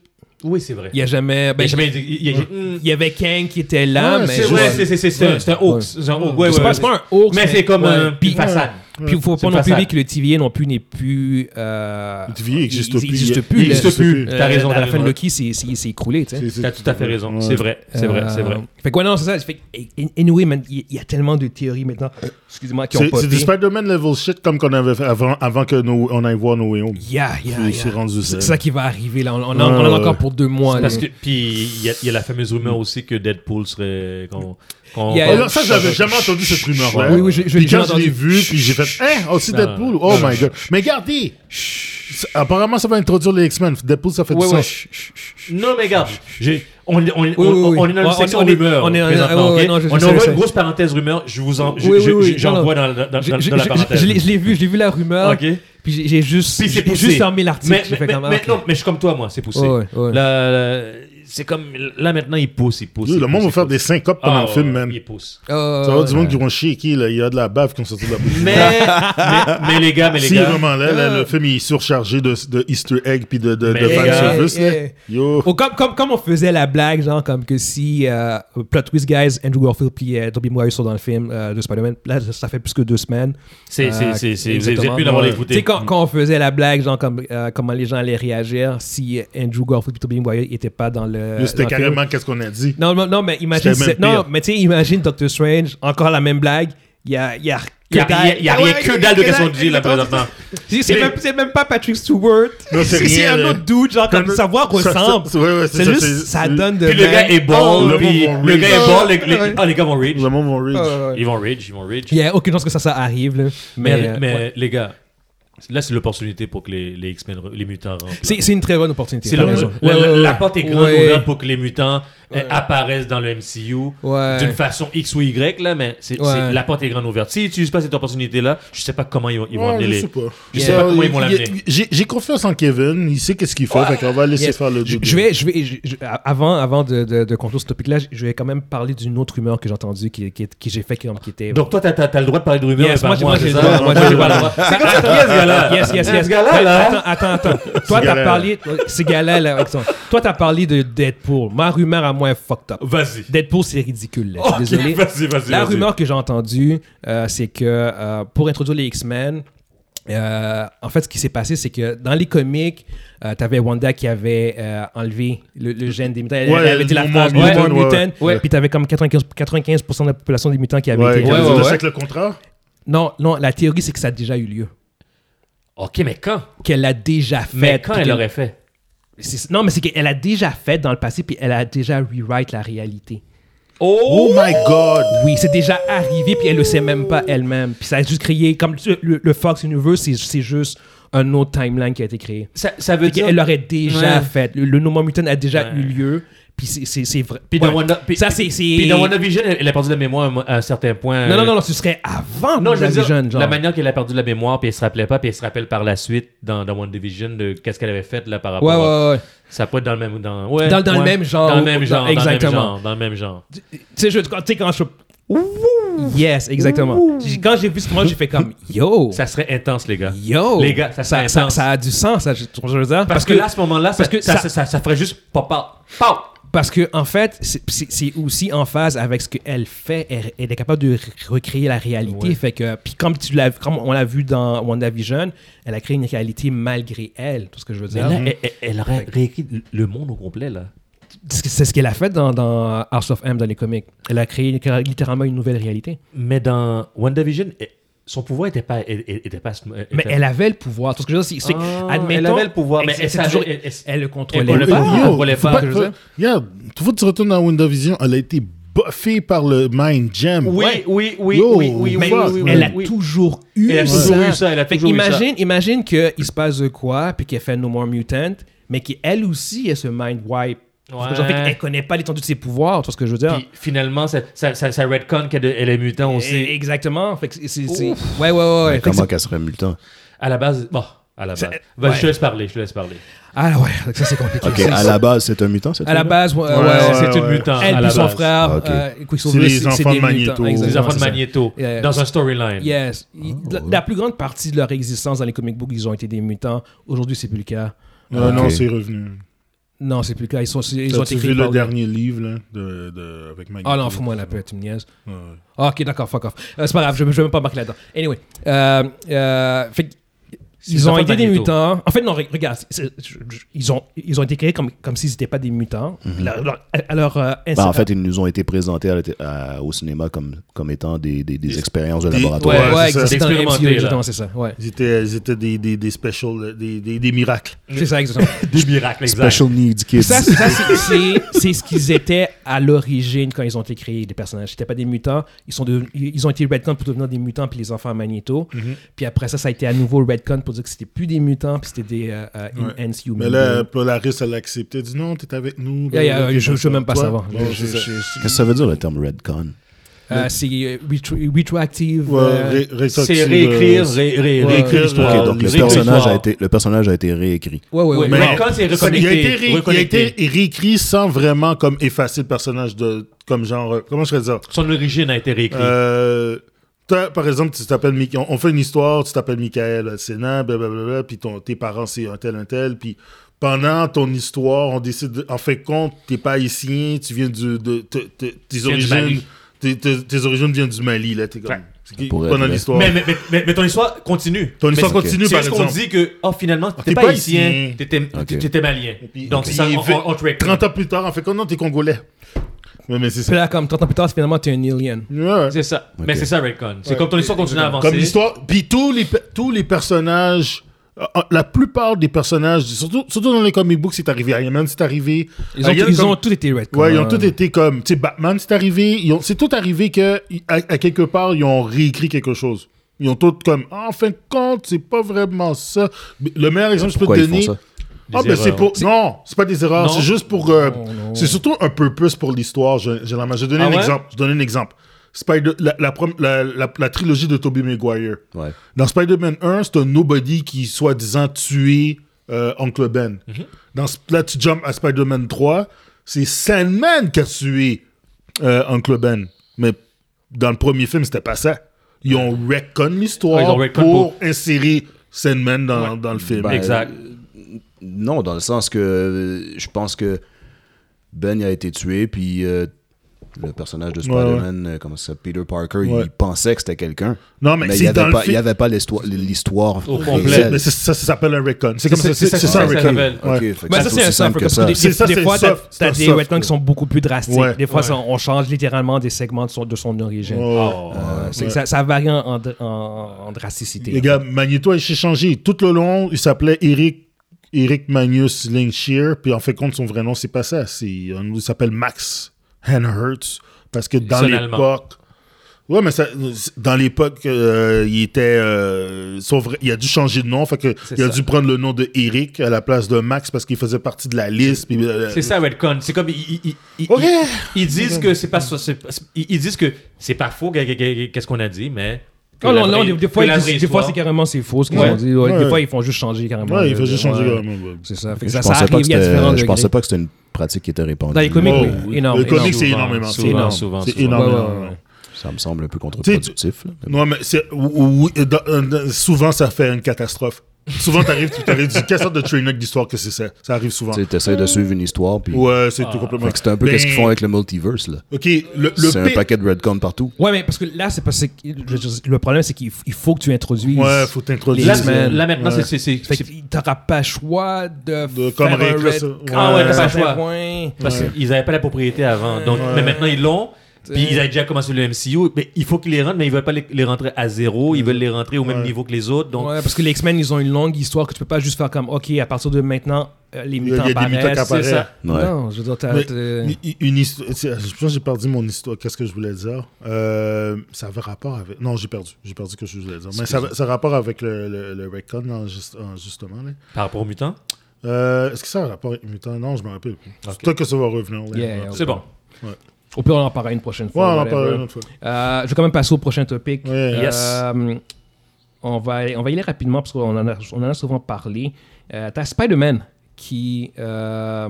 Oui, c'est vrai. Il y a jamais ben, Mais jamais- il- il- il- il y avait Kang qui était là, Ouais, mais C'est juste- vrai, c'est- c'est- c'est- c'est un- c'est un Ouais. hoax. C'est un hoax, ouais, c'est ouais, pas, ouais. c'est pas un hoax, Mais c'est comme un- puis- une façade. Puis il faut C'est pas non une plus oublier façade. que le TVA non plus n'est plus. euh, Le TVA existe il- plus. Il existe plus. Il là. existe plus. Euh, T'as raison, À la t'as fin de raison. Loki, c'est- c'est c'est écroulé, tu sais. C'est- c'est- T'as tout à fait raison. Ouais. C'est vrai, c'est vrai, c'est vrai. Euh, Fait que ouais, non, c'est ça. Fait, que, eh, anyway, man, il y, il y a tellement de théories maintenant, excusez-moi, qui ont C'est popé. c'est du Spider-Man level shit comme qu'on avait fait avant, avant que nos, on aille voir No Way Home. Yeah, yeah, C'est- yeah. c'est rendu ça. C'est ça qui va arriver, là. On, on, en- Ouais, on en a ouais. encore pour deux mois. Parce là. que, puis il y, a- il y a la fameuse rumeur aussi que Deadpool serait. qu'on- qu'on- Il y a- Oh, là, ça, j'avais jamais entendu cette rumeur-là. Oui, oui, je- je l'ai Puis déjà quand je l'ai entendu. vu, puis j'ai fait, hein, aussi Non, Deadpool. non, oh non, my god. Mais regardez, Ça- apparemment, ça va introduire les X-Men. Deadpool, ça fait Ouais, du ouais. sens. Non, mais regarde, j'ai- on, on, on, oui, oui. on est dans On- une section on est- rumeur. on est- on est- présentement, ouais, ouais, ok? non, je sais, On je envoie sais. une grosse parenthèse rumeur. Je vous en, je- Oui, je- oui, oui, je- j'en non, non. vois dans, dans- dans- Je- dans je- la je- parenthèse. je l'ai- je l'ai vu, j'ai vu la rumeur. Ok. Puis j'ai- j'ai juste, Puis c'est j'ai poussé. juste fermé l'article. Mais, j'ai mais, fait mais, comme, mais ah, non, mais je suis comme toi, moi, c'est poussé. Ouais, ouais, ouais. Là, là, c'est comme là maintenant, il pousse, il pousse. Dude, il le monde va pousse, faire il des pousse. syncopes pendant Ah, le film, ouais, man. Il pousse. euh, Ça va du monde ouais. qui vont chier, qui, là, il y a de la bave *laughs* qui ont sorti de la bouche. Mais, mais, mais les gars, mais les Si gars. vraiment là, là, le Ah. film il est surchargé de, de Easter egg puis de, de, Mais de les fan gars, service, là. eh, Yo. Oh, comme, comme, comme on faisait la blague, genre, comme que si euh, Plot Twist Guys, Andrew Garfield puis euh, Tobey Maguire sont dans le film euh, de Spider-Man, là, ça- ça fait plus que deux semaines. C'est, c'est, Euh, c'est, c'est, vous avez exactement. pu l'avoir Ouais. Tu sais, écouté. quand, quand on faisait la blague, genre, comme, euh, comment les gens allaient réagir si Andrew Garfield et Tobey Maguire n'étaient pas dans le. Yo, dans C'était le film. carrément qu'est-ce qu'on a dit. Non, non, non, mais imagine. C'était même c'est- Non, pire. mais tu sais, imagine Doctor Strange, encore la même blague. Il y a, il y a, Il n'y a, que dalle. rien- il y a rien Ouais, que dalle de que question de dalle, dire là hein. exactement. présentement. C'est- C'est même, c'est même pas Patrick Stewart. Non, c'est C'est c'est rien, un là. autre dude, genre, comme sa voix Ça- ça- ressemble. ouais, ouais, C'est ça, juste, ça donne de. Puis le gars est Oh, ball, le puis monde vont le rage. gars est ball, les- les- Ouais. ah, les gars vont rage. Le monde va rage. Il Ils vont rage, ils vont rage. y a aucune chance que ça, ça arrive, là. Mais, Mais, euh, mais ouais. les gars, là, c'est l'opportunité pour que les, les X-Men, re- les mutants rentrent. c'est c'est une très bonne opportunité. C'est t'as le- raison. la, Ouais, la- ouais, la ouais. porte est grande Ouais. ouverte pour que les mutants euh, apparaissent dans le MCU Ouais. d'une façon X ou Y, là, mais c'est- Ouais. c'est- la porte est grande ouverte. S'ils n'utilisent pas cette opportunité-là, je sais pas comment ils vont, ils vont Ouais, amener je les. sais pas. je sais pas comment ils vont Il y a- l'amener. J'ai j'ai confiance en Kevin, il sait qu'est-ce qu'il fait, fait qu'on va laisser Yes. faire le Je, dodo. je vais, je vais, je- je- avant, avant de, de, de conclure ce topic-là, je- je vais quand même parler d'une autre rumeur que j'ai entendue, qui, qui, qui j'ai fait, qui, qui était. Donc toi, t'as as, le droit de parler de rumeurs, Yes, mais moi, pas j'ai- moi, moi, c'est j'ai ça? le droit, moi, j'ai Moi, le j'ai pas droit. le droit. C'est comme ça, t'as ce gars-là. Yes, yes, yes. Ce gars-là, Ouais, là. Attends, attends, attends. Toi, gars-là, t'as parlé. Ces gars-là, là, exemple. Toi, t'as parlé de Deadpool. Ma rumeur à moi est fucked up. Vas-y. Deadpool, c'est ridicule. là. Je suis *laughs* Ok, *laughs* Désolé. Vas-y, vas-y. La vas-y. rumeur que j'ai entendue, euh, c'est que euh, pour introduire les X-Men, euh, en fait, ce qui s'est passé, c'est que dans les comics, euh, t'avais Wanda qui avait euh, enlevé le, le gène des mutants. Elle, Ouais, elle avait dit la le phrase moment Mutant, mutant, ouais. mutant. Puis t'avais comme 95, 95% de la population des mutants qui avait Ouais, été. Kevin, ouais, c'est ouais. ça avec le contrat. Non, non, la théorie, c'est que ça a déjà eu lieu. Ok, mais quand Qu'elle l'a déjà fait. Mais quand puis elle qu'elle- aurait fait c'est- Non, mais c'est qu'elle a déjà fait dans le passé, puis elle a déjà rewrite la réalité. Oh my god! Oui, c'est déjà arrivé, puis elle le sait même pas elle-même. Puis ça a juste créé, comme le, le- le Fox Universe, c'est- c'est juste un autre timeline qui a été créé. ça, ça veut Fait dire. qu'elle l'aurait déjà Ouais. fait. Le, le No More Mutant a déjà Ouais. eu lieu, puis c'est- c'est c'est vrai. Puis dans Ouais. Wanda- puis- Ça, c'est... c'est- Puis dans WandaVision, elle, elle a perdu la mémoire à un- à un certain point. Non, non, non, Euh, non, ce serait avant Non, je veux dire, jeune, genre. la manière qu'elle a perdu la mémoire, puis elle se rappelait pas, puis elle se rappelle par la suite dans, dans WandaVision de qu'est-ce qu'elle avait fait là par rapport Ouais, ouais, à... ouais. ouais. Ça peut être dans le même... Dans, ouais, Dans- dans le ouais. même genre, Dans le même ou- genre, dans- dans, exactement. le même genre. Dans le même genre. Tu sais, je- quand- tu sais, quand je... Yes, exactement. J'ai- Quand j'ai vu ce moment, j'ai fait comme, yo, Ça serait intense, les gars. yo. Les gars, ça serait ça, intense. ça a du sens, ça, je, je veux dire. parce, que, là, à ce moment-là, ça, parce que ça, ça- ça, ça- ça ferait juste pop out. Pow! Parce que en fait, c'est- c'est c'est aussi en phase avec ce qu'elle fait. Elle, elle est capable de r- recréer la réalité. Fait que, puis comme tu l'as, comme on l'a vu dans WandaVision, elle a créé une réalité malgré elle. Tout ce que je veux Mais dire. là, elle, elle- elle aurait réécrit le monde au complet, là. C'est ce que- c'est ce qu'elle a fait dans, dans House of M dans les comics. Elle a créé une- littéralement une nouvelle réalité. Mais dans WandaVision, elle- son pouvoir était pas... elle- elle- était pas Mais elle avait le pouvoir. Tout ce que je veux dire, c'est- c'est Ah, admettons, elle avait le pouvoir, mais c'est- elle c'est savait- toujours- elle- elle- elle le elle contrôlait voulait pas. pas. Yo, on voulait faut pas, pas- je veux dire. Regarde, faut que tu retournes à WandaVision, elle a été buffée par le Mind Jam. Oui, Ouais. oui, oui, Yo, oui, oui, Mais oui, oui, oui, elle a oui. toujours eu Elle a ça. toujours eu ça, elle a Fait toujours eu ça. imagine, imagine qu'il se passe de quoi, puis qu'elle fait No More Mutant, mais qu'elle aussi, elle se mind wipe. Ouais. Genre, fait qu'elle connaît pas l'étendue de ses pouvoirs, tu vois ce que je veux dire. Puis finalement, ça, ça, ça, ça redcon qu'elle est- elle est mutant Et- aussi. Exactement. Fait que c'est- c'est- c'est- Ouais, ouais, ouais. ouais. Fait que Comment c'est- qu'elle serait mutant? À la base, bon, à la base. Vas-y, Je te laisse parler, je te laisse parler. Ah ouais, fait que ça Ah, c'est compliqué. Ok, C'est- à la base, c'est un mutant, cette à la fille-là? base, ouais, ouais, ouais, c'est- ouais. c'est une mutant. elle à puis la son base. frère, Ah, ok. euh, Quicksilver, C'est les enfants des mutants. de Magneto. Exactement, Les enfants de c'est ça. Magneto, Yeah. dans un storyline. Yes. Il- la, Oh. la plus grande partie de leur existence dans les comic books, ils ont été des mutants. Aujourd'hui, c'est plus le cas. Non, Euh, non, Ok. c'est revenu. Non, c'est plus le cas. Ils, sont, ils ont T'as-tu été créés vu par le dernier livre là, de, de, avec Magneto? Ah non, fous-moi la paix, tu me niaises. Ouais. Ah, ok, d'accord, fuck off. Euh, c'est pas grave, je, je vais même pas marquer là-dedans. Anyway, euh, euh, fait que Ils ont affaires aidé des Magneto. mutants. En fait, non, re- regarde, c'est- c'est- je- je- ils, ont, ils ont été créés comme, comme s'ils n'étaient pas des mutants. Leur- leur- à leur, euh, Ben, en insa- fait, ils nous ont été présentés à la té- à- au cinéma comme, comme étant des, des- des Des- expériences de des- laboratoire. Ouais, Ouais, ouais, c'est ça. exactement, dans le D'expérimenter, MCU, là. exactement, c'est ça. Ouais. Ils étaient, ils étaient des, des, des specials, des, des, des miracles. C'est ça, exactement. Des miracles, exact. Special Needs Kids. Puis ça, c'est- ça, c'est- c'est c'est ce qu'ils étaient à l'origine quand ils ont été créés, les personnages. C'était pas des mutants. Ils, sont devenus- ils ont été redcon pour devenir des mutants puis les enfants à Magneto. Puis après ça, ça a été à nouveau redcon pour dire que c'était plus des mutants puis c'était des euh, euh, Ouais. Enhanced Human Mais là, Being. Polaris, elle a accepté. Elle dit non, t'es avec nous. Yeah, yeah, je- je veux même pas Toi? savoir. Bon, Je- c'est je- ça. Qu'est-ce que ça veut dire le terme Redcon Euh, C'est euh, retro- retroactive. Ouais, euh, ré- rétroactive, C'est réécrire, euh, ré- ré- Ouais. réécrire Ok, l'histoire. Ok, Ah, donc le les histoires. personnage, a été, le personnage a été réécrit. ouais, ouais, ouais. Mais Mais- Redcon, c'est Comme Il a été, reconnecté. ré- il a été réécrit sans vraiment comme effacer le personnage de comme genre euh, comment je vais dire Son origine a été réécrite. euh, toi, par exemple tu t'appelles Mi- on, on fait une histoire tu t'appelles Michael Sénat blablabla puis ton, tes parents c'est un tel un tel puis pendant ton histoire on décide de- en fait compte t'es pas haïtien tu viens du de, te- te- tes viens du origines Mali. tes, tes- tes origines viennent du Mali là t'es comme Ouais. c'est qui- Pourrait pendant être, l'histoire mais, mais, mais, mais- mais ton histoire continue. ton Mais histoire c'est- continue C'est par ce qu'on exemple dit que, oh, finalement, t'étais T'es pas pas haïtien, haïtien. t'étais Ok. t'étais malien. Puis- Donc, c'est ça, puis- on, on, on te réécrit. 30 ans plus tard en fait compte non t'es congolais mais, mais c'est Puis ça là, comme 30 ans plus tard, finalement, t'es un alien. Ouais. C'est ça. Mais c'est ça, Redcon. C'est Ouais. comme ton histoire continue à avancer. Comme l'histoire. Puis tous les, pe- tous les personnages. euh, euh, La plupart des personnages, surtout, surtout dans les comic books, c'est arrivé. Iron Man, c'est arrivé. Ils ont, Iron ils comme- ont tous été euh, redcon. Ouais, ils ont tous euh, été comme. Tu sais, Batman, c'est arrivé. Ils ont- C'est tout arrivé que, à, à quelque part, ils ont réécrit quelque chose. Ils ont tous comme. En fin de compte, c'est pas vraiment ça. Le meilleur exemple que je peux Pourquoi te ils font donner. ça Ah, Des ben c'est erreurs. pour. Non, c'est pas des erreurs. Non. C'est juste pour. euh, Non, non. c'est surtout un purpose pour l'histoire. Je, je, la- je vais donner Ah un ouais? exemple. Je vais donner un exemple. Spider, la, la prom- la- la- la trilogie de Tobey Maguire. Ouais. Dans Spider-Man 1, c'est un nobody qui, soi-disant, tué euh, Uncle Ben. Mhm. Dans, Sp- là, tu jumps à Spider-Man 3, c'est Sandman qui a tué euh, Uncle Ben. Mais dans le premier film, c'était pas ça. Ils ont retcon l'histoire Ouais, ils ont retcon pour insérer Sandman dans, dans le film. Ben, Exact. Non, dans le sens que euh, je pense que Ben a été tué, puis euh, le personnage de ouais. Spider-Man, euh, comment ça, s'appelle, Peter Parker, Ouais. il pensait que c'était quelqu'un. Non, mais mais il n'y c'est dans avait, le pas- il film. y avait pas l'histoire. l'histoire Au réelle. complet. Mais c'est- ça, ça s'appelle un retcon. C'est comme C'est- c'est- ça, c'est c'est c'est ça ça un que ça retcon. s'appelle. Ok, fait Ouais. que Mais c'est ça, aussi c'est un simple soft. que parce que ça. des- C'est des- ça, Des c'est fois, t'as- soft, c'est t'as un des soft. retcons qui sont beaucoup plus drastiques. Ouais, Des fois, ouais. ça- on change littéralement des segments de son- de son origine. Oh. Euh, c'est- Ouais. ça, ça varie en, en- en- en drasticité. Les gars, Magneto a changé. Tout le long, il s'appelait Eric, Eric Magnus Linkshear. Puis en fait, compte, son vrai nom, c'est pas ça. C'est- on- Il s'appelle Max Hanhertz. Parce que dans Son allemand. l'époque. Ouais, mais ça- dans l'époque, euh, il était. euh, son vrai- il a dû changer de nom. Fait que, C'est il a ça. dû prendre le nom de Eric à la place de Max parce qu'il faisait partie de la liste. puis, euh, C'est ça, Redcon. C'est comme. Ils, ils- ils- Ok. ils- ils disent que c'est pas. c'est- c'est- Ils ils disent que c'est pas faux, qu'est- qu'est- qu'est- qu'est-ce qu'on a dit, mais. que Oh la non, non, vraie- des, des que fois, la ils- vraie des fois, histoire- c'est carrément c'est faux ce qu'ils Ouais. ont dit. Ouais, Des Ouais. fois, ils font juste changer carrément. Ouais, il de- faut juste de- changer. ouais. vraiment, ouais. C'est ça. Fait que Je ça, ça pensais pas que arrive à c'était- différents je degrés. pensais pas que c'était une pratique qui était répandue. Dans les comics, Oh, oui. oui. Énorme. Le énorme. comics, c'est Souvent, énormément. C'est souvent, énorme. souvent, C'est souvent. Ouais, ouais, énormément. ouais. Ça me semble un peu contre-productif. là. Mais bon. Non, mais c'est, ou- ou- dans- euh, dans- souvent, ça fait une catastrophe. Souvent, t'arrives, tu t'arrives du casseur de train wreck d'histoire que c'est ça. Ça arrive souvent. Tu essaies de suivre une histoire, puis Ouais, c'est Ah. tout complètement. Fait que c'est un peu Ben, qu'est-ce qu'ils font avec le multiverse là. Ok, le, le C'est un pire- paquet de redcon partout. Ouais, mais parce que là, c'est parce que je- je- le problème, c'est qu'il f- il faut que tu introduises. Ouais, faut t'introduire. Là, Les semaines. là, maintenant, Ouais. c'est- c'est. Fait c'est- que t'auras pas le choix de, De faire comme un réécrire red- ça. Ah ouais, t'as pas le certain choix. point. Parce qu'ils n'avaient pas la propriété avant. Donc, Mais maintenant, ils l'ont. Puis ils avaient déjà commencé le MCU. Mais il faut qu'ils les rentrent, mais ils veulent pas les, les rentrer à zéro. Ils veulent les rentrer au même niveau que les autres. Donc, Ouais, parce que les X-Men, ils ont une longue histoire que tu peux pas juste faire comme, OK, à partir de maintenant, euh, les Il y a mutants il y a des mutants qui apparaissent. apparaissent. apparaissent. c'est ça. Ouais. Non, je veux dire, t'as- Mais- t'es- Une- Une histoire. Je pense que j'ai perdu mon histoire. Qu'est-ce que je voulais dire Euh, Ça avait rapport avec. Non, j'ai perdu. J'ai perdu ce que je voulais dire. Mais ça, avait- ça a rapport avec le, le, le retcon, non, juste- euh, justement. là. par rapport aux mutants, Euh, Est-ce que ça a rapport avec Mutant Non, je me rappelle plus. C'est toi que ça va revenir. là. Yeah, Ouais, ok. c'est bon. Au pire, on en parlera une prochaine on fois. en whatever. parlera une autre fois. Euh, je vais quand même passer au prochain topic. Ouais. Euh, on, va, on va y aller rapidement parce qu'on en a, on en a souvent parlé. Euh, T'as Spider-Man qui, euh,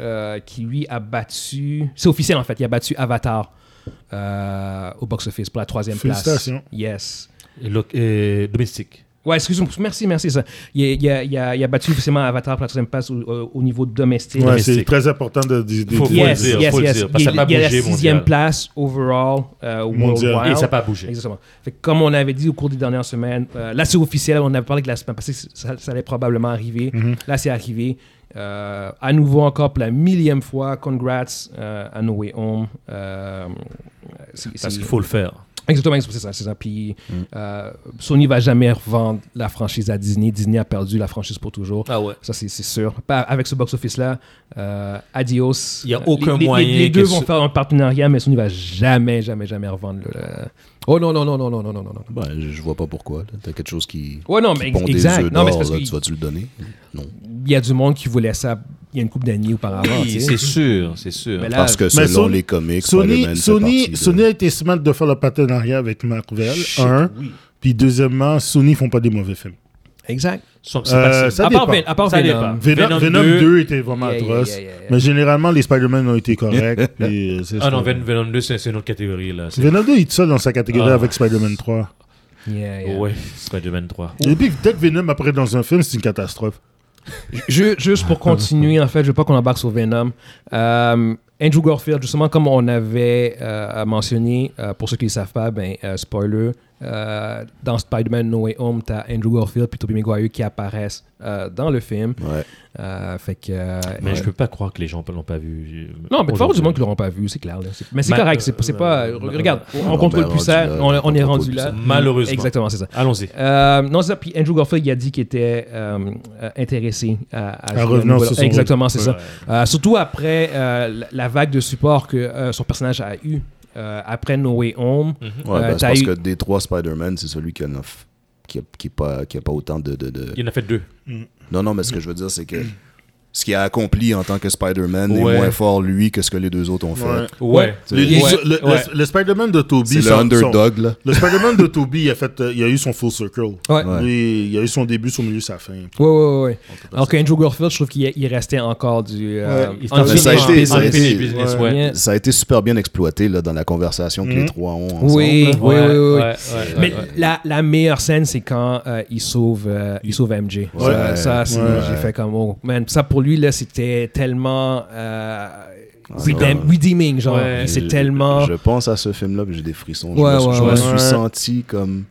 euh, qui lui a battu. C'est officiel en fait, il a battu Avatar euh, au box-office pour la troisième place. Félicitations. Yes. Et lo- et domestique. Ouais, excuse-moi. Merci, merci. Ça. Il, a, il a- il a- il a battu forcément Avatar pour la troisième place au, au- au niveau domestique. Ouais, Domestique. c'est très important de, de- de- Faut- de- Yes. le dire, faut le dire, parce que ça il, a pas il est à la bougé, sixième mondial. place overall euh, Mondial. worldwide. Et ça n'a pas bougé. Exactement. Fait que comme on avait dit au cours des dernières semaines, euh, là c'est officiel, on avait parlé que la semaine passée c- ça, ça allait probablement arriver. Mm-hmm. Là c'est arrivé. Euh, à nouveau encore pour la millième fois, congrats euh, à No Way Home. Euh, c'est- Parce c'est- qu'il faut Mm. le faire. Exactement, c'est ça, c'est ça. Puis euh, Sony va jamais revendre la franchise à Disney. Disney a perdu la franchise pour toujours. Ah ouais. Ça, c'est c'est sûr. Pas avec ce box-office-là, euh, adios. Il y a Euh, aucun les- les- moyen Les, les deux que vont ce- faire un partenariat, mais Sony va jamais, jamais, jamais revendre le. le- Oh non, non, non, non, non, non, non, non. non. Ben, je vois pas pourquoi. là. T'as quelque chose qui. Ouais, non, mais qui pond des exact. œufs Non, mais c'est d'or, parce là, qu'il- Tu vas-tu le donner Non. Il y a du monde qui voulait ça il y a une couple d'années Ah, auparavant. tu Oui, sais. c'est sûr, c'est sûr. Mais là, Parce que selon Sony- les comics, Sony, Spider-Man fait Sony, partie de- Sony a été smart de faire le partenariat avec Marvel, un. Puis deuxièmement, Sony font pas des mauvais films. Exact. C'est Euh, facile. ça à part, dépend. Ven- à part Ça Venom. dépend. Venom, Venom Ah Venom 2, 2 était vraiment Yeah, yeah, atroce. yeah, yeah, yeah. Mais généralement, les Spider-Man ont été corrects. puis, euh, c'est- Ah non, Ven- Venom 2, c'est c'est une autre catégorie, là. C'est- Venom 2 est seul dans sa catégorie Ah. avec Spider-Man 3. Yeah, yeah. Ouais, Spider-Man 3. Et puis, dès que Venom apparaît dans un film, c'est une catastrophe. Ju- juste Ah, pour continuer, en fait, je veux pas qu'on embarque sur Venom. Euh, Andrew Garfield, justement, comme on avait euh, mentionné, euh, pour ceux qui ne le savent pas, ben, euh, spoiler, euh, dans Spider-Man No Way Home, tu as Andrew Garfield et Tobey Maguire qui apparaissent euh, dans le film. Ouais. Euh, fait que, euh, Mais ouais. je peux pas croire que les gens ne l'ont pas euh, vu. Non, mais il faut Aujourd'hui. du *laughs* monde qui ne l'auront pas vu, c'est clair. là. C'est- Mais c'est Ma- correct, c'est c'est euh, pas... euh, regarde, on, on contrôle est plus ça, rendu là, on, on on est contrôle rendu plus là. ça. Malheureusement. Exactement, c'est ça. Allons-y. Euh, non, c'est ça. Puis Andrew Garfield, il a dit qu'il était euh, euh, intéressé à, À jouer revenir nouvel- sur son Exactement, c'est ça. Ouais. Euh, surtout après euh, la- la vague de support que euh, son personnage a eu euh, après No Way Home. Ouais, Euh, ben, c'est t'as parce eu- que des trois Spider-Man, c'est celui qui en a f- qui a, qui a pas, qui a pas autant de, de- de- Il en a fait deux. Non, non, mais ce que je veux dire, c'est que ce qu'il a accompli en tant que Spider-Man Ouais. est moins fort, lui, que ce que les deux autres ont fait. Ouais. Ouais. Le, Ouais. le- le- Ouais. le Spider-Man de Toby, C'est le son- son- underdog, là. le Spider-Man de Toby, il a, fait, euh, il a eu son full circle. Ouais. Ouais. Lui, il a eu son début, son milieu, sa fin. Ouais, ouais, ouais. Alors qu'Andrew Garfield, je trouve qu'il il restait encore du. euh, Il en- s'en Mais ça a fait été- des ça a été- business, Ouais. ouais. Ça a été super bien exploité, là, dans la conversation que les trois ont ensemble. Mm-hmm. Oui, oui, oui, Ouais, oui, oui. ouais, ouais, Mais ouais. la, la meilleure scène, c'est quand euh, il, sauve, euh, il sauve MJ. Ça, Ouais. ça, c'est- Ouais. j'ai fait comme oh, man. Ça, pour lui, là, c'était tellement euh, redeem- non. redeeming. Genre, Ouais. il s'est Je- tellement. Je pense à ce film-là, puis j'ai des frissons. Je Ouais, me suis- ouais, je me, Ah. ouais. suis Ouais. senti comme...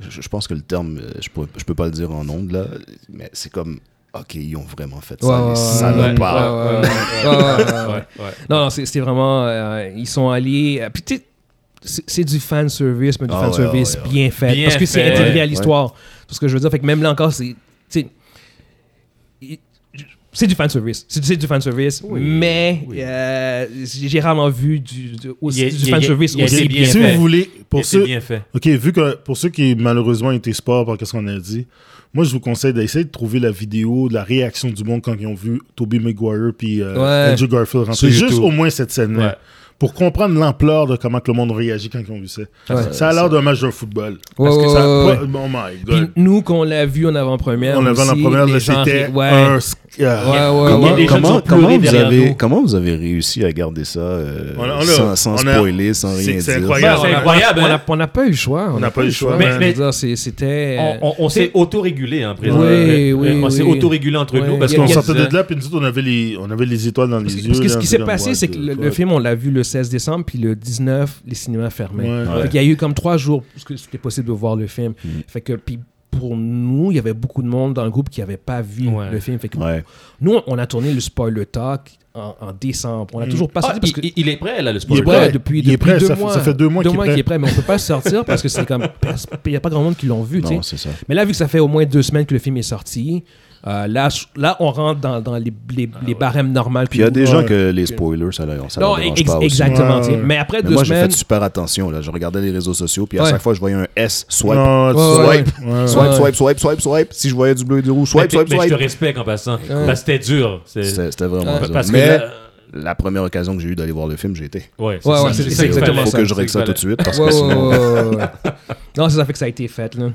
Je, je pense que le terme, euh, je peux, je peux pas le dire en ondes, là, mais c'est comme... OK, ils ont vraiment fait ça, Ouais, ouais, ouais, les ouais, salopards. ouais, ouais, ouais, ouais, ouais, ouais. Ouais, ouais. Non, non, c'est- c'était vraiment. euh, ils sont allés. euh, puis tu sais, c'est c'est du fan service, mais du Ah fan ouais, service ouais, ouais. bien fait. Bien parce que c'est fait. intégré à Ouais, l'histoire. C'est ce que je veux dire. Fait que même là encore, c'est. tu sais, il- C'est du fan service. C'est c'est du fan service. mais euh, j'ai j'ai rarement vu du, du, aussi- Il est- du il est- fan il est- service il est aussi bien bien si fait. vous voulez, Et pour C'est ceux, bien fait. OK, vu que pour ceux qui malheureusement étaient sport par ce qu'on a dit, moi je vous conseille d'essayer de trouver la vidéo de la réaction du monde quand ils ont vu Toby Maguire puis euh, Ouais. Andrew Sur Garfield rentrer. YouTube. Juste au moins cette scène-là. Ouais. Pour comprendre l'ampleur de comment que le monde réagit quand ils ont vu ça. Ouais. Ça a l'air d'un match de football. Ouais, ouais, ça- ouais, ouais. Oh my Puis god. nous, qu'on l'a vu en avant-première. On avait en aussi, première, les là, gens c'était ri- ouais. un. sc- euh, Ah Ouais, ouais, Comment- ouais. des gens qui ont pleuré vous derrière avez, nous. comment vous avez réussi à garder ça euh, On a- on a- sans, sans on a- spoiler, sans c'est- rien dire? c'est incroyable. On a- C'est incroyable, on a- hein. On n'a pas eu le choix. On n'a n'a pas eu le choix. Mais, man. mais- je veux dire, c'est- c'était. On, on- on s'est autorégulé, hein, présent. Oui, Euh, oui, euh, On oui. s'est autorégulé entre Ouais, nous parce il y a- on qu'on il y a- sortait de là, puis nous autres, on avait les, on avait les étoiles dans les yeux. Parce que ce là, qui on s'est était passé, comme, c'est what que the le, le fuck. film, on l'a vu le 16 décembre, puis le 19, les cinémas fermés. Ouais. Mm. Fait qu'il y a eu comme trois jours parce que c'était possible de voir le film. Fait que, puis pour nous, il y avait beaucoup de monde dans le groupe qui n'avait pas vu Ouais. le film. Fait que Ouais. nous, on a tourné le spoiler talk en, en décembre. On n'a toujours pas Ah, sorti parce que. il, il est prêt, là, le il spoiler. est prêt prêt. depuis, Mm. Il est depuis prêt, deux ça fait- mois. ça fait deux mois qu'il est prêt. mais on peut pas le sortir parce que c'est *laughs* comme il n'y a pas grand monde qui l'ont vu. tu sais. Non, c'est ça. Mais là, vu que ça fait au moins deux semaines que le film est sorti, euh, là, je- là, on rentre dans, dans les, les, Ah les barèmes normaux. Puis il y a des Ouais. euh, gens que les spoilers, ça, leur- ça Non, leur dérange ex- pas aussi. exactement. Ouais, tu sais. ouais. Mais après Mais deux moi, j'ai semaines. fait super attention. Là. Je regardais les réseaux sociaux, puis à Ouais. chaque fois, je voyais un S. Swipe. Non, Ouais, ouais, swipe. Swipe, swipe, swipe, swipe, swipe. Si je voyais du bleu et du rouge, Mais swipe, tu- swipe, mais je te swipe. respecte en passant. Parce que c'était dur. C'est- C'était c'était vraiment Ouais. ça. Parce que Mais là- la première occasion que j'ai eue d'aller voir le film, j'ai été. Ouais, Ouais, ça, ouais, c'est- c'est qu'il fallait. exactement Faut ça, que je règle ça tout de suite. parce que Ouais, ouais, sinon- ouais, ouais, ouais. non, c'est ça fait que ça a été fait. Là.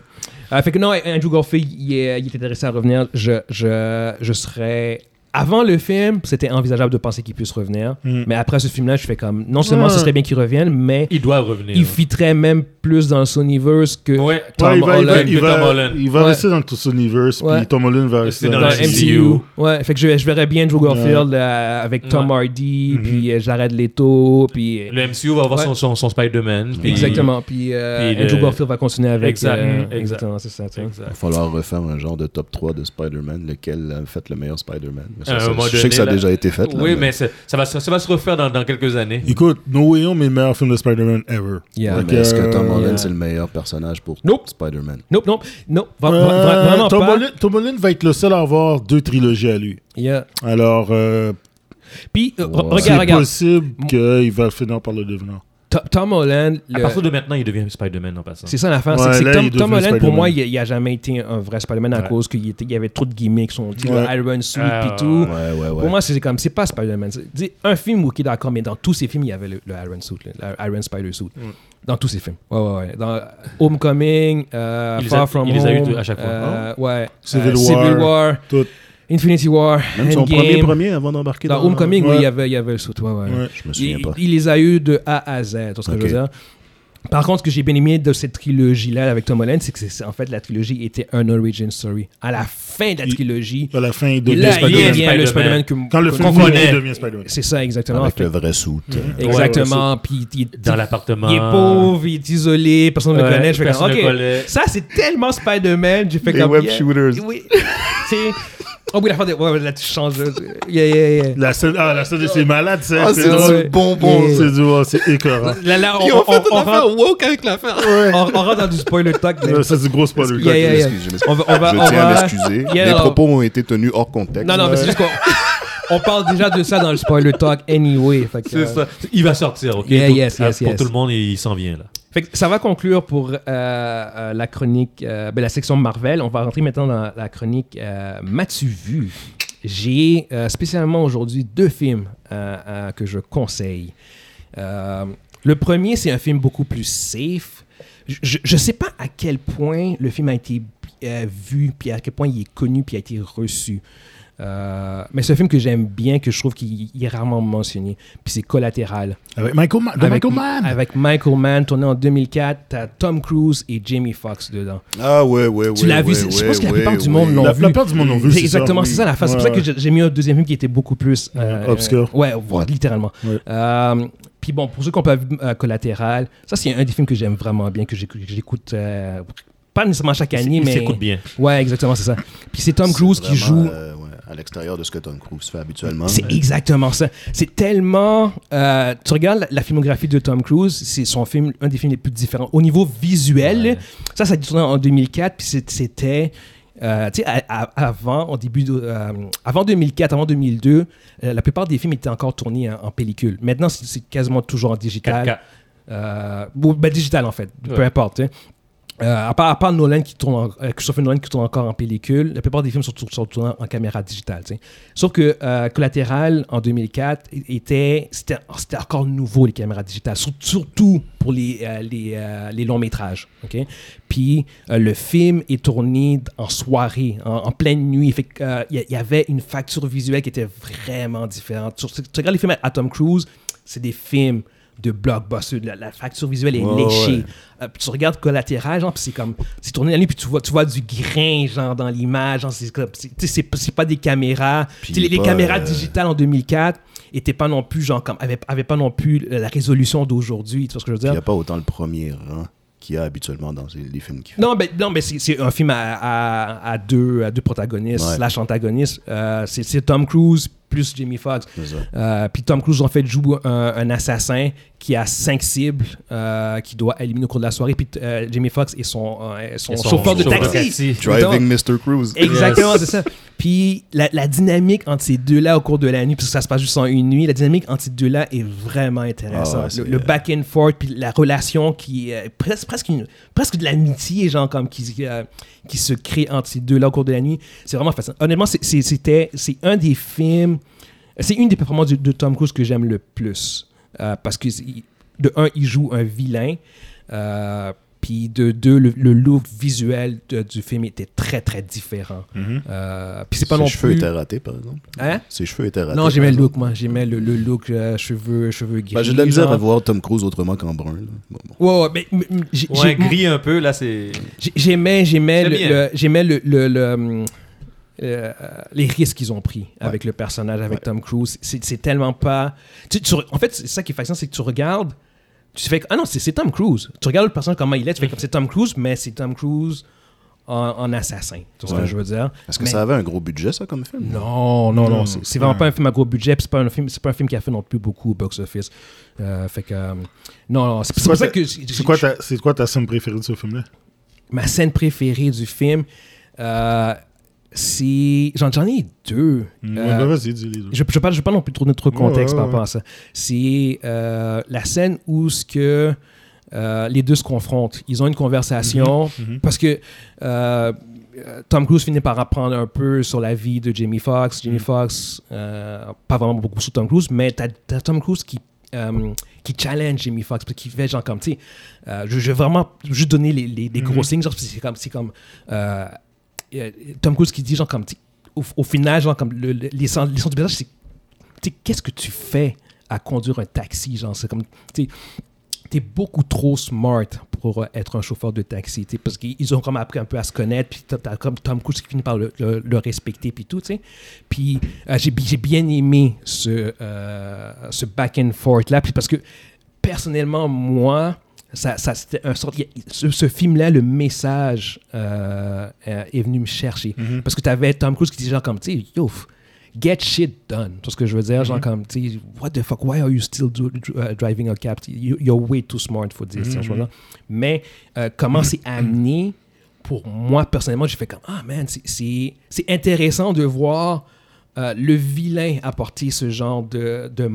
Euh, fait que non, Andrew Garfield, il est, il est intéressé à revenir. Je, je, je serais avant le film, c'était envisageable de penser qu'il puisse revenir. Mais après ce film-là, je fais comme. Non seulement ce serait bien qu'il revienne, mais Il doit revenir. il fitterait même plus dans le Sonyverse que Ouais. Tom Ouais, il va, il va- Holland. il que va- Tom Holland. il va Ouais. rester dans tout ce universe, Ouais. puis Tom Holland va rester C'est dans dans, le le MCU. MCU. Ouais, fait que je, je verrais bien Drew Garfield euh, avec Tom Ouais. Hardy, puis euh, Jared Leto, puis... euh, Le MCU va avoir Ouais. son, son, son Spider-Man. puis- Exactement, puis, euh, puis le- Andrew Garfield va continuer avec... Exact, Mm, euh, exact. Exactement, c'est ça. tu sais. Exact. Il va falloir refaire un genre de top 3 de Spider-Man, lequel a fait le meilleur Spider-Man. Mais ça, À un ça, moment je sais que ça a donné, là- déjà été fait. là, Oui, mais, c'est- ça, va, se- ça va se refaire dans, dans quelques années. Écoute, No Way Home est le meilleur film de Spider-Man ever. Yeah. Ouais, Fait mais est-ce que Tom euh, Holland, yeah. c'est le meilleur personnage pour Nope. Spider-Man? Nope, nope, nope, va- va- va- euh, vraiment Tom pas. Holland- Tom Holland va être le seul à avoir deux trilogies à lui. Yeah. Alors, euh, Puis, euh, re- Ouais. regarde, c'est regarde, possible qu'il va finir par le devenir. To- Tom Holland... À le- partir de maintenant, il devient Spider-Man en passant. C'est ça l'affaire, Ouais, c'est que là, il Tom, est Tom devenu Holland, pour Spider-Man. moi, il, n'a a jamais été un vrai Spider-Man à cause qu'il était- il y avait trop de gimmicks, son dit, le Ouais. Iron Suit, Ah, puis tout. Ouais, ouais, ouais. Pour moi, c'est comme, c'est pas Spider-Man. C'est- dis, Un film, ok, d'accord, mais dans tous ces films, il y avait le, le Iron Suit, le- le Iron Spider Suit. Mm. Dans tous ces films. Ouais, ouais, ouais. Dans Homecoming, euh, Euh, Il les a- Far From il les Home. a eu à chaque fois. Oh. euh, ouais. Civil Euh, War, Civil War. tout. Infinity War. Même son Endgame. premier premier avant d'embarquer dans, Dans Homecoming, Ouais. oui, il y avait, il y avait le suit. Ouais, ouais. Ouais. Je me souviens Il, pas. il les a eu de A à Z, tout ce que je veux Ok. dire. Par contre, ce que j'ai bien aimé de cette trilogie-là avec Tom Holland, c'est que c'est- c'est- en fait la trilogie était un origin story. À la fin de la Il- trilogie, À la fin, il il, devient a- il Spider-Man. devient le Spider-Man. Spider-Man que- Quand le qu'on film finit, connaît. il devient Spider-Man. C'est ça, exactement. Avec euh, Fait- Mm-hmm. le vrai suit. Exactement. Puis il, il- Dans l'appartement. il est pauvre, il est isolé, personne ne le Ouais, connaît. Je fais comme, personne le ok, connaît. ça c'est tellement Spider-Man. J'ai fait Les comme web yeah. shooters. Oui. *laughs* C'est- oh oui, la fin de. Ouais, là tu changes. Yeah, yeah, yeah. La scène, ah, la scène de c'est malade, c'est Ah, c'est drôle. du bonbon. Yeah. C'est du- oh, c'est écœurant. *laughs* Là, là, on, on- on rentre, woke avec l'affaire. on- on rentre dans du spoiler talk. mais- Euh, C'est du gros spoiler. Yeah, yeah, yeah. Excusez, On va- on va- je on tiens à va- m'excuser. *laughs* Yeah, Les on- propos ont été tenus hors contexte. Non, non, mais c'est juste qu'on on parle déjà de ça dans le spoiler talk anyway. Fait que, C'est euh, ça. Il va sortir, ok? Yeah, Tout- yes, ah, yes, Pour yes. tout le monde, il s'en vient, là. fait que ça va conclure pour euh, euh, la chronique, euh, ben, la section Marvel. On va rentrer maintenant dans la chronique euh, M'as-tu vu J'ai euh, spécialement aujourd'hui deux films euh, euh, que je conseille. Euh, le premier, c'est un film beaucoup plus safe. Je- Je je sais pas à quel point le film a été euh, vu, puis à quel point il est connu, puis a été reçu. Euh, mais c'est un film que j'aime bien, que je trouve qu'il il est rarement mentionné. Puis c'est collatéral. Avec Ah Michael Mann. de avec, Michael Ah, bah. Mann. avec Michael Mann, tourné en 2004. T'as Tom Cruise et Jamie Foxx dedans. Ah ouais, ouais, ouais. Tu l'as vu, ouais, c'est- je ouais, pense que la ouais, plupart du ouais. monde l'ont La vu. plupart du monde l'ont vu. C'est ça, exactement, oui. c'est ça la face. C'est pour ça Ouais, que j'ai- j'ai mis un deuxième film qui était beaucoup plus. euh, Obscur. euh, ouais, voilà, littéralement. Ouais. Euh, puis bon, pour ceux qui n'ont pas vu euh, Collatéral, ça c'est un des films que j'aime vraiment bien, que j'écoute- que j'écoute. euh, pas nécessairement chaque année, Il mais. s'écoute bien. Ouais, exactement, c'est ça. Puis c'est Tom C'est Cruise qui vraiment, joue. euh, ouais, à l'extérieur de ce que Tom Cruise fait habituellement. C'est exactement ça. C'est tellement. euh, tu regardes la, la filmographie de Tom Cruise, c'est son film, un des films les plus différents. Au niveau visuel, ça, ça a été tourné en 2004, puis c'est- c'était. euh, tu sais, à- à- avant, au début de, euh, avant 2004, avant 2002, euh, la plupart des films étaient encore tournés en, en pellicule. Maintenant, c'est c'est quasiment toujours en digital. 4K. Euh, bon, ben, digital en fait, peu Ouais. importe. hein. Euh, à, part, à part Nolan qui tourne, en- euh, Christopher Nolan qui tourne encore en pellicule, la plupart des films sont, tou- sont tournés en caméra digitale. tu sais. Sauf que euh, Collateral en 2004 i- était c'était c'était encore nouveau les caméras digitales, sur- surtout pour les euh, les, euh, les longs métrages. ok Puis euh, le film est tourné en soirée, en, en pleine nuit. Fait que, euh, il y, a- il y avait une facture visuelle qui était vraiment différente. Tu, tu regardes les films à Tom Cruise, c'est des films de blockbuster. La, la facture visuelle est Ouais, léchée. ouais. Euh, puis tu regardes collatéral, genre, puis c'est comme, c'est tourné la nuit, puis tu vois, tu vois du grain, genre, dans l'image. genre, C'est comme, c'est- tu sais, c'est pas- c'est pas des caméras. Puis Tu sais, les, les pas, caméras euh, digitales en 2004 étaient pas non plus, genre, comme, avaient, avaient pas non plus la résolution d'aujourd'hui. Tu vois ce que je veux Il dire? n'y a pas autant le premier rang qu'il y a habituellement dans les, les films qu'il fait. Non, mais, non, mais c'est, c'est un film à, à- à deux, à deux protagonistes, Ouais. slash antagonistes. Euh, c'est, c'est Tom Cruise plus Jamie Foxx. C'est ça. Euh, Puis Tom Cruise, en fait, joue un, un assassin qui a cinq cibles euh, qu'il doit éliminer au cours de la soirée. Puis euh, Jamie Foxx est son, euh, son Et son- chauffeur de son taxi. Driving Mr. Cruise. Exactement, c'est ça. Puis la, la dynamique entre ces deux-là au cours de la nuit, parce que ça se passe juste en une nuit, la dynamique entre ces deux-là est vraiment Ah ouais, intéressante. c'est- le, le back and forth, puis la relation qui est presque, presque, une, presque de l'amitié, genre, comme qui, euh, qui se crée entre ces deux-là au cours de la nuit, c'est vraiment fascinant. Honnêtement, c'est- c'est- c'était, c'est un des films, c'est une des performances de, de Tom Cruise que j'aime le plus. Euh, parce que, c'est- de un, il joue un vilain. euh, Puis de deux, le, le look visuel de- du film était très, très différent. Mm-hmm. Euh, puis c'est pas Ses non cheveux plus... étaient ratés, par exemple. Hein? Ses cheveux étaient ratés. Non, j'aimais par le look, exemple. moi. J'aimais le, le look euh, cheveux, cheveux gris. Ben, j'ai de la misère genre. à voir Tom Cruise autrement qu'en brun. là. Bon, bon. Ouais, ouais, mais, mais- mais j'ai- Ouais, j'ai- gris un peu, là, c'est. j'ai- j'aimais, j'aimais C'est le, bien. le- j'aimais le, le- le, hum, euh, les risques qu'ils ont pris avec le personnage, avec Tom Cruise. C'est c'est tellement pas. tu- tu re- en fait, c'est ça qui est fascinant, c'est que tu regardes, tu fais que, ah non, c'est c'est Tom Cruise. Tu regardes le personnage comment il est, tu fais comme c'est Tom Cruise, mais c'est Tom Cruise en, en assassin. Tu vois ce que Ouais. je veux dire? Est-ce que Mais- ça avait un gros budget, ça, comme film? Non, non, non. Non, C'est c'est vraiment ouais. pas un film à gros budget. puis C'est pas un film, c'est pas un film qui a fait non plus beaucoup au box-office. Euh, fait que euh, non, non. C'est c'est quoi pour ça ta- que j'ai- C'est quoi, ta- c'est quoi ta scène préférée de ce film-là? ma scène préférée du film. euh, c'est j'en j'en ai deux. Euh, Ouais, bah, Vas-y, dis les deux. je ne vais pas non plus tourner trop de Ouais, contexte ouais, par ouais. rapport à ça. C'est euh, la scène où ce que euh, les deux se confrontent. Ils ont une Mm-hmm. conversation parce que euh, Tom Cruise finit par apprendre un peu sur la vie de Jamie Mm-hmm. Foxx. Jamie Foxx, euh, pas vraiment beaucoup sur Tom Cruise, mais t'as as Tom Cruise qui, euh, qui challenge Jamie Foxx, puis qui fait genre comme, tu sais, euh, je, je vais vraiment juste donner les, les- les Mm-hmm. gros signes, genre, puis c'est comme, c'est comme euh, euh, Tom Cruise qui dit genre comme, tu sais, au, au final, genre comme, le- le- les sens les sens du message, c'est tu sais, qu'est-ce que tu fais à conduire un taxi? Genre, c'est comme, tu sais, t'es beaucoup trop smart pour euh, être un chauffeur de taxi, tu sais, parce qu'ils ils ont comme appris un peu à se connaître, puis t'as t'as comme Tom Cruise qui finit par le, le- le respecter, puis tout, tu sais. Puis euh, j'ai bi- j'ai bien aimé ce, euh, ce back and forth là, puis parce que personnellement, moi, ça, ça, c'était un sort, il y a- ce, ce film-là, le message euh, euh, est venu me chercher. Parce que tu avais Tom Cruise qui disait genre comme, tu sais, yo, f- get shit done. Tout ce que je veux dire, genre comme, tu sais, what the fuck, why are you still do- dr- uh, driving a cab? You- you're way too smart for this. genre, genre. Mais euh, comment c'est amené, pour moi, personnellement, j'ai fait comme, ah man, c'est- c'est c'est intéressant de voir euh, le vilain apporter ce genre de, de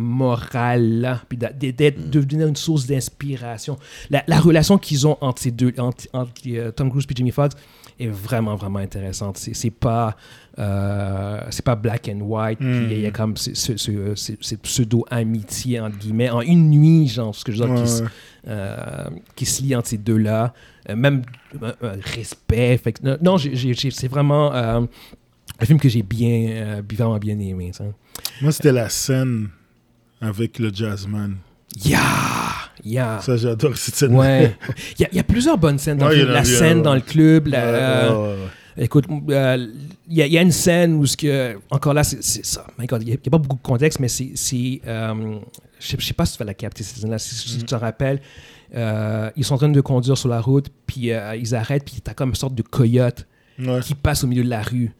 morale-là, puis d'a- d'être d'être- Mm. devenir une source d'inspiration. La, la relation qu'ils ont entre ces deux, entre, entre, euh, Tom Cruise et Jimmy Foxx est vraiment, vraiment intéressante. C'est c'est pas, euh, c'est pas black and white, puis il y a- Mm. il y a comme ce, ce- ce- euh, ce- cette pseudo-amitié, entre guillemets, en une nuit, genre, ce que je veux dire, qui, se- Ouais, ouais. euh, qui se lie entre ces deux-là. Euh, même euh, euh, respect. Fait que, non, non, j'ai- j'ai- j'ai- c'est vraiment... euh, un film que j'ai bien, euh, vraiment bien aimé, ça. Moi, c'était la scène avec le jazzman. Yeah! Yeah! Ça, j'adore cette scène. Ah. Ouais. Il y a- il y, a plusieurs bonnes scènes dans Ouais, le il y film. en a La bien, scène ouais. dans le club. la- Ouais, euh, ouais, ouais, ouais. Écoute, euh, il y, a- il y a une scène où, ce que, encore là, c'est c'est ça. My God, Il n'y a, il y a pas beaucoup de contexte, mais c'est. c'est, euh, je ne sais pas si tu vas la capter, cette scène-là. Si, si tu t'en rappelles, euh, ils sont en train de conduire sur la route, puis euh, ils arrêtent, puis tu as comme une sorte de coyote Ouais. qui passe au milieu de la rue.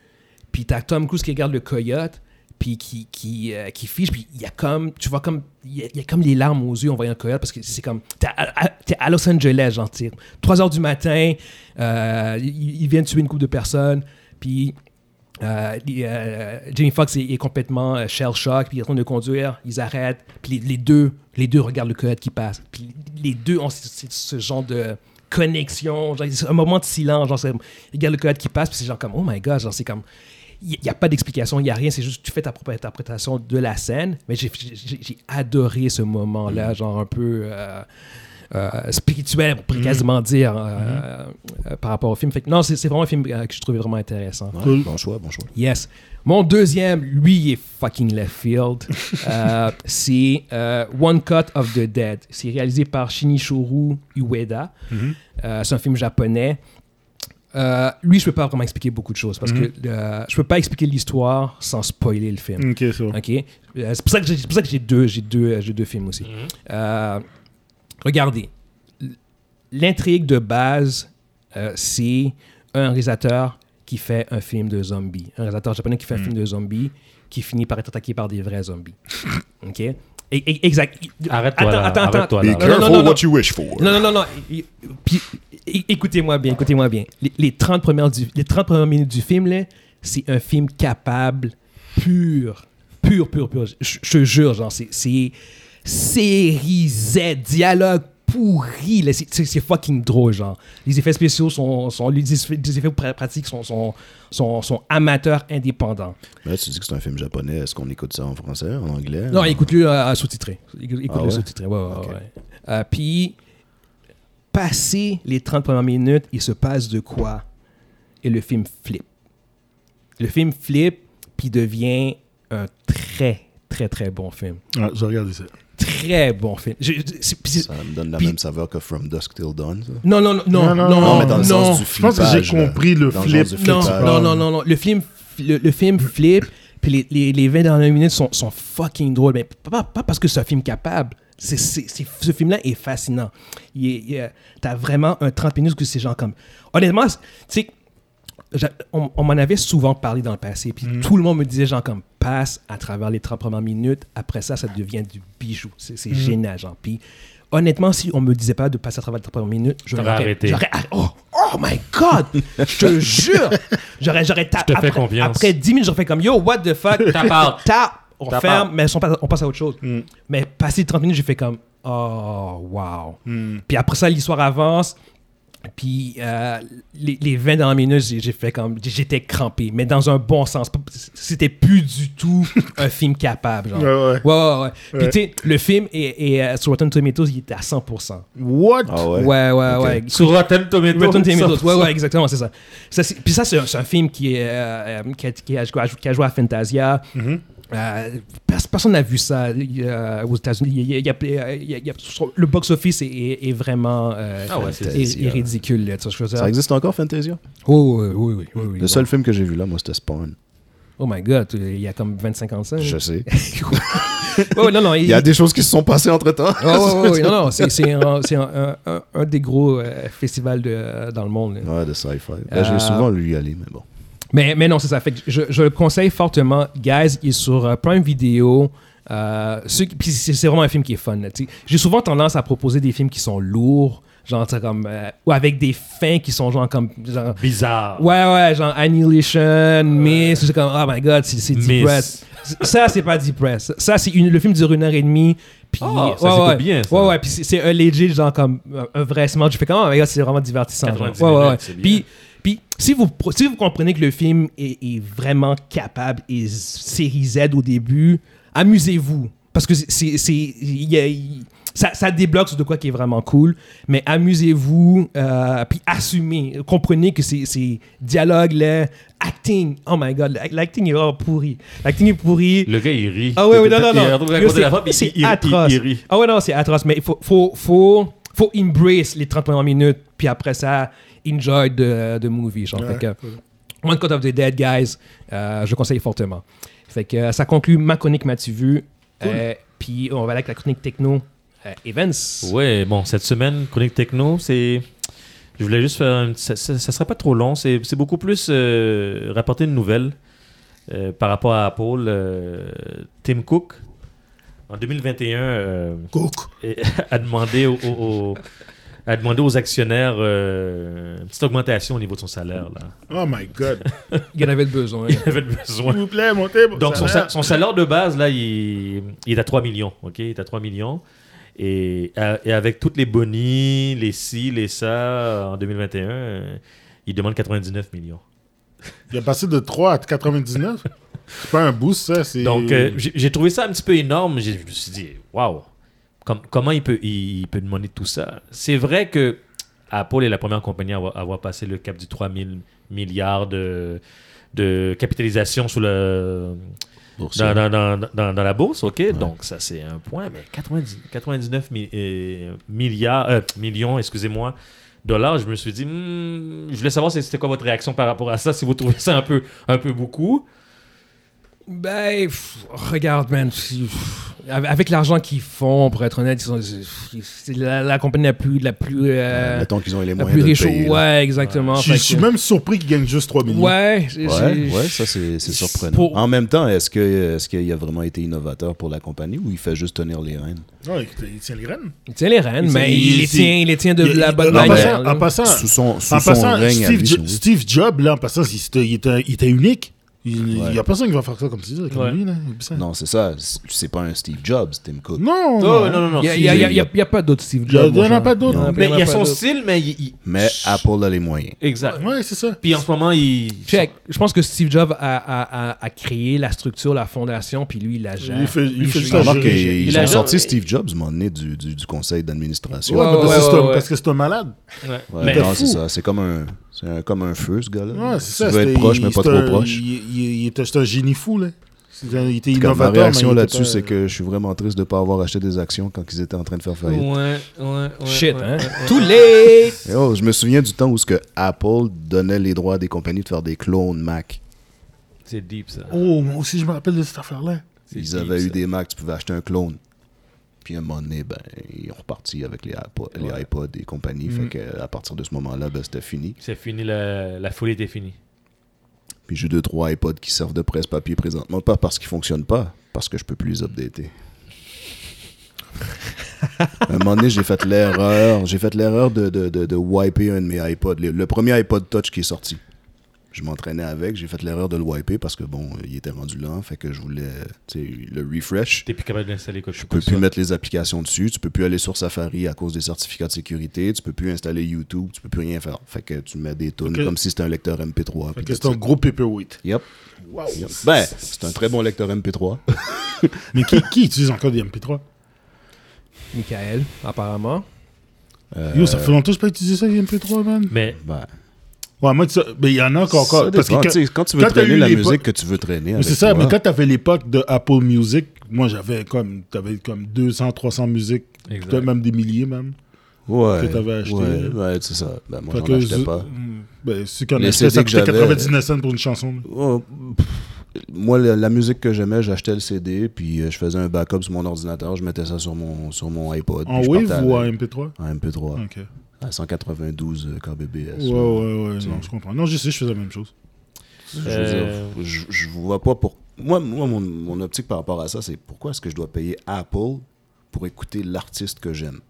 Puis t'as Tom Cruise qui regarde le coyote, puis qui, qui, euh, qui fiche, puis il y a comme, tu vois comme, il y, a- il y a comme les larmes aux yeux en voyant le coyote, parce que c'est comme, t'es à, à- t'es à Los Angeles, genre, t'sais, 3 heures du matin, euh, ils ils viennent tuer une couple de personnes, puis euh, les, euh, Jamie Foxx est, est complètement euh, shell-shock, puis ils sont en train de conduire, ils arrêtent, puis les, les deux, les deux regardent le coyote qui passe. Puis les deux ont ce, ce- ce genre de connexion, genre, c'est un moment de silence, genre, c'est- ils regardent le coyote qui passe, puis c'est genre comme, oh my god, genre, c'est comme, il n'y a pas d'explication, il n'y a rien, c'est juste tu fais ta propre interprétation de la scène, mais j'ai- j'ai j'ai adoré ce moment-là, genre un peu... euh, euh, spirituel, on pourrait quasiment dire, euh, euh, par rapport au film. Fait que non, c'est c'est vraiment un film euh, que je trouvais vraiment intéressant. Ouais, Cool. Bon choix, bon choix. Yes. Mon deuxième, lui, il est fucking left field. Euh, c'est euh, One Cut of the Dead. C'est réalisé par Shinichiro Ueda. Euh, c'est un film japonais. Euh, lui, je peux pas vraiment expliquer beaucoup de choses parce que euh, je peux pas expliquer l'histoire sans spoiler le film. Ok, c'est bon. OK? Euh, c'est pour ça que j'ai- c'est pour ça que j'ai deux, j'ai deux, euh, j'ai deux films Mhm. aussi. Euh, regardez, L- l'intrigue de base, euh, c'est un réalisateur qui fait un film de zombies. Un réalisateur japonais qui fait Mhm. un film de zombies qui finit par être attaqué par des vrais zombies. OK? Et- et- exact. Arrête-toi là, Attends, attends, attends. arrête-toi là. Non, non, non, non, non. you wish for. Non, non, non, non. Et- et- puis, é- écoutez-moi bien, écoutez-moi bien. Les, les 30 premières du- les 30 premières minutes du film, là, c'est un film capable, pur, pur, pur, pur. Je je te jure, genre, c'est- c'est série Z, dialogue pourri. là. C'est- C'est c'est fucking drôle, genre. Les effets spéciaux sont. sont les effets les effets pra- pratiques sont, sont, sont, sont amateurs indépendants. Là, Ben, tu dis que c'est un film japonais. Est-ce qu'on écoute ça en français, en anglais? Non, en- euh, écoute-le à, à sous-titré. Écoute- Écoute-le Ah ouais? sous-titré. ouais, ouais, Ok. ouais. Euh, Puis, passé les 30 premières minutes, il se passe de quoi? Et le film flippe. Le film flippe, puis devient un très, très, très bon film. Ah, je regardais ça. Très bon film. Je- je- c'est- puis c'est- Ça me donne la Puis- même saveur que From Dusk Till Dawn. ça. non, non, non, non, non, Non, non, non, non, mais dans le non. sens du Je pense que j'ai flippage, là. compris le Dans le flip. genre du Non, flippage. non, non, non, non. Le film, le, le film flippe, puis les, les, les 20 dernières minutes sont, sont fucking drôles. Mais pas, pas parce que c'est un film capable. C'est, c'est, c'est- ce film-là est fascinant. Il est- il est- t'as vraiment un 30 minutes que ces gens comme. Honnêtement, c'est- tu sais, j'a- on, on m'en avait souvent parlé dans le passé, puis Mm. tout le monde me disait, genre, comme, passe à travers les 30 premières minutes, après ça, ça devient du bijou. C'est, Mm. c'est génial, genre. Puis, honnêtement, si on me disait pas de passer à travers les 30 premières minutes, j'aurais T'aurais arrêté. J'aurais arr- oh, oh my God! Je *laughs* te jure! J'aurais, j'aurais ta- te fais après, confiance. Après 10 minutes, j'aurais fait comme, yo, what the fuck? T'apportes. Ta- on T'apportes. ferme, mais on passe, on passe à autre chose. Mm. Mais passé les 30 minutes, j'ai fait comme, oh, wow. Puis après ça, l'histoire avance. Puis euh, les, les 20 dernières minutes, j'ai j'ai fait comme. J'étais crampé, mais dans un bon sens. Pas- C'était plus du tout un film capable. genre. Ouais, ouais. Ouais, ouais, ouais. Puis Ouais. tu sais, le film est, est, euh, sur Rotten Tomatoes, il était à 100%. What? Ah Ouais, ouais. ouais, ouais. Sur Rotten Tomatoes. Rotten Tomatoes. ça- Ouais, ouais, exactement, c'est ça. Ça, c'est- Puis ça, c'est un, c'est un film qui, est, euh, euh, qui, a, qui a joué, qui a joué à Fantasia. Mm-hmm. Euh, pers- personne n'a vu ça il, euh, aux États-Unis. Il y a- il y a- il y a- il y a- il y a- sur- Le box-office est, est- est vraiment euh, Ah ouais, c'est- est- est ridicule. là, tu sais, je veux dire. Ça existe encore, Fantasia? Oh, oui, oui, oui, oui, oui. Le seul film que j'ai vu là, moi, c'était Spawn. Oh my God, euh, il y a comme 25 ans de ça. Je là. sais. Ouais, ouais, non, non, il Il *laughs* y a des choses qui se sont passées entre-temps. Ouais, ouais, ouais, ouais, non, non, c'est c'est un, c'est un- un- un- un des gros euh, festivals de, euh, dans le monde. là. *laughs* Ouais, de sci-fi. Ben, Euh, Je vais souvent lui aller, mais bon. Mais, mais non, c'est ça. Fait que je, je le conseille fortement. Guys, il est sur euh, Prime Video. Euh, ceux qui- puis c'est c'est vraiment un film qui est fun. là, tu sais. J'ai souvent tendance à proposer des films qui sont lourds, genre tu sais, comme euh, ou avec des fins qui sont genre comme genre, Bizarre. ouais ouais genre Annihilation, Miss, c'est comme oh my god c'est c'est Deep Miss. Press. Ça c'est pas Deep Press. Ça c'est une- le film dure une heure et demie. Puis Ah, ça ouais, s'écoute ouais. bien, ça. Ouais ouais puis c'est- c'est un legit genre comme euh, un vrai smash. Je fais comme oh my god c'est vraiment divertissant. genre. 90 Ouais ouais ouais. minutes, c'est bien. Puis puis si vous, pro- si vous comprenez que le film est, est vraiment capable et s- série Z au début, amusez-vous. Parce que c'est, c'est- c'est- il y a- il- ça, ça débloque sur de quoi qui est vraiment cool. Mais amusez-vous, euh, puis assumez. Comprenez que ces, ces dialogues-là, acting, oh my god, l'ac- l'acting est vraiment pourri. L'acting est pourri. Le gars, il rit. Ah ouais, ouais, non, non, non. Il raconte Yo, la fois, puis c'est il- il- atroce. il- il rit. Ah ouais, non, c'est atroce, mais il faut, faut, faut, faut embrace les 30 premières minutes, puis après ça, enjoy the, the movie. Genre. Fait que, One Cut of the Dead, guys, euh, je conseille fortement. Fait que euh, ça conclut ma chronique M'as-tu vu? Euh, puis on va aller avec la chronique techno euh, Evans. Ouais, bon, cette semaine, Chronique Techno, c'est. Je voulais juste faire. une- Ça, ça, ça serait pas trop long. C'est c'est beaucoup plus euh, rapporter une nouvelle euh, par rapport à Apple. euh, Tim Cook, en 2021, euh, *laughs* Cook. a, demandé au- au- au- a demandé aux actionnaires euh, une petite augmentation au niveau de son salaire. Là. *laughs* Oh my *laughs* God. Il y en avait de besoin. Il avait besoin. S'il vous plaît, montez. mon Donc, son, salaire. sa- son salaire de base, là, il, il est à 3 millions. OK? Il est à 3 millions. Et, à- et avec toutes les bonis, les ci, les ça, en 2021, euh, il demande 99 millions. Il a passé de 3 à 99. C'est pas un boost, ça. c'est- Donc, euh, j'ai j'ai trouvé ça un petit peu énorme. J'ai- Je me suis dit, waouh, com- comment il peut, il, il peut demander tout ça? C'est vrai que Apple est la première compagnie à avoir, à avoir passé le cap du 3 000 milliards de, de capitalisation sur le, dans, dans, dans, dans, dans la bourse, ok. Donc ça c'est un point, mais 90, 99 mi- euh, milliards, euh, millions, excusez-moi, dollars. Je me suis dit, hmm, je voulais savoir c'est- c'était quoi votre réaction par rapport à ça, si vous trouvez ça un peu, un peu beaucoup. Ben, pff, regarde, man. si- pff, avec avec l'argent qu'ils font, pour être honnête, ils sont- c'est- c'est la, la compagnie la plus, la plus, euh, Mettons qu'ils ont les la moyens plus de le riche. payer. là. Ouais, exactement. je, Fait je suis que- même surpris qu'il gagne juste 3 millions. Ouais, c'est- Ouais, c'est- ouais, ça c'est c'est surprenant. Pour- En même temps, est-ce que est-ce qu'il a vraiment été innovateur pour la compagnie ou il fait juste tenir les rênes Non, écoute, Ah, il tient le graine. Il tient les rênes, Il- mais il, il- les tient, il les tient de Il- la il- bonne en manière. passant- En passant, Sous son, sous en son passant règne à Steve, lui, Jo- son- Steve Jobs, là, en passant, il était, il était- il était unique. Il n'y a personne qui va faire ça comme, ça, comme Ouais. lui. Là. Il est bizarre. Non, c'est ça. C'est- C'est pas un Steve Jobs, Tim Cook. Non, Oh, non. non, non, non. Il si, n'y a pas d'autres Steve Il y en a- Jobs. mon il y en a cher. pas d'autres. Il y en a pas- Mais il y en il y a pas son d'autres. style, mais il- il- Mais Apple a les moyens. Exact. Ouais, c'est ça. Puis en ce moment, il. Check. Je pense que Steve Jobs a, a- a- a créé la structure, la fondation, puis lui, il la gère. Il fait- il fait gère. juste la Remarque jury. qu'ils Il ont a- sorti Steve Jobs, à un moment donné, du, du, du conseil d'administration. Ouais, mais ouais, parce, que ouais, c'est un- ouais. parce que c'est un malade. Ouais. Ouais, Mais- non, c'est fou. ça. C'est comme un, c'est un, comme un feu, ce gars-là. Ouais, c'est ça. tu veux être c'était- proche, il- mais pas c'est trop un- proche. Il, il- il était juste un génie fou, là. C'est un- Il était Comme ma innovateur. réaction mais il était là-dessus, pas- c'est que je suis vraiment triste de ne pas avoir acheté des actions quand ils étaient en train de faire Ouais, faillite. ouais, ouais. Shit, ouais, hein? ouais. Too late! Et oh, je me souviens du temps où ce que Apple donnait les droits à des compagnies de faire des clones Mac. C'est deep, ça. Oh, moi aussi, je me rappelle de cette affaire-là. Ils deep, avaient ça. eu des Macs, tu pouvais acheter un clone. Puis à un moment donné, ben, ils ont reparti avec les, iPod- les iPods et compagnie. Mm-hmm. Fait que, à partir de ce moment-là, ben, c'était fini. C'est fini, la, la folie était finie. Puis j'ai deux, trois iPods qui servent de presse-papier présentement. Pas parce qu'ils fonctionnent pas, parce que je peux plus les updater. à un moment donné, j'ai fait l'erreur. J'ai fait l'erreur de, de, de, de wiper un de mes iPods. Le, le premier iPod Touch qui est sorti. Je m'entraînais avec, j'ai fait l'erreur de le wiper parce que bon, il était rendu lent, fait que je voulais tu sais, le refresh. T'es plus capable d'installer quoi que ce Tu peux soit. plus mettre les applications dessus, tu peux plus aller sur Safari à cause des certificats de sécurité, tu peux plus installer YouTube, tu peux plus rien faire. Fait que tu mets des tunes Ok. comme si c'était un lecteur MP3. Fait puis que c'est tout un ça. gros paperweight. Yep. Wow. Yep. Ben, c'est un très bon lecteur MP3. Mais qui, qui utilise encore des MP3 Michael, apparemment. Yo, ça fait longtemps que je pas utilisé ça, les MP3, man. Mais Ben, Ouais, moi, tu sais, mais il y en a encore. ça encore parce que dépend. quand- Tu sais, quand tu veux quand t'as traîner eu la les musique po- que tu veux traîner. Mais c'est avec ça, toi, mais quand t'avais l'époque de Apple Music, moi, j'avais comme, t'avais comme 200, 300 musiques, Exact. peut-être même des milliers, même. ouais, que t'avais acheté, Ouais, euh, là. ouais, c'est ça. Ben, moi, Fait j'en que achetais je- pas. Ben, ceux qui en Les achetaient, ça CD que coûtait j'avais- 99 cents pour une chanson. là. Oh, pff, moi, la, la musique que j'aimais, j'achetais le CD, puis euh, je faisais un backup sur mon ordinateur, je mettais ça sur mon, sur mon iPod. puis En euh, je Wave partais ou en avec. MP3 En MP3. Ok. à euh, 192 kbps. Ouais, ouais, ouais, non, je comprends. Non, je sais, je faisais la même chose. Je, veux Euh, dire, je, je vous vois pas pour. Moi, moi mon, mon optique par rapport à ça, c'est pourquoi est-ce que je dois payer Apple pour écouter l'artiste que j'aime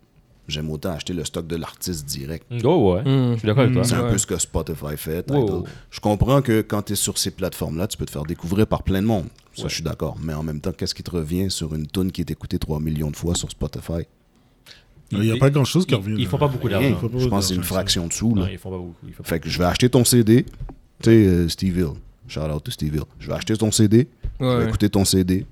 J'aime autant acheter le stock de l'artiste direct. Oh ouais, je suis d'accord avec toi. C'est un Mm, Ouais. peu ce que Spotify fait. Tidal. Wow. Je comprends que quand tu es sur ces plateformes-là, tu peux te faire découvrir par plein de monde. Ça, je suis d'accord. Mais en même temps, qu'est-ce qui te revient sur une tune qui est écoutée 3 millions de fois sur Spotify Il n'y a pas grand-chose qui Ils- revient. Ils là. font pas beaucoup Rien. d'argent. Faut pas Je vous pense que c'est dire une ça. fraction de sous. là. Non, ils font pas beaucoup. Ils font pas Fait que je vais acheter ton CD. Tu sais, euh, Steve Hill. Shout out to Steve Hill. Je vais acheter ton CD. Je Ouais. vais écouter ton CD.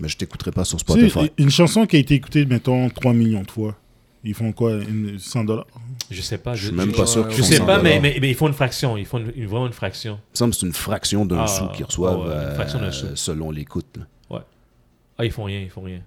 Mais je t'écouterai pas sur Tu sais, Spotify. une chanson qui a été écoutée, mettons, 3 millions de fois, ils font quoi une- 100 dollars Je sais pas. Je Je, suis même je- pas sûr je qu'ils font sais 100 pas, mais, dollars. mais, mais ils font une fraction. Ils font une, une- vraiment une fraction. Il me semble que c'est une fraction d'un Ah, sou qu'ils reçoivent ouais, une euh, fraction d'un sou. selon l'écoute. là. Ah, ils font rien, ils font rien.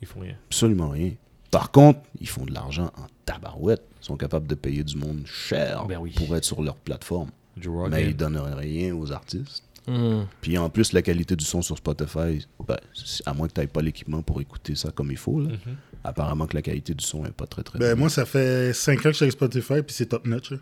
Ils font rien. Absolument rien. Par contre, ils font de l'argent en tabarouette. Ils sont capables de payer du monde cher Ben oui. pour être sur leur plateforme. Joe Rogan. Mais ils donnent rien aux artistes. Mm. Puis en plus, la qualité du son sur Spotify, ben, c'est- à moins que tu n'aies pas l'équipement pour écouter ça comme il faut, là, Mhm. apparemment que la qualité du son est pas très très Ben, bonne. moi, ça fait 5 ans que je suis avec Spotify, puis c'est top notch. hein.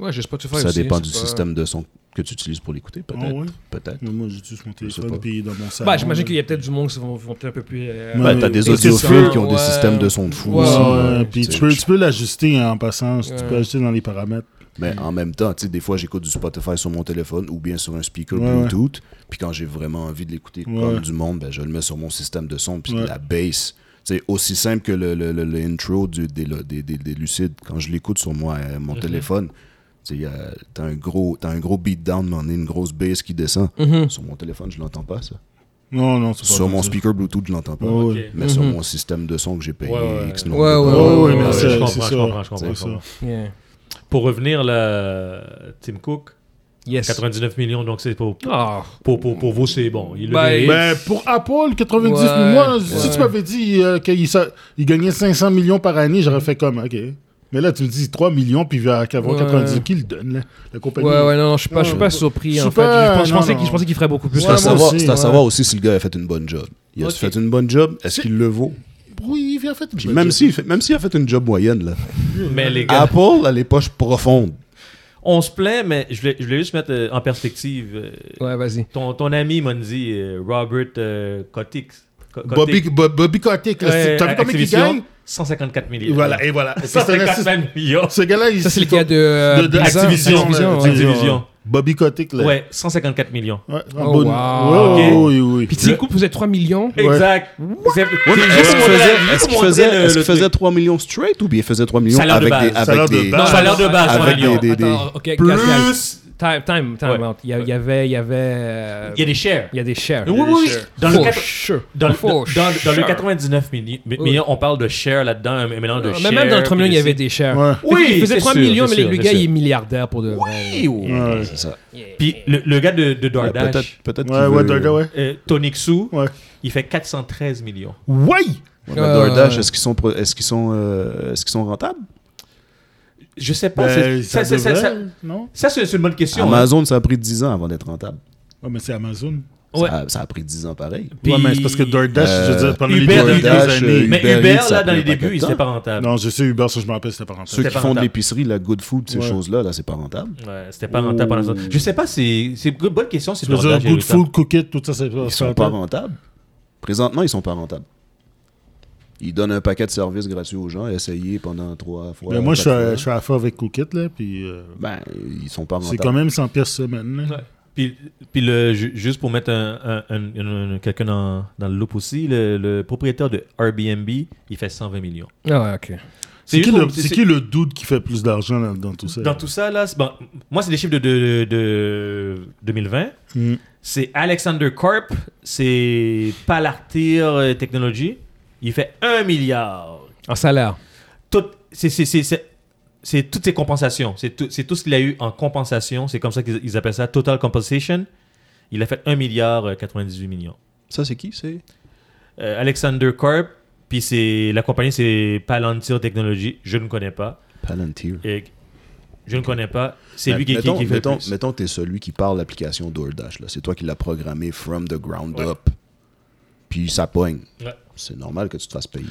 Ouais, j'ai Spotify Ça aussi, dépend c'est du pas- système de son que tu utilises pour l'écouter, peut-être. Ah ouais? Peut-être. Mais moi, j'utilise mon pas. téléphone, puis dans mon salon. Bah, j'imagine là. qu'il y a peut-être du monde qui vont, vont peut-être un peu plus. euh, Ouais. Ben, t'as des Et c'est audiophiles ça, qui ont des ouais. systèmes de son de fou Ouais, aussi. ouais, là, Ouais, puis tu tu sais. peux, tu peux l'ajuster hein, en passant, si tu peux Ouais. ajuster dans les paramètres. Mais en même temps, tu sais, des fois, j'écoute du Spotify sur mon téléphone ou bien sur un speaker Ouais, ouais. Bluetooth. Puis quand j'ai vraiment envie de l'écouter Ouais. comme du monde, ben, je le mets sur mon système de son. Puis Ouais. la bass, c'est aussi simple que le, le, le- le intro du, des, des, des- des Lucides. Quand je l'écoute sur moi, euh, mon téléphone, tu sais, euh, t'as un gros, t'as un gros beatdown, mais on a une grosse bass qui descend. Mhm. Sur mon téléphone, je l'entends pas, ça. Non, non, c'est pas Sur comme mon ça. speaker Bluetooth, je l'entends pas. Ouais, ouais. Ok. Mais sur mon système de son que j'ai payé Ouais, ouais, X ouais. nombre de Ouais, ouais, dollars. Ouais, ouais, Ouais, mais ouais, c'est- je comprends, c'est je ça. comprends, je comprends, C'est je comprends. Yeah. Pour revenir là, Tim Cook, Yes. 99 millions, donc c'est pour, Ah, pour, pour, pour vous, c'est bon. Il le Ben, mérite. Ben, pour Apple, 90, Ouais, moi, ouais. si tu m'avais dit euh, qu'il sa- il gagnait 500 millions par année, j'aurais fait comme, OK. Mais là, tu me dis 3 millions, puis il va avoir Ouais. 90, qui le donne, là? La compagnie. ouais, ouais, non, non, je suis pas, je suis pas surpris. Je En suis fait, pas- je, pense- je non, pensais non. qu'il- je pensais qu'il ferait beaucoup plus. C'est Ouais, à, moi savoir, aussi, c'est à ouais. savoir aussi si le gars a fait une bonne job. Il a Ok. fait une bonne job, est-ce qu'il le vaut Oui, il a fait une Puis bonne même job. s'il fait- même s'il a fait une job moyenne, là. mais les Ah. gars, Apple a les poches profondes. on se plaint, mais je voulais, je voulais juste mettre euh, en perspective. euh, Ouais, vas-y. ton, ton ami Mondi, euh, Robert euh, Kotick. Co- Kotick. Bobby, Bo- Bobby Kotick, là, c'est- Ouais, t'as vu combien il Activision, gagne? 154 millions. Et *laughs* voilà, et voilà. Et c'est un assist- 154 millions. Ce gars-là, il Ça, c'est le cas de, euh, de- de Blizzard. Activision, là. Activision, ouais. Activision. Bobby Kotick, là. Ouais, 154 millions. Ouais, en Oh, bonne- wow. Ouais, Ok. oui, oui. Puis T-Coupe faisait 3 millions. Exact. C'est- c'est juste Est-ce qu'il pour la- faisait, juste est-ce qu'il pour faisait, montrer le- est-ce qu'il le truc. faisait 3 millions straight ou bien il faisait 3 millions Salaire de avec base. des. Avec Salaire de des... base. Non, valeur de base, Avec 3 millions. des- des- Attends, ok, Plus- guys, guys, Time, time, time Ouais. out. Il y, a- il y avait. Il y avait. euh, Il y a des shares. il y a des shares. Oui, oui, oui. Dans le For quatre- sure. Dans, le- For dans- dans le- dans le sure. 99 milli- mi- Oui. millions, on parle de share là-dedans, un mélange de Mais share. Ah, même dans le 3 millions, il y puis avait c'est- des shares. Ouais. Fait qu'il Oui, faisait c'est 3 sûr, millions, c'est mais sûr, le c'est gars, sûr. il est milliardaire pour de vrai. Ouais, C'est ça. Puis le, le gars de, de Ouais, DoorDash, Peut-être. Peut-être Ouais, qu'il ouais, veut- Durga, ouais. euh, Tony Xu, Ouais. il fait 413 millions. Ouais! Ouais, mais Euh, DoorDash, est-ce qu'ils sont, pro- est-ce qu'ils sont, euh, est-ce qu'ils sont rentables? Je sais pas. c'est- Ben, ça ça, ça- ça- ça- devrait, non? ça, c'est c'est une bonne question. hein. Amazon, ça a pris 10 ans avant d'être rentable. Ouais, mais c'est Amazon. Ouais. Ça, a, ça a pris 10 ans pareil. Ouais, Puis- mais c'est parce que DoorDash, je veux dire, pendant Uber, les dernières DoorDash, années... euh, Mais Uber Uber, Eats, ça a là, dans pris les un paquet de débuts, il était temps. pas rentable. Non, je sais, Uber, ça, je m'en rappelle, c'était pas rentable. Ceux C'était qui pas font de rentable. l'épicerie, la good food, ces Ouais. choses-là, là, c'est pas rentable. Ouais, c'était pas rentable pendant ça. Je sais pas, c'est c'est une bonne question si Je veux dire, DoorDash est Good rentable. Food, Cook It, tout ça, c'est Ils sont pas rentables. Présentement, ils sont pas rentables. Ils donnent un paquet de services gratuits aux gens à essayer pendant trois fois. Mais moi, je quatre suis à- fois. je suis à la fois avec Cook It, là, puis... euh, Ben, ils sont pas C'est rentables. quand même 100 pièces semaine. là. Ouais. Puis, puis le, ju- juste pour mettre un, un- un- un- un- quelqu'un dans, dans le loop aussi, le, le propriétaire de Airbnb, il fait 120 millions. Ah, ok. C'est qui, juste le, pour- c'est c'est- qui le dude qui fait plus d'argent là- dans tout ça? Dans tout ça, là, c'est- bon, moi, c'est des chiffres de, de, de 2020. Mm. C'est Alexander Corp, c'est Palantir Technology. Il fait 1 milliard. En salaire. Tout- c'est- c'est- c'est- c'est- c'est toutes ses compensations. C'est tout, c'est tout ce qu'il a eu en compensation. C'est comme ça qu'ils ils appellent ça total compensation. Il a fait 1 milliard euh, 98 millions. Ça, c'est qui C'est Euh, Alexander Corp, puis c'est la compagnie c'est Palantir Technology, je ne connais pas. Palantir. Ben, Et je ne connais pas. C'est lui qui, qui- mettons, qui fait le mettons, plus. mettons que t'es celui qui parle l'application DoorDash. là. C'est toi qui l'as programmé from the ground up. Puis ça pogne. Ouais. C'est normal que tu te fasses payer.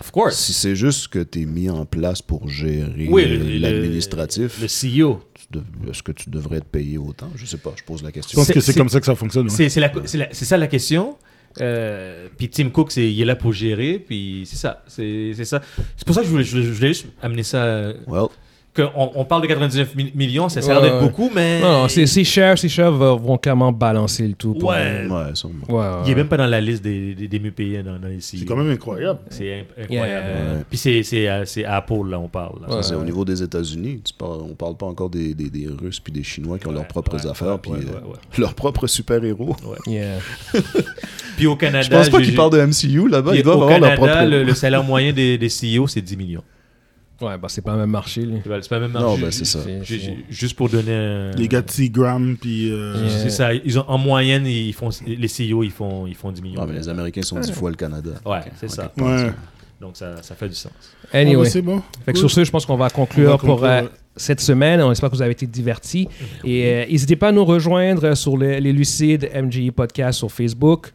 Of course. Si c'est juste que t'es mis en place pour gérer Oui, euh, le- le- l'administratif, Le E CEO. tu dev- est-ce que tu devrais être payé autant Je sais pas, je pose la Je question. pense que c'est- c'est comme ça que ça fonctionne. ouais. C'est c'est la- c'est la- c'est ça la question. Euh, puis Tim Cook, c'est- il est là pour gérer, puis c'est ça. C'est c'est ça. C'est pour ça que je voulais, je voulais- je voulais juste amener ça. euh, Well, qu'on on parle de 99 mi- millions, ça, ça a l'air Ouais, d'être ouais. beaucoup, mais. Non, non, c'est c'est cher, c'est cher, vont vont clairement balancer le tout. pour- euh, Ouais. ouais, sûrement. Ouais, ouais. Il est même pas dans la liste des, des, des mieux payés dans, dans les C'est CEO. quand même incroyable. C'est imp- incroyable. Yeah. Puis c'est- c'est euh, c'est Apple, là, on parle. là. Ouais. C'est au niveau des États-Unis. Tu parles- on parle pas encore des, des- des Russes puis des Chinois qui ont leurs propres ouais, affaires ouais, puis ouais, euh, ouais, ouais. *laughs* leurs propres super-héros. Yeah. Puis au Canada, Je pense pas je- qu'ils je- parlent de MCU là-bas. puis Ils doivent au avoir leur propre. *laughs* Canada, le, *laughs* le salaire moyen des, des CEO, c'est 10 millions. Ouais, bah c'est pas le même marché, lui. C'est pas- c'est pas même Non, ju- ben, c'est ça. ju- C'est- ju- Juste pour donner. un- Euh, Les gars de Seagram, puis... euh, Yeah. C'est ça. Ils ont, en moyenne, ils font, les CEO, ils font, ils font 10 millions. Non, mais les Américains sont dix fois le Canada. Ouais, c'est ça. Ouais. Donc ça, ça fait du sens. Ah, bah, Anyway. c'est bon. Fait que Cool. sur ce, je pense qu'on va conclure On va pour conclure, euh, ouais. cette semaine. On espère que vous avez été divertis. Et euh, n'hésitez pas à nous rejoindre sur le- les Lucides MGI Podcast sur Facebook.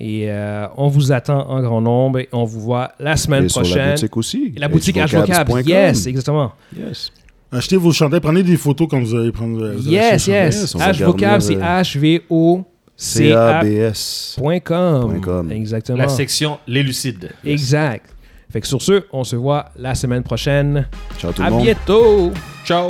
Et euh, on vous attend en grand nombre et on vous voit la semaine Et sur la prochaine. boutique aussi. Et la boutique HVocabs.com. H-Vocab. Yes, exactement. Yes. Achetez vos chandails, prenez des photos quand vous allez prendre... euh, vous allez Yes, acheter le chandail. yes. on va H-Vocab, c'est garnir, euh, H-V-O-C-A.com. CABS. Point com. Exactement. La section Les Lucides. Exact. Fait que sur ce, on se voit la semaine prochaine. Ciao tout à le monde. bientôt. Ciao!